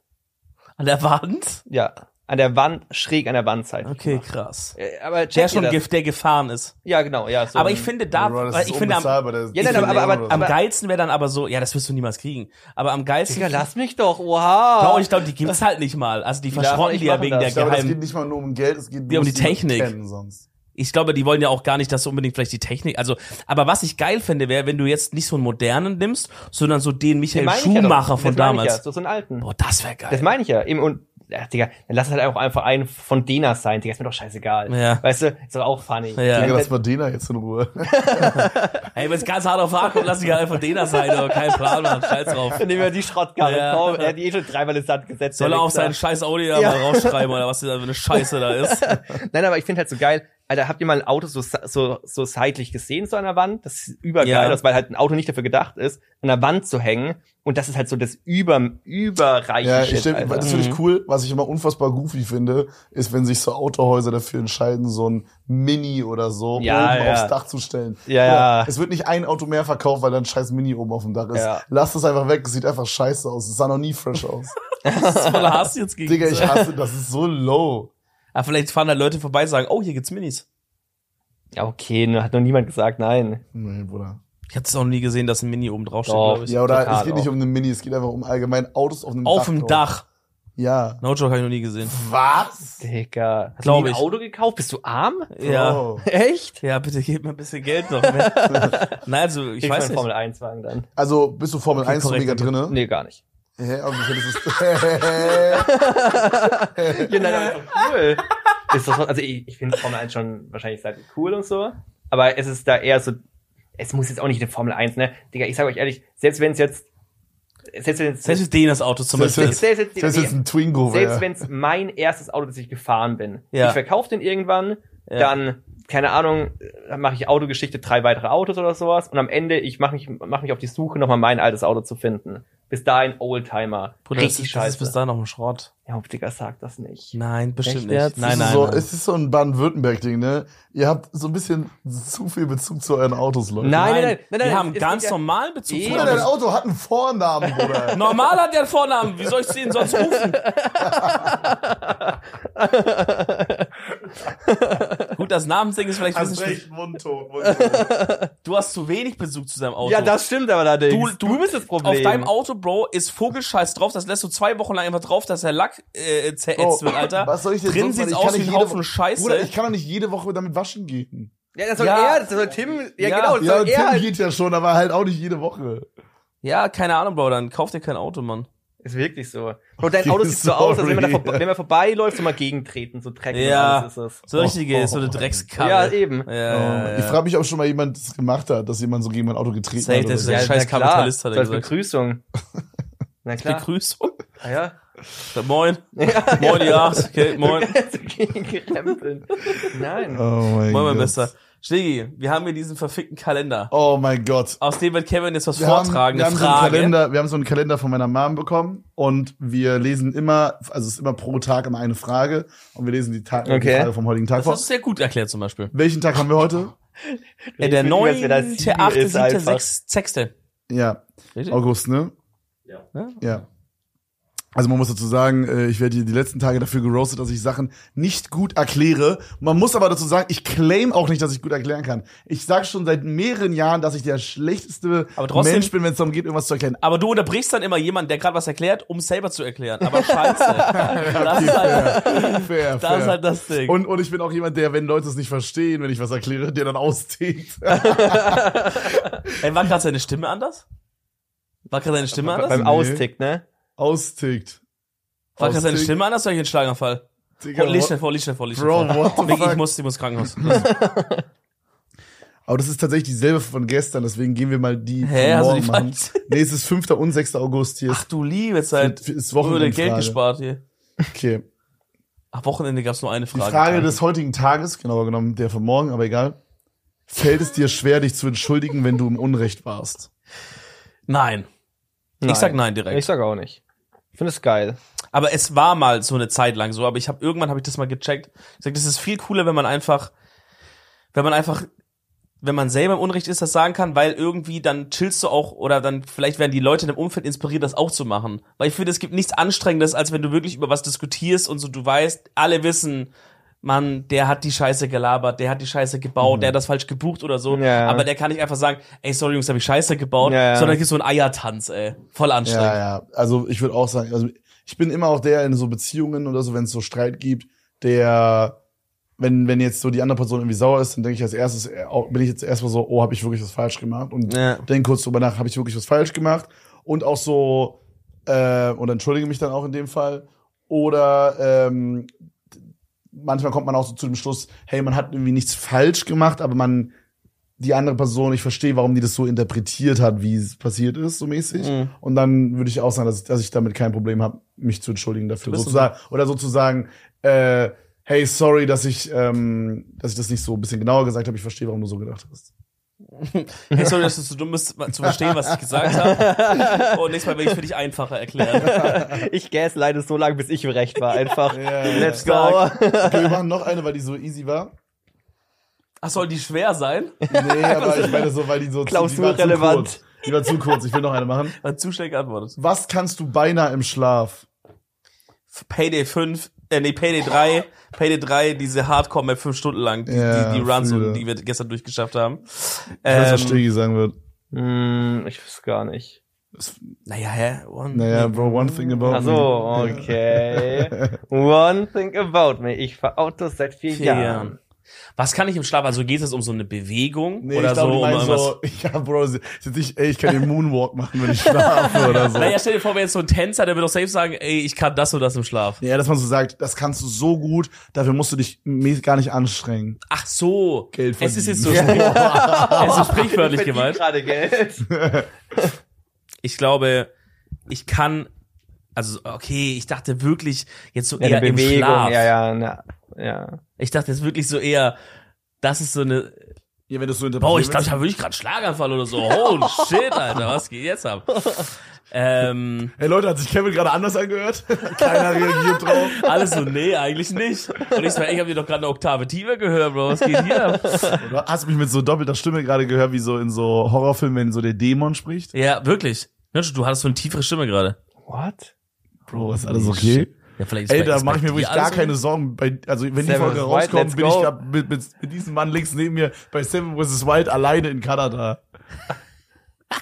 An der Wand? Ja, an der Wand, schräg an der Wand zeigt. Okay, krass. Äh, Aber Der checkt ihr schon das? gef- der gefahren ist. Ja, genau, ja. So aber ich ein- finde da, Bro, das weil ist ich finde am, unbezahlbar, das- Ja, ich nein, finde aber- aber- Leon oder so. am aber- geilsten wäre dann aber so, ja, das wirst du niemals kriegen. Aber am geilsten. Digga, lass mich doch, oha. Doch, ich glaube, die gibt's halt nicht mal. Also die Die darf man verschrotten nicht die ja machen, wegen der ich glaube, das geht geheimen. nicht mal nur um Geld, es geht Ja, nur um die dass jemand Technik. kennen sonst. Ich glaube, die wollen ja auch gar nicht, dass du unbedingt vielleicht die Technik. Also, aber was ich geil fände, wäre, wenn du jetzt nicht so einen modernen nimmst, sondern so den Den Michael meine ich ja doch. Schumacher von Das meine Ich damals. ja, so, so einen alten. Boah, das wäre Das geil. meine ich ja. Eben, und, ja, Digga, dann lass halt auch einfach einen von Denas sein. Digga, ist mir doch scheißegal. Ja. Weißt du, ist doch auch funny. Ja. Digga, Wenn- lass mal den da jetzt in Ruhe. Ey, wenn's ganz hart auf hart kommt, lass dich halt einfach den da sein, aber kein Plan, Mann. Scheiß drauf. Dann nehmen wir die Schrottkarre. Ja. Komm, er hat die eh schon dreimal ins Sand gesetzt. Soll der er auf Wichser. seinen scheiß Audi da Ja. mal rausschreiben oder was da für eine Scheiße da ist. Nein, aber ich finde halt so geil, Alter, habt ihr mal ein Auto so, so, so seitlich gesehen, so an der Wand? Das ist übergeil, Ja. das, weil halt ein Auto nicht dafür gedacht ist, an der Wand zu hängen. Und das ist halt so das über, überreiche ja, Shit, ich stell, Alter. das finde Mhm. ich cool. Was ich immer unfassbar goofy finde, ist, wenn sich so Autohäuser dafür entscheiden, so ein Mini oder so Ja, oben ja. aufs Dach zu stellen. Ja, Bro, ja. Es wird nicht ein Auto mehr verkauft, weil da ein scheiß Mini oben auf dem Dach ist. Ja. Lass das einfach weg, es sieht einfach scheiße aus. Es sah noch nie fresh aus. Das ist voller Hass jetzt gegen Digga, ich hasse, das ist so low. Aber Ah, vielleicht fahren da Leute vorbei und sagen, oh, hier gibt's Minis. Ja, okay, nur hat noch niemand gesagt, nein. Nee, Bruder. Ich hab's auch nie gesehen, dass ein Mini oben drauf steht, Doch. glaube ich. Ja, oder total es geht nicht um eine Mini, es geht einfach um allgemein Autos auf einem Dach. Auf dem drauf. Dach. Ja. No joke habe ich noch nie gesehen. Was? Digga. Hast Glaub du nie ich. ein Auto gekauft? Bist du arm? Ja. Oh. Bro. Echt? Ja, bitte gebt mir ein bisschen Geld noch. Nein, also ich Kriegst du weiß einen nicht. Formel 1 Wagen dann. Also bist du Formel 1 so korrekt, mega drinne? Nee, gar nicht. Hä? Oh, Aber wie findest du Ja, nein, aber ist doch cool. ist doch, so- also ich, ich finde Formel 1 schon wahrscheinlich seitlich cool und so. Aber es ist da eher so, es muss jetzt auch nicht eine Formel 1, ne? Digga, ich sag euch ehrlich, selbst wenn es jetzt, selbst wenn es, Selbst selbst, mit denen das Auto zum Beispiel ist. selbst, jetzt- das ist jetzt ein Twingo, selbst wär. wenn es mein erstes Auto, das ich gefahren bin, Ja. ich verkaufe den irgendwann, Ja. dann, keine Ahnung, dann mache ich Autogeschichte, drei weitere Autos oder sowas und am Ende, ich mache mich, mach mich auf die Suche, nochmal mein altes Auto zu finden. Bis dahin Oldtimer. Bruder, das, Richtig ist, das ist bis scheiße. da noch ein Schrott. Ja, Digga, sag das nicht. Nein, bestimmt Echt nicht. jetzt? Nein, es ist nein. so, nein. Es ist so ein Baden-Württemberg-Ding, ne? Ihr habt so ein bisschen zu viel Bezug zu euren Autos, Leute. Nein, nein, nein, Wir nein, nein, haben es ganz geht ja- normalen Bezug. Eben. Bruder, dein Auto hat einen Vornamen, Bruder. Normal hat der einen Vornamen. Wie soll ich den sonst rufen? Gut, das Namensding ist vielleicht ein Hast bisschen schwierig. recht, mundtot, mundtot. Du hast zu wenig Bezug zu seinem Auto. Ja, das stimmt aber Du, allerdings. du, bist das Problem. Auf deinem Auto, Bro, ist Vogelscheiß drauf. Das lässt du zwei Wochen lang einfach drauf, dass der Lack äh, zerätzt Bro, wird, Alter. Oh, Was soll ich denn Drin sonst machen? sieht's Ich kann nicht aus wie ein jede Haufen Woche- Scheiße. Bruder, ich kann doch nicht jede Woche damit waschen gehen. ja, das soll Ja. er, das soll Tim. Ja, Ja. genau, das Ja, soll er. Tim Halt. geht ja schon, aber halt auch nicht jede Woche. Ja, keine Ahnung, Bro, dann kauf dir kein Auto, Mann. Ist wirklich so. Bro, dein Okay, Auto sieht so aus, als wenn man, da sorry. vor, wenn man vorbeiläuft und mal gegentreten, so dreckig Ja. und alles ist es. So richtige, Oh. eh. so eine Dreckskarre. Ja, eben. Ja, ja, ja. Ich frage mich, ob schon mal jemand das gemacht hat, dass jemand so gegen mein Auto getreten Safe, hat. oder das so. ist ein scheiß na klar. Kapitalist, hat er So als gesagt. Begrüßung. Na klar. Begrüßung. Ah, ja. Moin. Moin, ja. Okay, moin. So gegengerempeln. Nein. Oh mein Moin, mein Gott. Bester. Stiggi, wir haben hier diesen verfickten Kalender. Oh mein Gott. Aus dem wird Kevin jetzt was Wir haben, vortragen. wir, haben eine so einen Ah, Frage. Kalender, wir haben so einen Kalender von meiner Mom bekommen und wir lesen immer, also es ist immer pro Tag immer eine Frage und wir lesen die, Tag die Okay. Frage vom heutigen Tag das vor. hast du sehr gut erklärt zum Beispiel. Welchen Tag haben wir heute? Äh, der Ich will nicht, dass wir da 9., sieben 8., ist 7., einfach. 6., 6. Ja, August, ne? Ja. Also man muss dazu sagen, äh, ich werde die, die letzten Tage dafür geroastet, dass ich Sachen nicht gut erkläre. Man muss aber dazu sagen, ich claim auch nicht, dass ich gut erklären kann. Ich sage schon seit mehreren Jahren, dass ich der schlechteste Aber trotzdem- Mensch bin, wenn es darum geht, irgendwas zu erklären. Aber du unterbrichst dann immer jemanden, der gerade was erklärt, um selber zu erklären. Aber scheiße. das, ist halt, Fair, das ist halt das Ding. Und, und ich bin auch jemand, der, wenn Leute es nicht verstehen, wenn ich was erkläre, der dann austickt. Ey, war gerade seine Stimme anders? War gerade seine Stimme anders? Beim Nee. Austick, ne? austickt. War gerade seine Austickt. Stimme anders? Soll ich einen Schlaganfall? Digga, Oh, lies what- schnell vor, lies schnell vor, lies schnell Bro, vor. what the Vicky, ich fuck? muss, ich muss Krankenhaus. Aber das ist tatsächlich dieselbe von gestern, deswegen gehen wir mal die von Hä, hast du morgen die machen. falsch? Nee, es ist 5. und 6. August hier. Ach du liebe ist, Zeit. ist Wurde Wochenende. Geld gespart hier. Okay. Ach, Wochenende gab's nur eine Die Frage. Frage des heutigen Tages, genauer genommen der von morgen, aber egal. Fällt es dir schwer, dich zu entschuldigen, wenn du im Unrecht warst? Nein. Ich sag nein direkt. Ich sag auch nicht. Ich finde es geil. Aber es war mal so eine Zeit lang so, aber ich habe irgendwann habe ich das mal gecheckt. Ich sag, das ist viel cooler, wenn man einfach wenn man einfach wenn man selber im Unrecht ist, das sagen kann, weil irgendwie dann chillst du auch oder dann vielleicht werden die Leute in dem Umfeld inspiriert, das auch zu machen. Weil ich finde, es gibt nichts Anstrengendes, als wenn du wirklich über was diskutierst und so du weißt, alle wissen, Mann, der hat die Scheiße gelabert, der hat die Scheiße gebaut, der hat das falsch gebucht oder so. Mhm. Ja. Aber der kann nicht einfach sagen, ey, sorry Jungs, habe ich Scheiße gebaut, Ja. sondern gibt so einen Eiertanz, ey. Voll anstrengend. Ja, ja. Also ich würde auch sagen, also ich bin immer auch der in so Beziehungen oder so, wenn es so Streit gibt, der, wenn, wenn jetzt so die andere Person irgendwie sauer ist, dann denke ich als erstes, äh, auch- bin ich jetzt erstmal so, oh, habe ich wirklich was falsch gemacht? Und Ja. denke kurz drüber nach, habe ich wirklich was falsch gemacht? Und auch so, äh, und entschuldige mich dann auch in dem Fall. Oder ähm, manchmal kommt man auch so zu dem Schluss, hey, man hat irgendwie nichts falsch gemacht, aber man die andere Person, ich verstehe, warum die das so interpretiert hat, wie es passiert ist, so mäßig. Mhm. Und dann würde ich auch sagen, dass ich, dass ich damit kein Problem habe, mich zu entschuldigen dafür. bist Sozusagen, oder sozusagen, äh, hey, sorry, dass ich, ähm, dass ich das nicht so ein bisschen genauer gesagt habe. Ich verstehe, warum du so gedacht hast. Hey, sorry, dass du so dumm bist, zu verstehen, was ich gesagt habe. Und nächstes Mal will ich für dich einfacher erklären. Ich gaslight es so lange, bis ich im Recht war. Einfach. Let's go. Stark. Okay, wir machen noch eine, weil die so easy war. Ach, soll die schwer sein? Nee, aber ich meine so, weil die so zu- die war zu Klausurrelevant. kurz. Die war zu kurz. Ich will noch eine machen. Hat zu schnell geantwortet. Was kannst du beinahe im Schlaf? F- Payday 5, äh, nee, Payday 3, Payday 3, diese Hardcore-Map 5 Stunden lang, die, Ja, die, die Runs, fühle. und die wir gestern durchgeschafft haben. Ich weiß, was Ähm, Stegi sagen wird. Hm, ich weiß gar nicht. naja, hä? One, Naja, bro, one thing about Ach me. so, hm. okay. One thing about me. Ich fahr Autos seit vier, vier Jahren. Jahren. Was kann ich im Schlaf? Also geht es um so eine Bewegung? Nee, oder ich glaube, so, die um meinen irgendwas- so, ja, Bro, ist jetzt nicht, ey, ich kann den Moonwalk machen, wenn ich schlafe oder so. Naja, stell dir vor, wäre jetzt so ein Tänzer, der wird doch safe sagen, ey, ich kann das und das im Schlaf. Ja, dass man so sagt, das kannst du so gut, dafür musst du dich mäßig gar nicht anstrengen. Ach so. Geld es ist jetzt so, verdienen. sprich- es ist sprichwörtlich Ich verdien gemeint. gerade Geld. Ich glaube, ich kann, also okay, ich dachte wirklich jetzt so Ja, eher eine im Bewegung, Schlaf. ja, ja, na, ja. Ich dachte jetzt wirklich so eher, das ist so eine, Ja, wenn du es so boah, ich glaube, ich habe wirklich gerade Schlaganfall oder so. Holy shit, Alter, was geht jetzt ab? Ähm, Hey Leute, hat sich Kevin gerade anders angehört? Keiner reagiert drauf. alles so, nee, eigentlich nicht. Und ich so, ey, ich habe dir doch gerade eine Oktave tiefer gehört, Bro, was geht hier ab? Du hast mich mit so doppelter Stimme gerade gehört, wie so in so Horrorfilmen, wenn so der Dämon spricht. Ja, wirklich. Hörst Du du hattest so eine tiefere Stimme gerade. What? Bro, ist alles okay? Ja, vielleicht ist Ey, bei- da ist bei mache ich mir dir wirklich alles gar okay? keine Sorgen. Bei, also, wenn die Seven Folge vs. Wild, rauskommt, let's bin ich go. grad mit, mit, mit diesem Mann links neben mir bei Seven vs. Wild alleine in Kanada.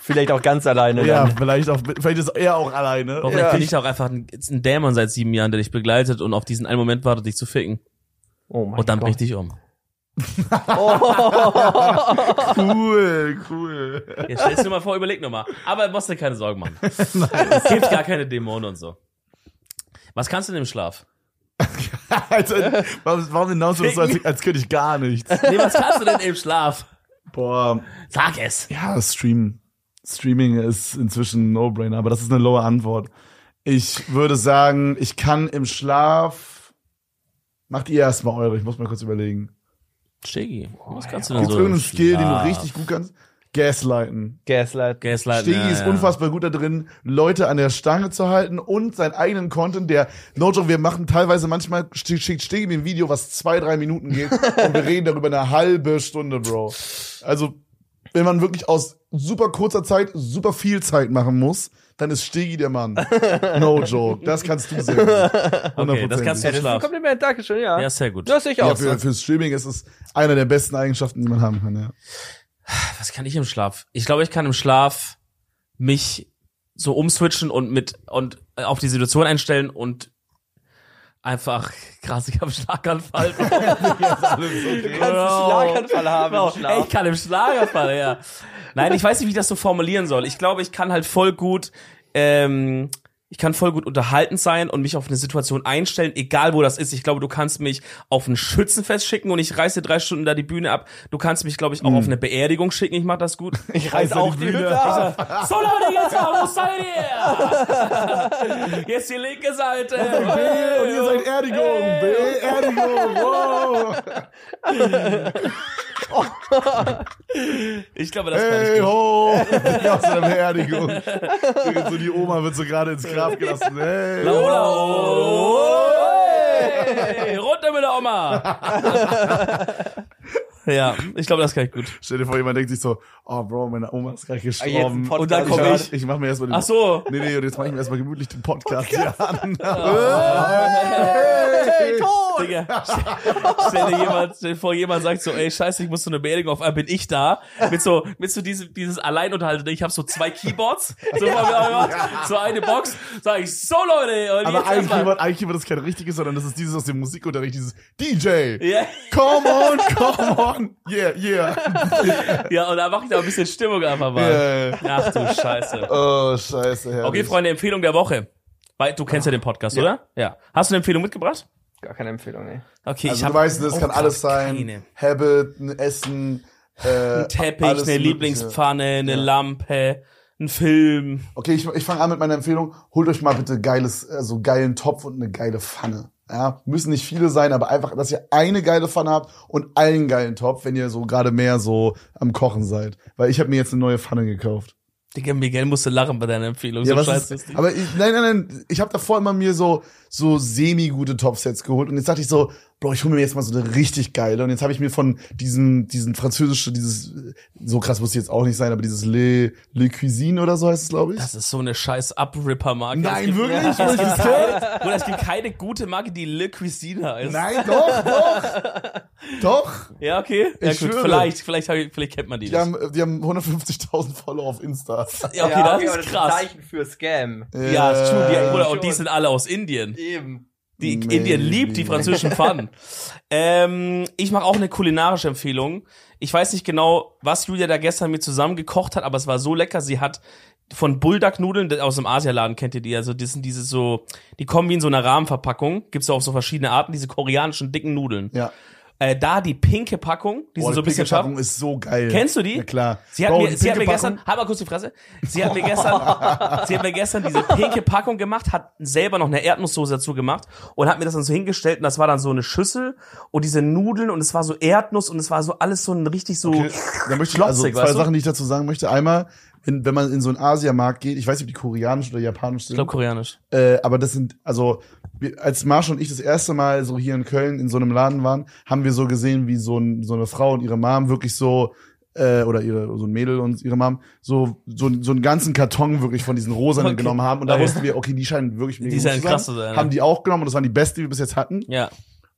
Vielleicht auch ganz alleine Ja, dann. vielleicht auch, vielleicht ist er auch alleine. Aber vielleicht bin ich auch einfach ein, jetzt ein Dämon seit sieben Jahren, der dich begleitet und auf diesen einen Moment wartet, dich zu ficken. Oh mein Und dann Gott. bring ich dich um. Cool, cool. Jetzt stellst du dir mal vor, überleg nochmal. Aber musst dir keine Sorgen machen. Es gibt gar keine Dämonen und so. Was kannst du denn im Schlaf? Also, warum, warum hinaus du das so, als, als könnte ich gar nichts? Nee, was kannst du denn im Schlaf? Boah, Sag es. ja, Stream. Streaming ist inzwischen ein No-Brainer, aber das ist eine lowe Antwort. Ich würde sagen, ich kann im Schlaf. Macht ihr erstmal eure, ich muss mal kurz überlegen. Shiggy, was kannst du denn Gibt so? irgendeinen im Skill, den du Also Schlaf? richtig gut kannst? Gaslighten. Gaslight. Gaslight. Stegi ist unfassbar gut da drin, Leute an der Stange zu halten und seinen eigenen Content, der, no joke, wir machen teilweise manchmal, sch- schickt Stegi mir ein Video, was zwei, drei Minuten geht und wir reden darüber eine halbe Stunde, Bro. Also, wenn man wirklich aus super kurzer Zeit super viel Zeit machen muss, dann ist Stegi der Mann. No joke. Das kannst du sehen. Okay, das kannst du Ja, das ist ein schlafen. Kompliment, Dankeschön, ja. Ja, ist sehr gut. Das sehe ich Ja, auch. für, fürs Streaming ist es einer der besten Eigenschaften, die man haben kann, ja. Was kann ich im Schlaf? Ich glaube, ich kann im Schlaf mich so umswitchen und mit und auf die Situation einstellen und einfach krass, ich habe Schlaganfall. Du kannst einen Schlaganfall haben im Ey, ich Schlaf. kann im Schlaganfall, ja. Nein, ich weiß nicht, wie ich das so formulieren soll. Ich glaube, ich kann halt voll gut, ähm, ich kann voll gut unterhaltend sein und mich auf eine Situation einstellen, egal wo das ist. Ich glaube, du kannst mich auf ein Schützenfest schicken und ich reiße drei Stunden da die Bühne ab. Du kannst mich, glaube ich, auch auf eine Beerdigung schicken. Ich mach das gut. Mhm. Ich reiß auch die Hütte ab. So Leute, jetzt mal, wo seid ihr? Jetzt die linke Seite. Und ihr seid Erdigung, Beerdigung, wow. Ich glaube, das kann ich Hey gut. ho! Aus der Beerdigung. Digga, So die Oma wird so gerade ins Grab gelassen. Hey. Laola, oh, runter mit der Oma. ja, ich glaube, das kann ich gut. Stell dir vor, jemand denkt sich so, oh Bro, meine Oma ist gerade Ah, jetzt ein gestorben. Podcast. Und dann komm mach- ich. ich mach mir erstmal den Ach so. Nee, nee, und jetzt mach ich mir erstmal gemütlich den Podcast, hier an. Ah. Hey. Digga, stell- stell dir jemand, stell dir vor, jemand sagt so, ey, scheiße, ich muss zu einer Beerdigung, auf einmal bin ich da, mit so, mit so diesem, dieses Alleinunterhalten, ich habe so zwei Keyboards, so, so eine Box, sag ich, so Leute, und Aber jetzt eigentlich erstmal- jemand, eigentlich jemand ist kein richtiges, sondern das ist dieses aus dem Musikunterricht, dieses DJ. Ja. Come on, come on. Yeah, yeah. ja, und da mache ich da ein bisschen Stimmung einfach mal. Yeah. Ach du Scheiße. Oh, scheiße, herrlich. Okay, Freunde, Empfehlung der Woche. Weil du kennst ja den Podcast, oder? Ja. Hast du eine Empfehlung mitgebracht? Gar keine Empfehlung, ey. Okay, Also ich du habe weißt, das kann alles sein. keine. Habit, ein Essen, äh, einen Teppich, alles eine Mögliche. Lieblingspfanne, eine Lampe, einen Film. Okay, ich, ich fange an mit meiner Empfehlung. Holt euch mal bitte geiles, also geilen Topf und eine geile Pfanne. Ja, müssen nicht viele sein, aber einfach, dass ihr eine geile Pfanne habt und einen geilen Topf, wenn ihr so gerade mehr so am Kochen seid. Weil ich habe mir jetzt eine neue Pfanne gekauft. Digga, Miguel musste lachen bei deiner Empfehlung. Ja, so was scheiße ist ist, die. aber ich, nein, nein, nein. Ich habe davor immer mir so so semi gute Topsets geholt und jetzt dachte ich so, Bro, ich hole mir jetzt mal so eine richtig geile und jetzt habe ich mir von diesem diesen französischen dieses so krass muss jetzt auch nicht sein, aber dieses Le Le Cuisine oder so heißt es, glaube ich. Das ist so eine scheiß Upripper-Marke. Es nein, gibt- wirklich? Es gibt, Welches Teil? keine, Bruder, es gibt keine gute Marke, die Le Cuisine heißt. Nein, doch, doch. doch. Ja, okay. Ja, Ich gut. schwöre. Vielleicht, vielleicht, hab ich- vielleicht kennt man die. Die nicht. haben die haben 150.000 Follower auf Insta. ja, okay, das ist krass. Zeichen für Scam. Ja, ist true. Äh, Die, Bruder, und schon. die sind alle aus Indien. Eben. Die Maybe. Indien liebt die französischen Pfannen. ähm, ich mache auch eine kulinarische Empfehlung. Ich weiß nicht genau, was Julia da gestern mit zusammen gekocht hat, aber es war so lecker. Sie hat von Bulldog-Nudeln das- aus dem Asialaden, kennt ihr die? Also das sind diese so, die kommen wie in so einer Rahmenverpackung. Gibt's auch so verschiedene Arten, diese koreanischen dicken Nudeln. Ja. Äh, da die pinke Packung, die sind so ein bisschen scharf. Packung ist so geil. Kennst du die? Ja klar. Sie hat, Bro, die mir, sie hat mir pinke gestern, halt mal kurz die Fresse. Sie hat mir gestern, sie hat mir gestern diese pinke Packung gemacht, hat selber noch eine Erdnusssoße dazu gemacht und hat mir das dann so hingestellt und das war dann so eine Schüssel und diese Nudeln und es war so Erdnuss und es war so alles so ein richtig so, Okay, da möchte ich also klotzig, zwei weißt du? Sachen, die ich dazu sagen möchte. Einmal, wenn, wenn man in so einen Asiamarkt geht, ich weiß nicht, ob die koreanisch oder japanisch ich sind, glaube koreanisch. äh, aber das sind, also wir, als Marsch und ich das erste Mal so hier in Köln in so einem Laden waren, haben wir so gesehen, wie so, ein, so eine Frau und ihre Mom wirklich so äh, oder ihre so ein Mädel und ihre Mom so so, einen- so einen ganzen Karton wirklich von diesen Rosanen Okay. genommen haben und da Okay. wussten wir, okay, die scheinen wirklich mega Die gut zu scheinen sein. krass zu sein, ja. Haben die auch genommen und das waren die besten, die wir bis jetzt hatten Ja.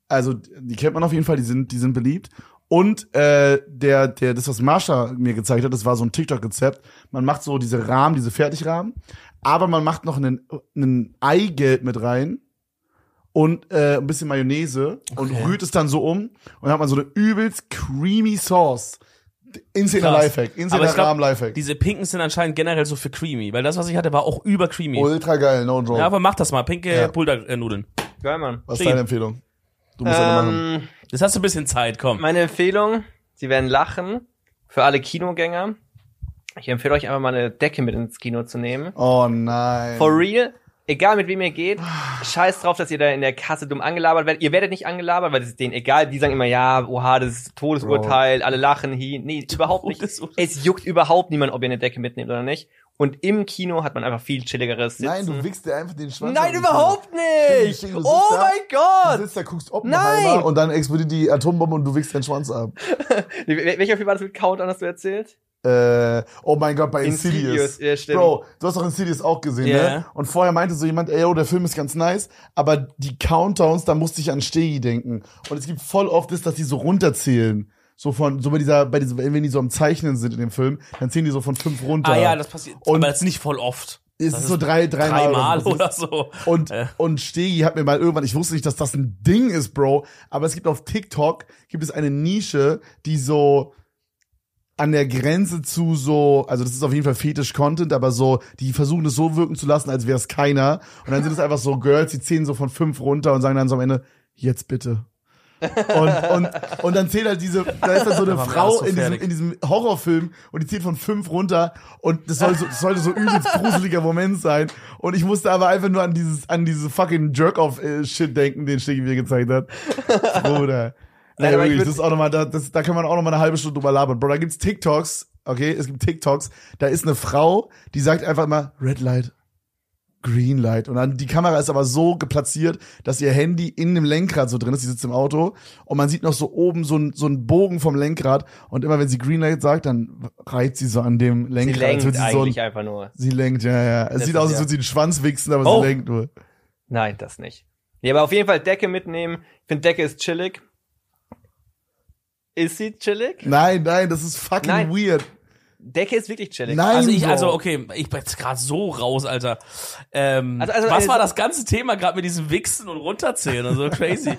also die kennt man auf jeden Fall, die sind, die sind beliebt. Und äh, der, der, das, was Marsha mir gezeigt hat, das war so ein TikTok-Rezept. Man macht so diese Rahmen, diese Fertigrahmen, aber man macht noch einen, einen Eigelb mit rein und äh, ein bisschen Mayonnaise und Okay. rührt es dann so um und hat man so eine übelst creamy Sauce. Insider Krass. Lifehack, Aber Insider ich glaub, Rahmen Lifehack. Diese pinken sind anscheinend generell so für creamy, weil das, was ich hatte, war auch über creamy. Ultra geil, no joke. Ja, aber mach das mal, pinke Ja. Bulldog-Nudeln. Geil, Mann. was ist Steve. deine Empfehlung? Du musst eine machen. Ähm, Jetzt hast du ein bisschen Zeit, komm. meine Empfehlung, sie werden lachen. Für alle Kinogänger. Ich empfehle euch einfach mal eine Decke mit ins Kino zu nehmen. Oh nein. For real, egal mit wem ihr geht, scheiß drauf, dass ihr da in der Kasse dumm angelabert werdet. Ihr werdet nicht angelabert, weil das ist denen egal. Die sagen immer, ja, oha, das ist Todesurteil, alle lachen hier. Nee, überhaupt nicht. Todesurteil. Es juckt überhaupt niemand, ob ihr eine Decke mitnehmt oder nicht. Und im Kino hat man einfach viel chilligeres Sitzen. Nein, du wickst dir einfach den Schwanz. Nein, auf den überhaupt nicht! Stimmt, du sitzt Oh da, mein Kopf. Du Gott! sitzt da, guckst Oppenheimer Nein! und dann explodiert die Atombombe und du wickst deinen Schwanz ab. Wel- Welcher Film war das mit Countdown, hast du erzählt? Äh, oh mein Gott, bei Insidious. Ja, stimmt. Bro, du hast doch Insidious auch gesehen, ne? Yeah. Und vorher meinte so jemand, ey, yo, der Film ist ganz nice, aber die Countdowns, da musste ich an Stegi denken. Und es gibt voll oft das, dass die so runterzählen. So von, so bei dieser, bei diesem, wenn die so am Zeichnen sind in dem Film, dann zählen die so von fünf runter. Ah ja, das passiert. äh, Und- aber das ist nicht voll oft. es das ist ist so drei, drei Dreimal Mal oder so. Und, Äh. und Stegi hat mir mal irgendwann, ich wusste nicht, dass das ein Ding ist, Bro, aber es gibt auf TikTok, gibt es eine Nische, die so an der Grenze zu so, also das ist auf jeden Fall Fetisch-Content, aber so, die versuchen es so wirken zu lassen, als wäre es keiner. Und dann sind es einfach so Girls, die zählen so von fünf runter und sagen dann so am Ende, jetzt bitte. und, und, und dann zählt halt diese, da ist dann so eine Da waren wir Frau alles so in diesem, fertig. in diesem Horrorfilm und die zählt von fünf runter und das soll so, das sollte so übelst gruseliger Moment sein. Und ich musste aber einfach nur an dieses, an diese fucking Jerk-Off-Shit denken, den Stiggy mir gezeigt hat. Bruder. Nein, Ey, aber ich wirklich, würd- das ist auch noch mal, da, das, da kann man auch noch mal eine halbe Stunde drüber labern. Bro, da gibt's TikToks, okay, es gibt TikToks, da ist eine Frau, die sagt einfach immer Red Light, Green Light. Und dann, die Kamera ist aber so geplatziert, dass ihr Handy in dem Lenkrad so drin ist, die sitzt im Auto und man sieht noch so oben so, ein, so einen Bogen vom Lenkrad und immer wenn sie Green Light sagt, dann reizt sie so an dem Sie Lenkrad. als lenkt würde sie, so eigentlich ein, einfach nur. sie lenkt, ja, ja. Es Das sieht ist aus, als ja- würde sie den Schwanz wichsen, aber Oh. sie lenkt nur. Nein, das nicht. Ja, aber auf jeden Fall Decke mitnehmen. Ich finde, Decke ist chillig. Ist sie chillig? Nein, nein, das ist fucking Nein. weird. Decke ist wirklich chillig. Nein, Also ich, Bro. also okay, ich bin jetzt gerade so raus, Alter. Ähm, Also- also- was war also- das ganze Thema gerade mit diesem Wichsen und Runterzählen und so crazy?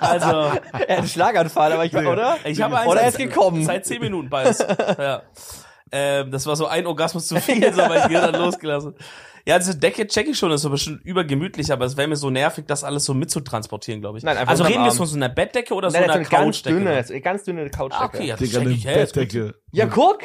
also Er hat einen Schlaganfall, aber ich, oder? ich habe einen Oder er seit- ist gekommen. Seit zehn Minuten beides. ja. ähm, das war so ein Orgasmus zu viel, so mein Gehirn hat losgelassen. Ja, also Decke check ich schon, das ist so bestimmt übergemütlich, aber es wäre mir so nervig, das alles so mitzutransportieren, glaube ich. Nein, einfach also unterm reden wir Arm. von so einer Bettdecke oder Nein, so das einer ist eine ganz Couchdecke? dünne, das ist eine ganz dünne Ah, Couchdecke. okay, ja, das Digga, check eine ich. Hey, ist gut. Bettdecke. Ja, guck!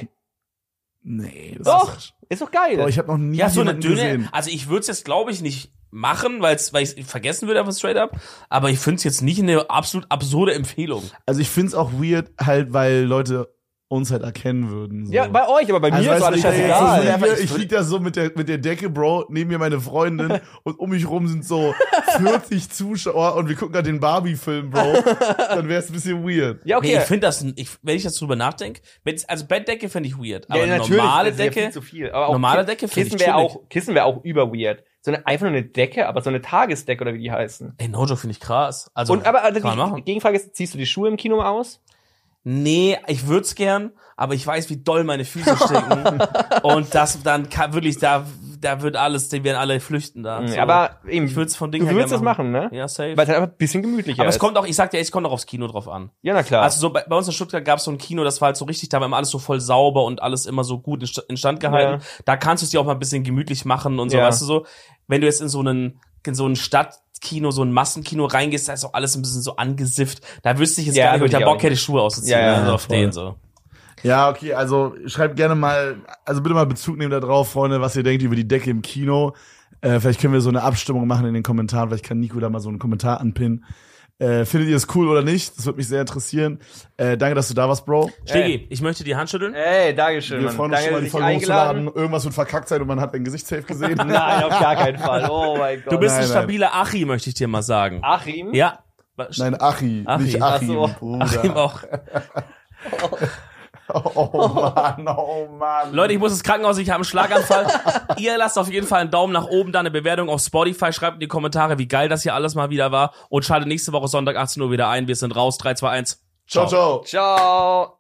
Nee, das Doch! ist Ist doch geil. Boah, ich habe noch nie Ja, so eine jemanden dünne. gesehen. Also ich würde es jetzt, glaube ich, nicht machen, weil's, weil ich vergessen würde einfach straight up. Aber ich finde es jetzt nicht eine absolut absurde Empfehlung. Also ich find's auch weird, halt, weil Leute uns halt erkennen würden. So. ja, bei euch, aber bei Also, mir ist weißt alles du, ich- Ich, scheißegal. egal. liege, ich lieg da so mit der, mit der Decke, Bro, neben mir meine Freundin und um mich rum sind so 40 Zuschauer und wir gucken gerade den Barbie-Film, Bro. Dann wär's ein bisschen weird. Ja, okay. Nee, ich finde das, ich, wenn ich jetzt drüber nachdenke, wenn's- also Bettdecke finde ich weird, aber ja, eine natürlich, normale das ist ja viel Decke, zu viel. Aber auch normale Ki- Decke find Kissen ich wäre chillig. auch, Kissen wäre auch über weird. So eine, einfach nur eine Decke, aber so eine Tagesdecke oder wie die heißen. ey, Nojo finde ich krass. Also, Und aber also kann man die, die machen. Gegenfrage ist, ziehst du die Schuhe im Kino aus? Nee, ich würde es gern, aber ich weiß, wie doll meine Füße stinken. Und das dann kann, wirklich, da, da wird alles, die werden alle flüchten da. So. Mhm, Aber eben, ich würde es von Ding du her würdest gern das machen, ne? Ja, safe. Weil es halt einfach ein bisschen gemütlicher aber ist. es kommt auch, ich sag dir, es kommt auch aufs Kino drauf an. ja, na klar. Also so bei, bei uns in Stuttgart gab es so ein Kino, das war halt so richtig, da war immer alles so voll sauber und alles immer so gut inst- instand gehalten. Da kannst du es dir auch mal ein bisschen gemütlich machen und so, Ja. weißt du so. Wenn du jetzt in so einen in so ein Stadtkino, so ein Massenkino reingehst, da ist auch alles ein bisschen so angesifft. Da wüsste ich jetzt Ja, gar nicht, ob würd ich da ich auch Bock nicht. hätte, Schuhe auszuziehen. Ja, ja, also ja, auf voll. den so. Ja, okay, also schreibt gerne mal, also bitte mal Bezug nehmen da drauf, Freunde, was ihr denkt über die Decke im Kino. Äh, vielleicht können wir so eine Abstimmung machen in den Kommentaren, vielleicht kann Nico da mal so einen Kommentar anpinnen. Äh, findet ihr es cool oder nicht? Das würde mich sehr interessieren. Äh, danke, dass du da warst, Bro. Stegi, ich möchte die Hand schütteln. Ey, Dankeschön, Wir Mann. freuen uns Danke, schon mal, dass die ich Folge eingeladen hochzuladen. Irgendwas wird verkackt sein und man hat dein Gesicht safe gesehen. Nein, auf gar keinen Fall. Oh mein Gott. Du bist ein nein, nein. stabiler Achi, möchte ich dir mal sagen. Achim? Ja. Nein, Achi, Achi, nicht ach Achim, so. Bruder. Achim auch. Oh Mann, oh Mann. Leute, ich muss ins Krankenhaus, ich habe einen Schlaganfall. ihr lasst auf jeden Fall einen Daumen nach oben, da eine Bewertung auf Spotify, schreibt in die Kommentare, wie geil das hier alles mal wieder war. Und schaltet nächste Woche Sonntag 18 Uhr wieder ein. Wir sind raus. 3, 2, 1. ciao, ciao. Ciao.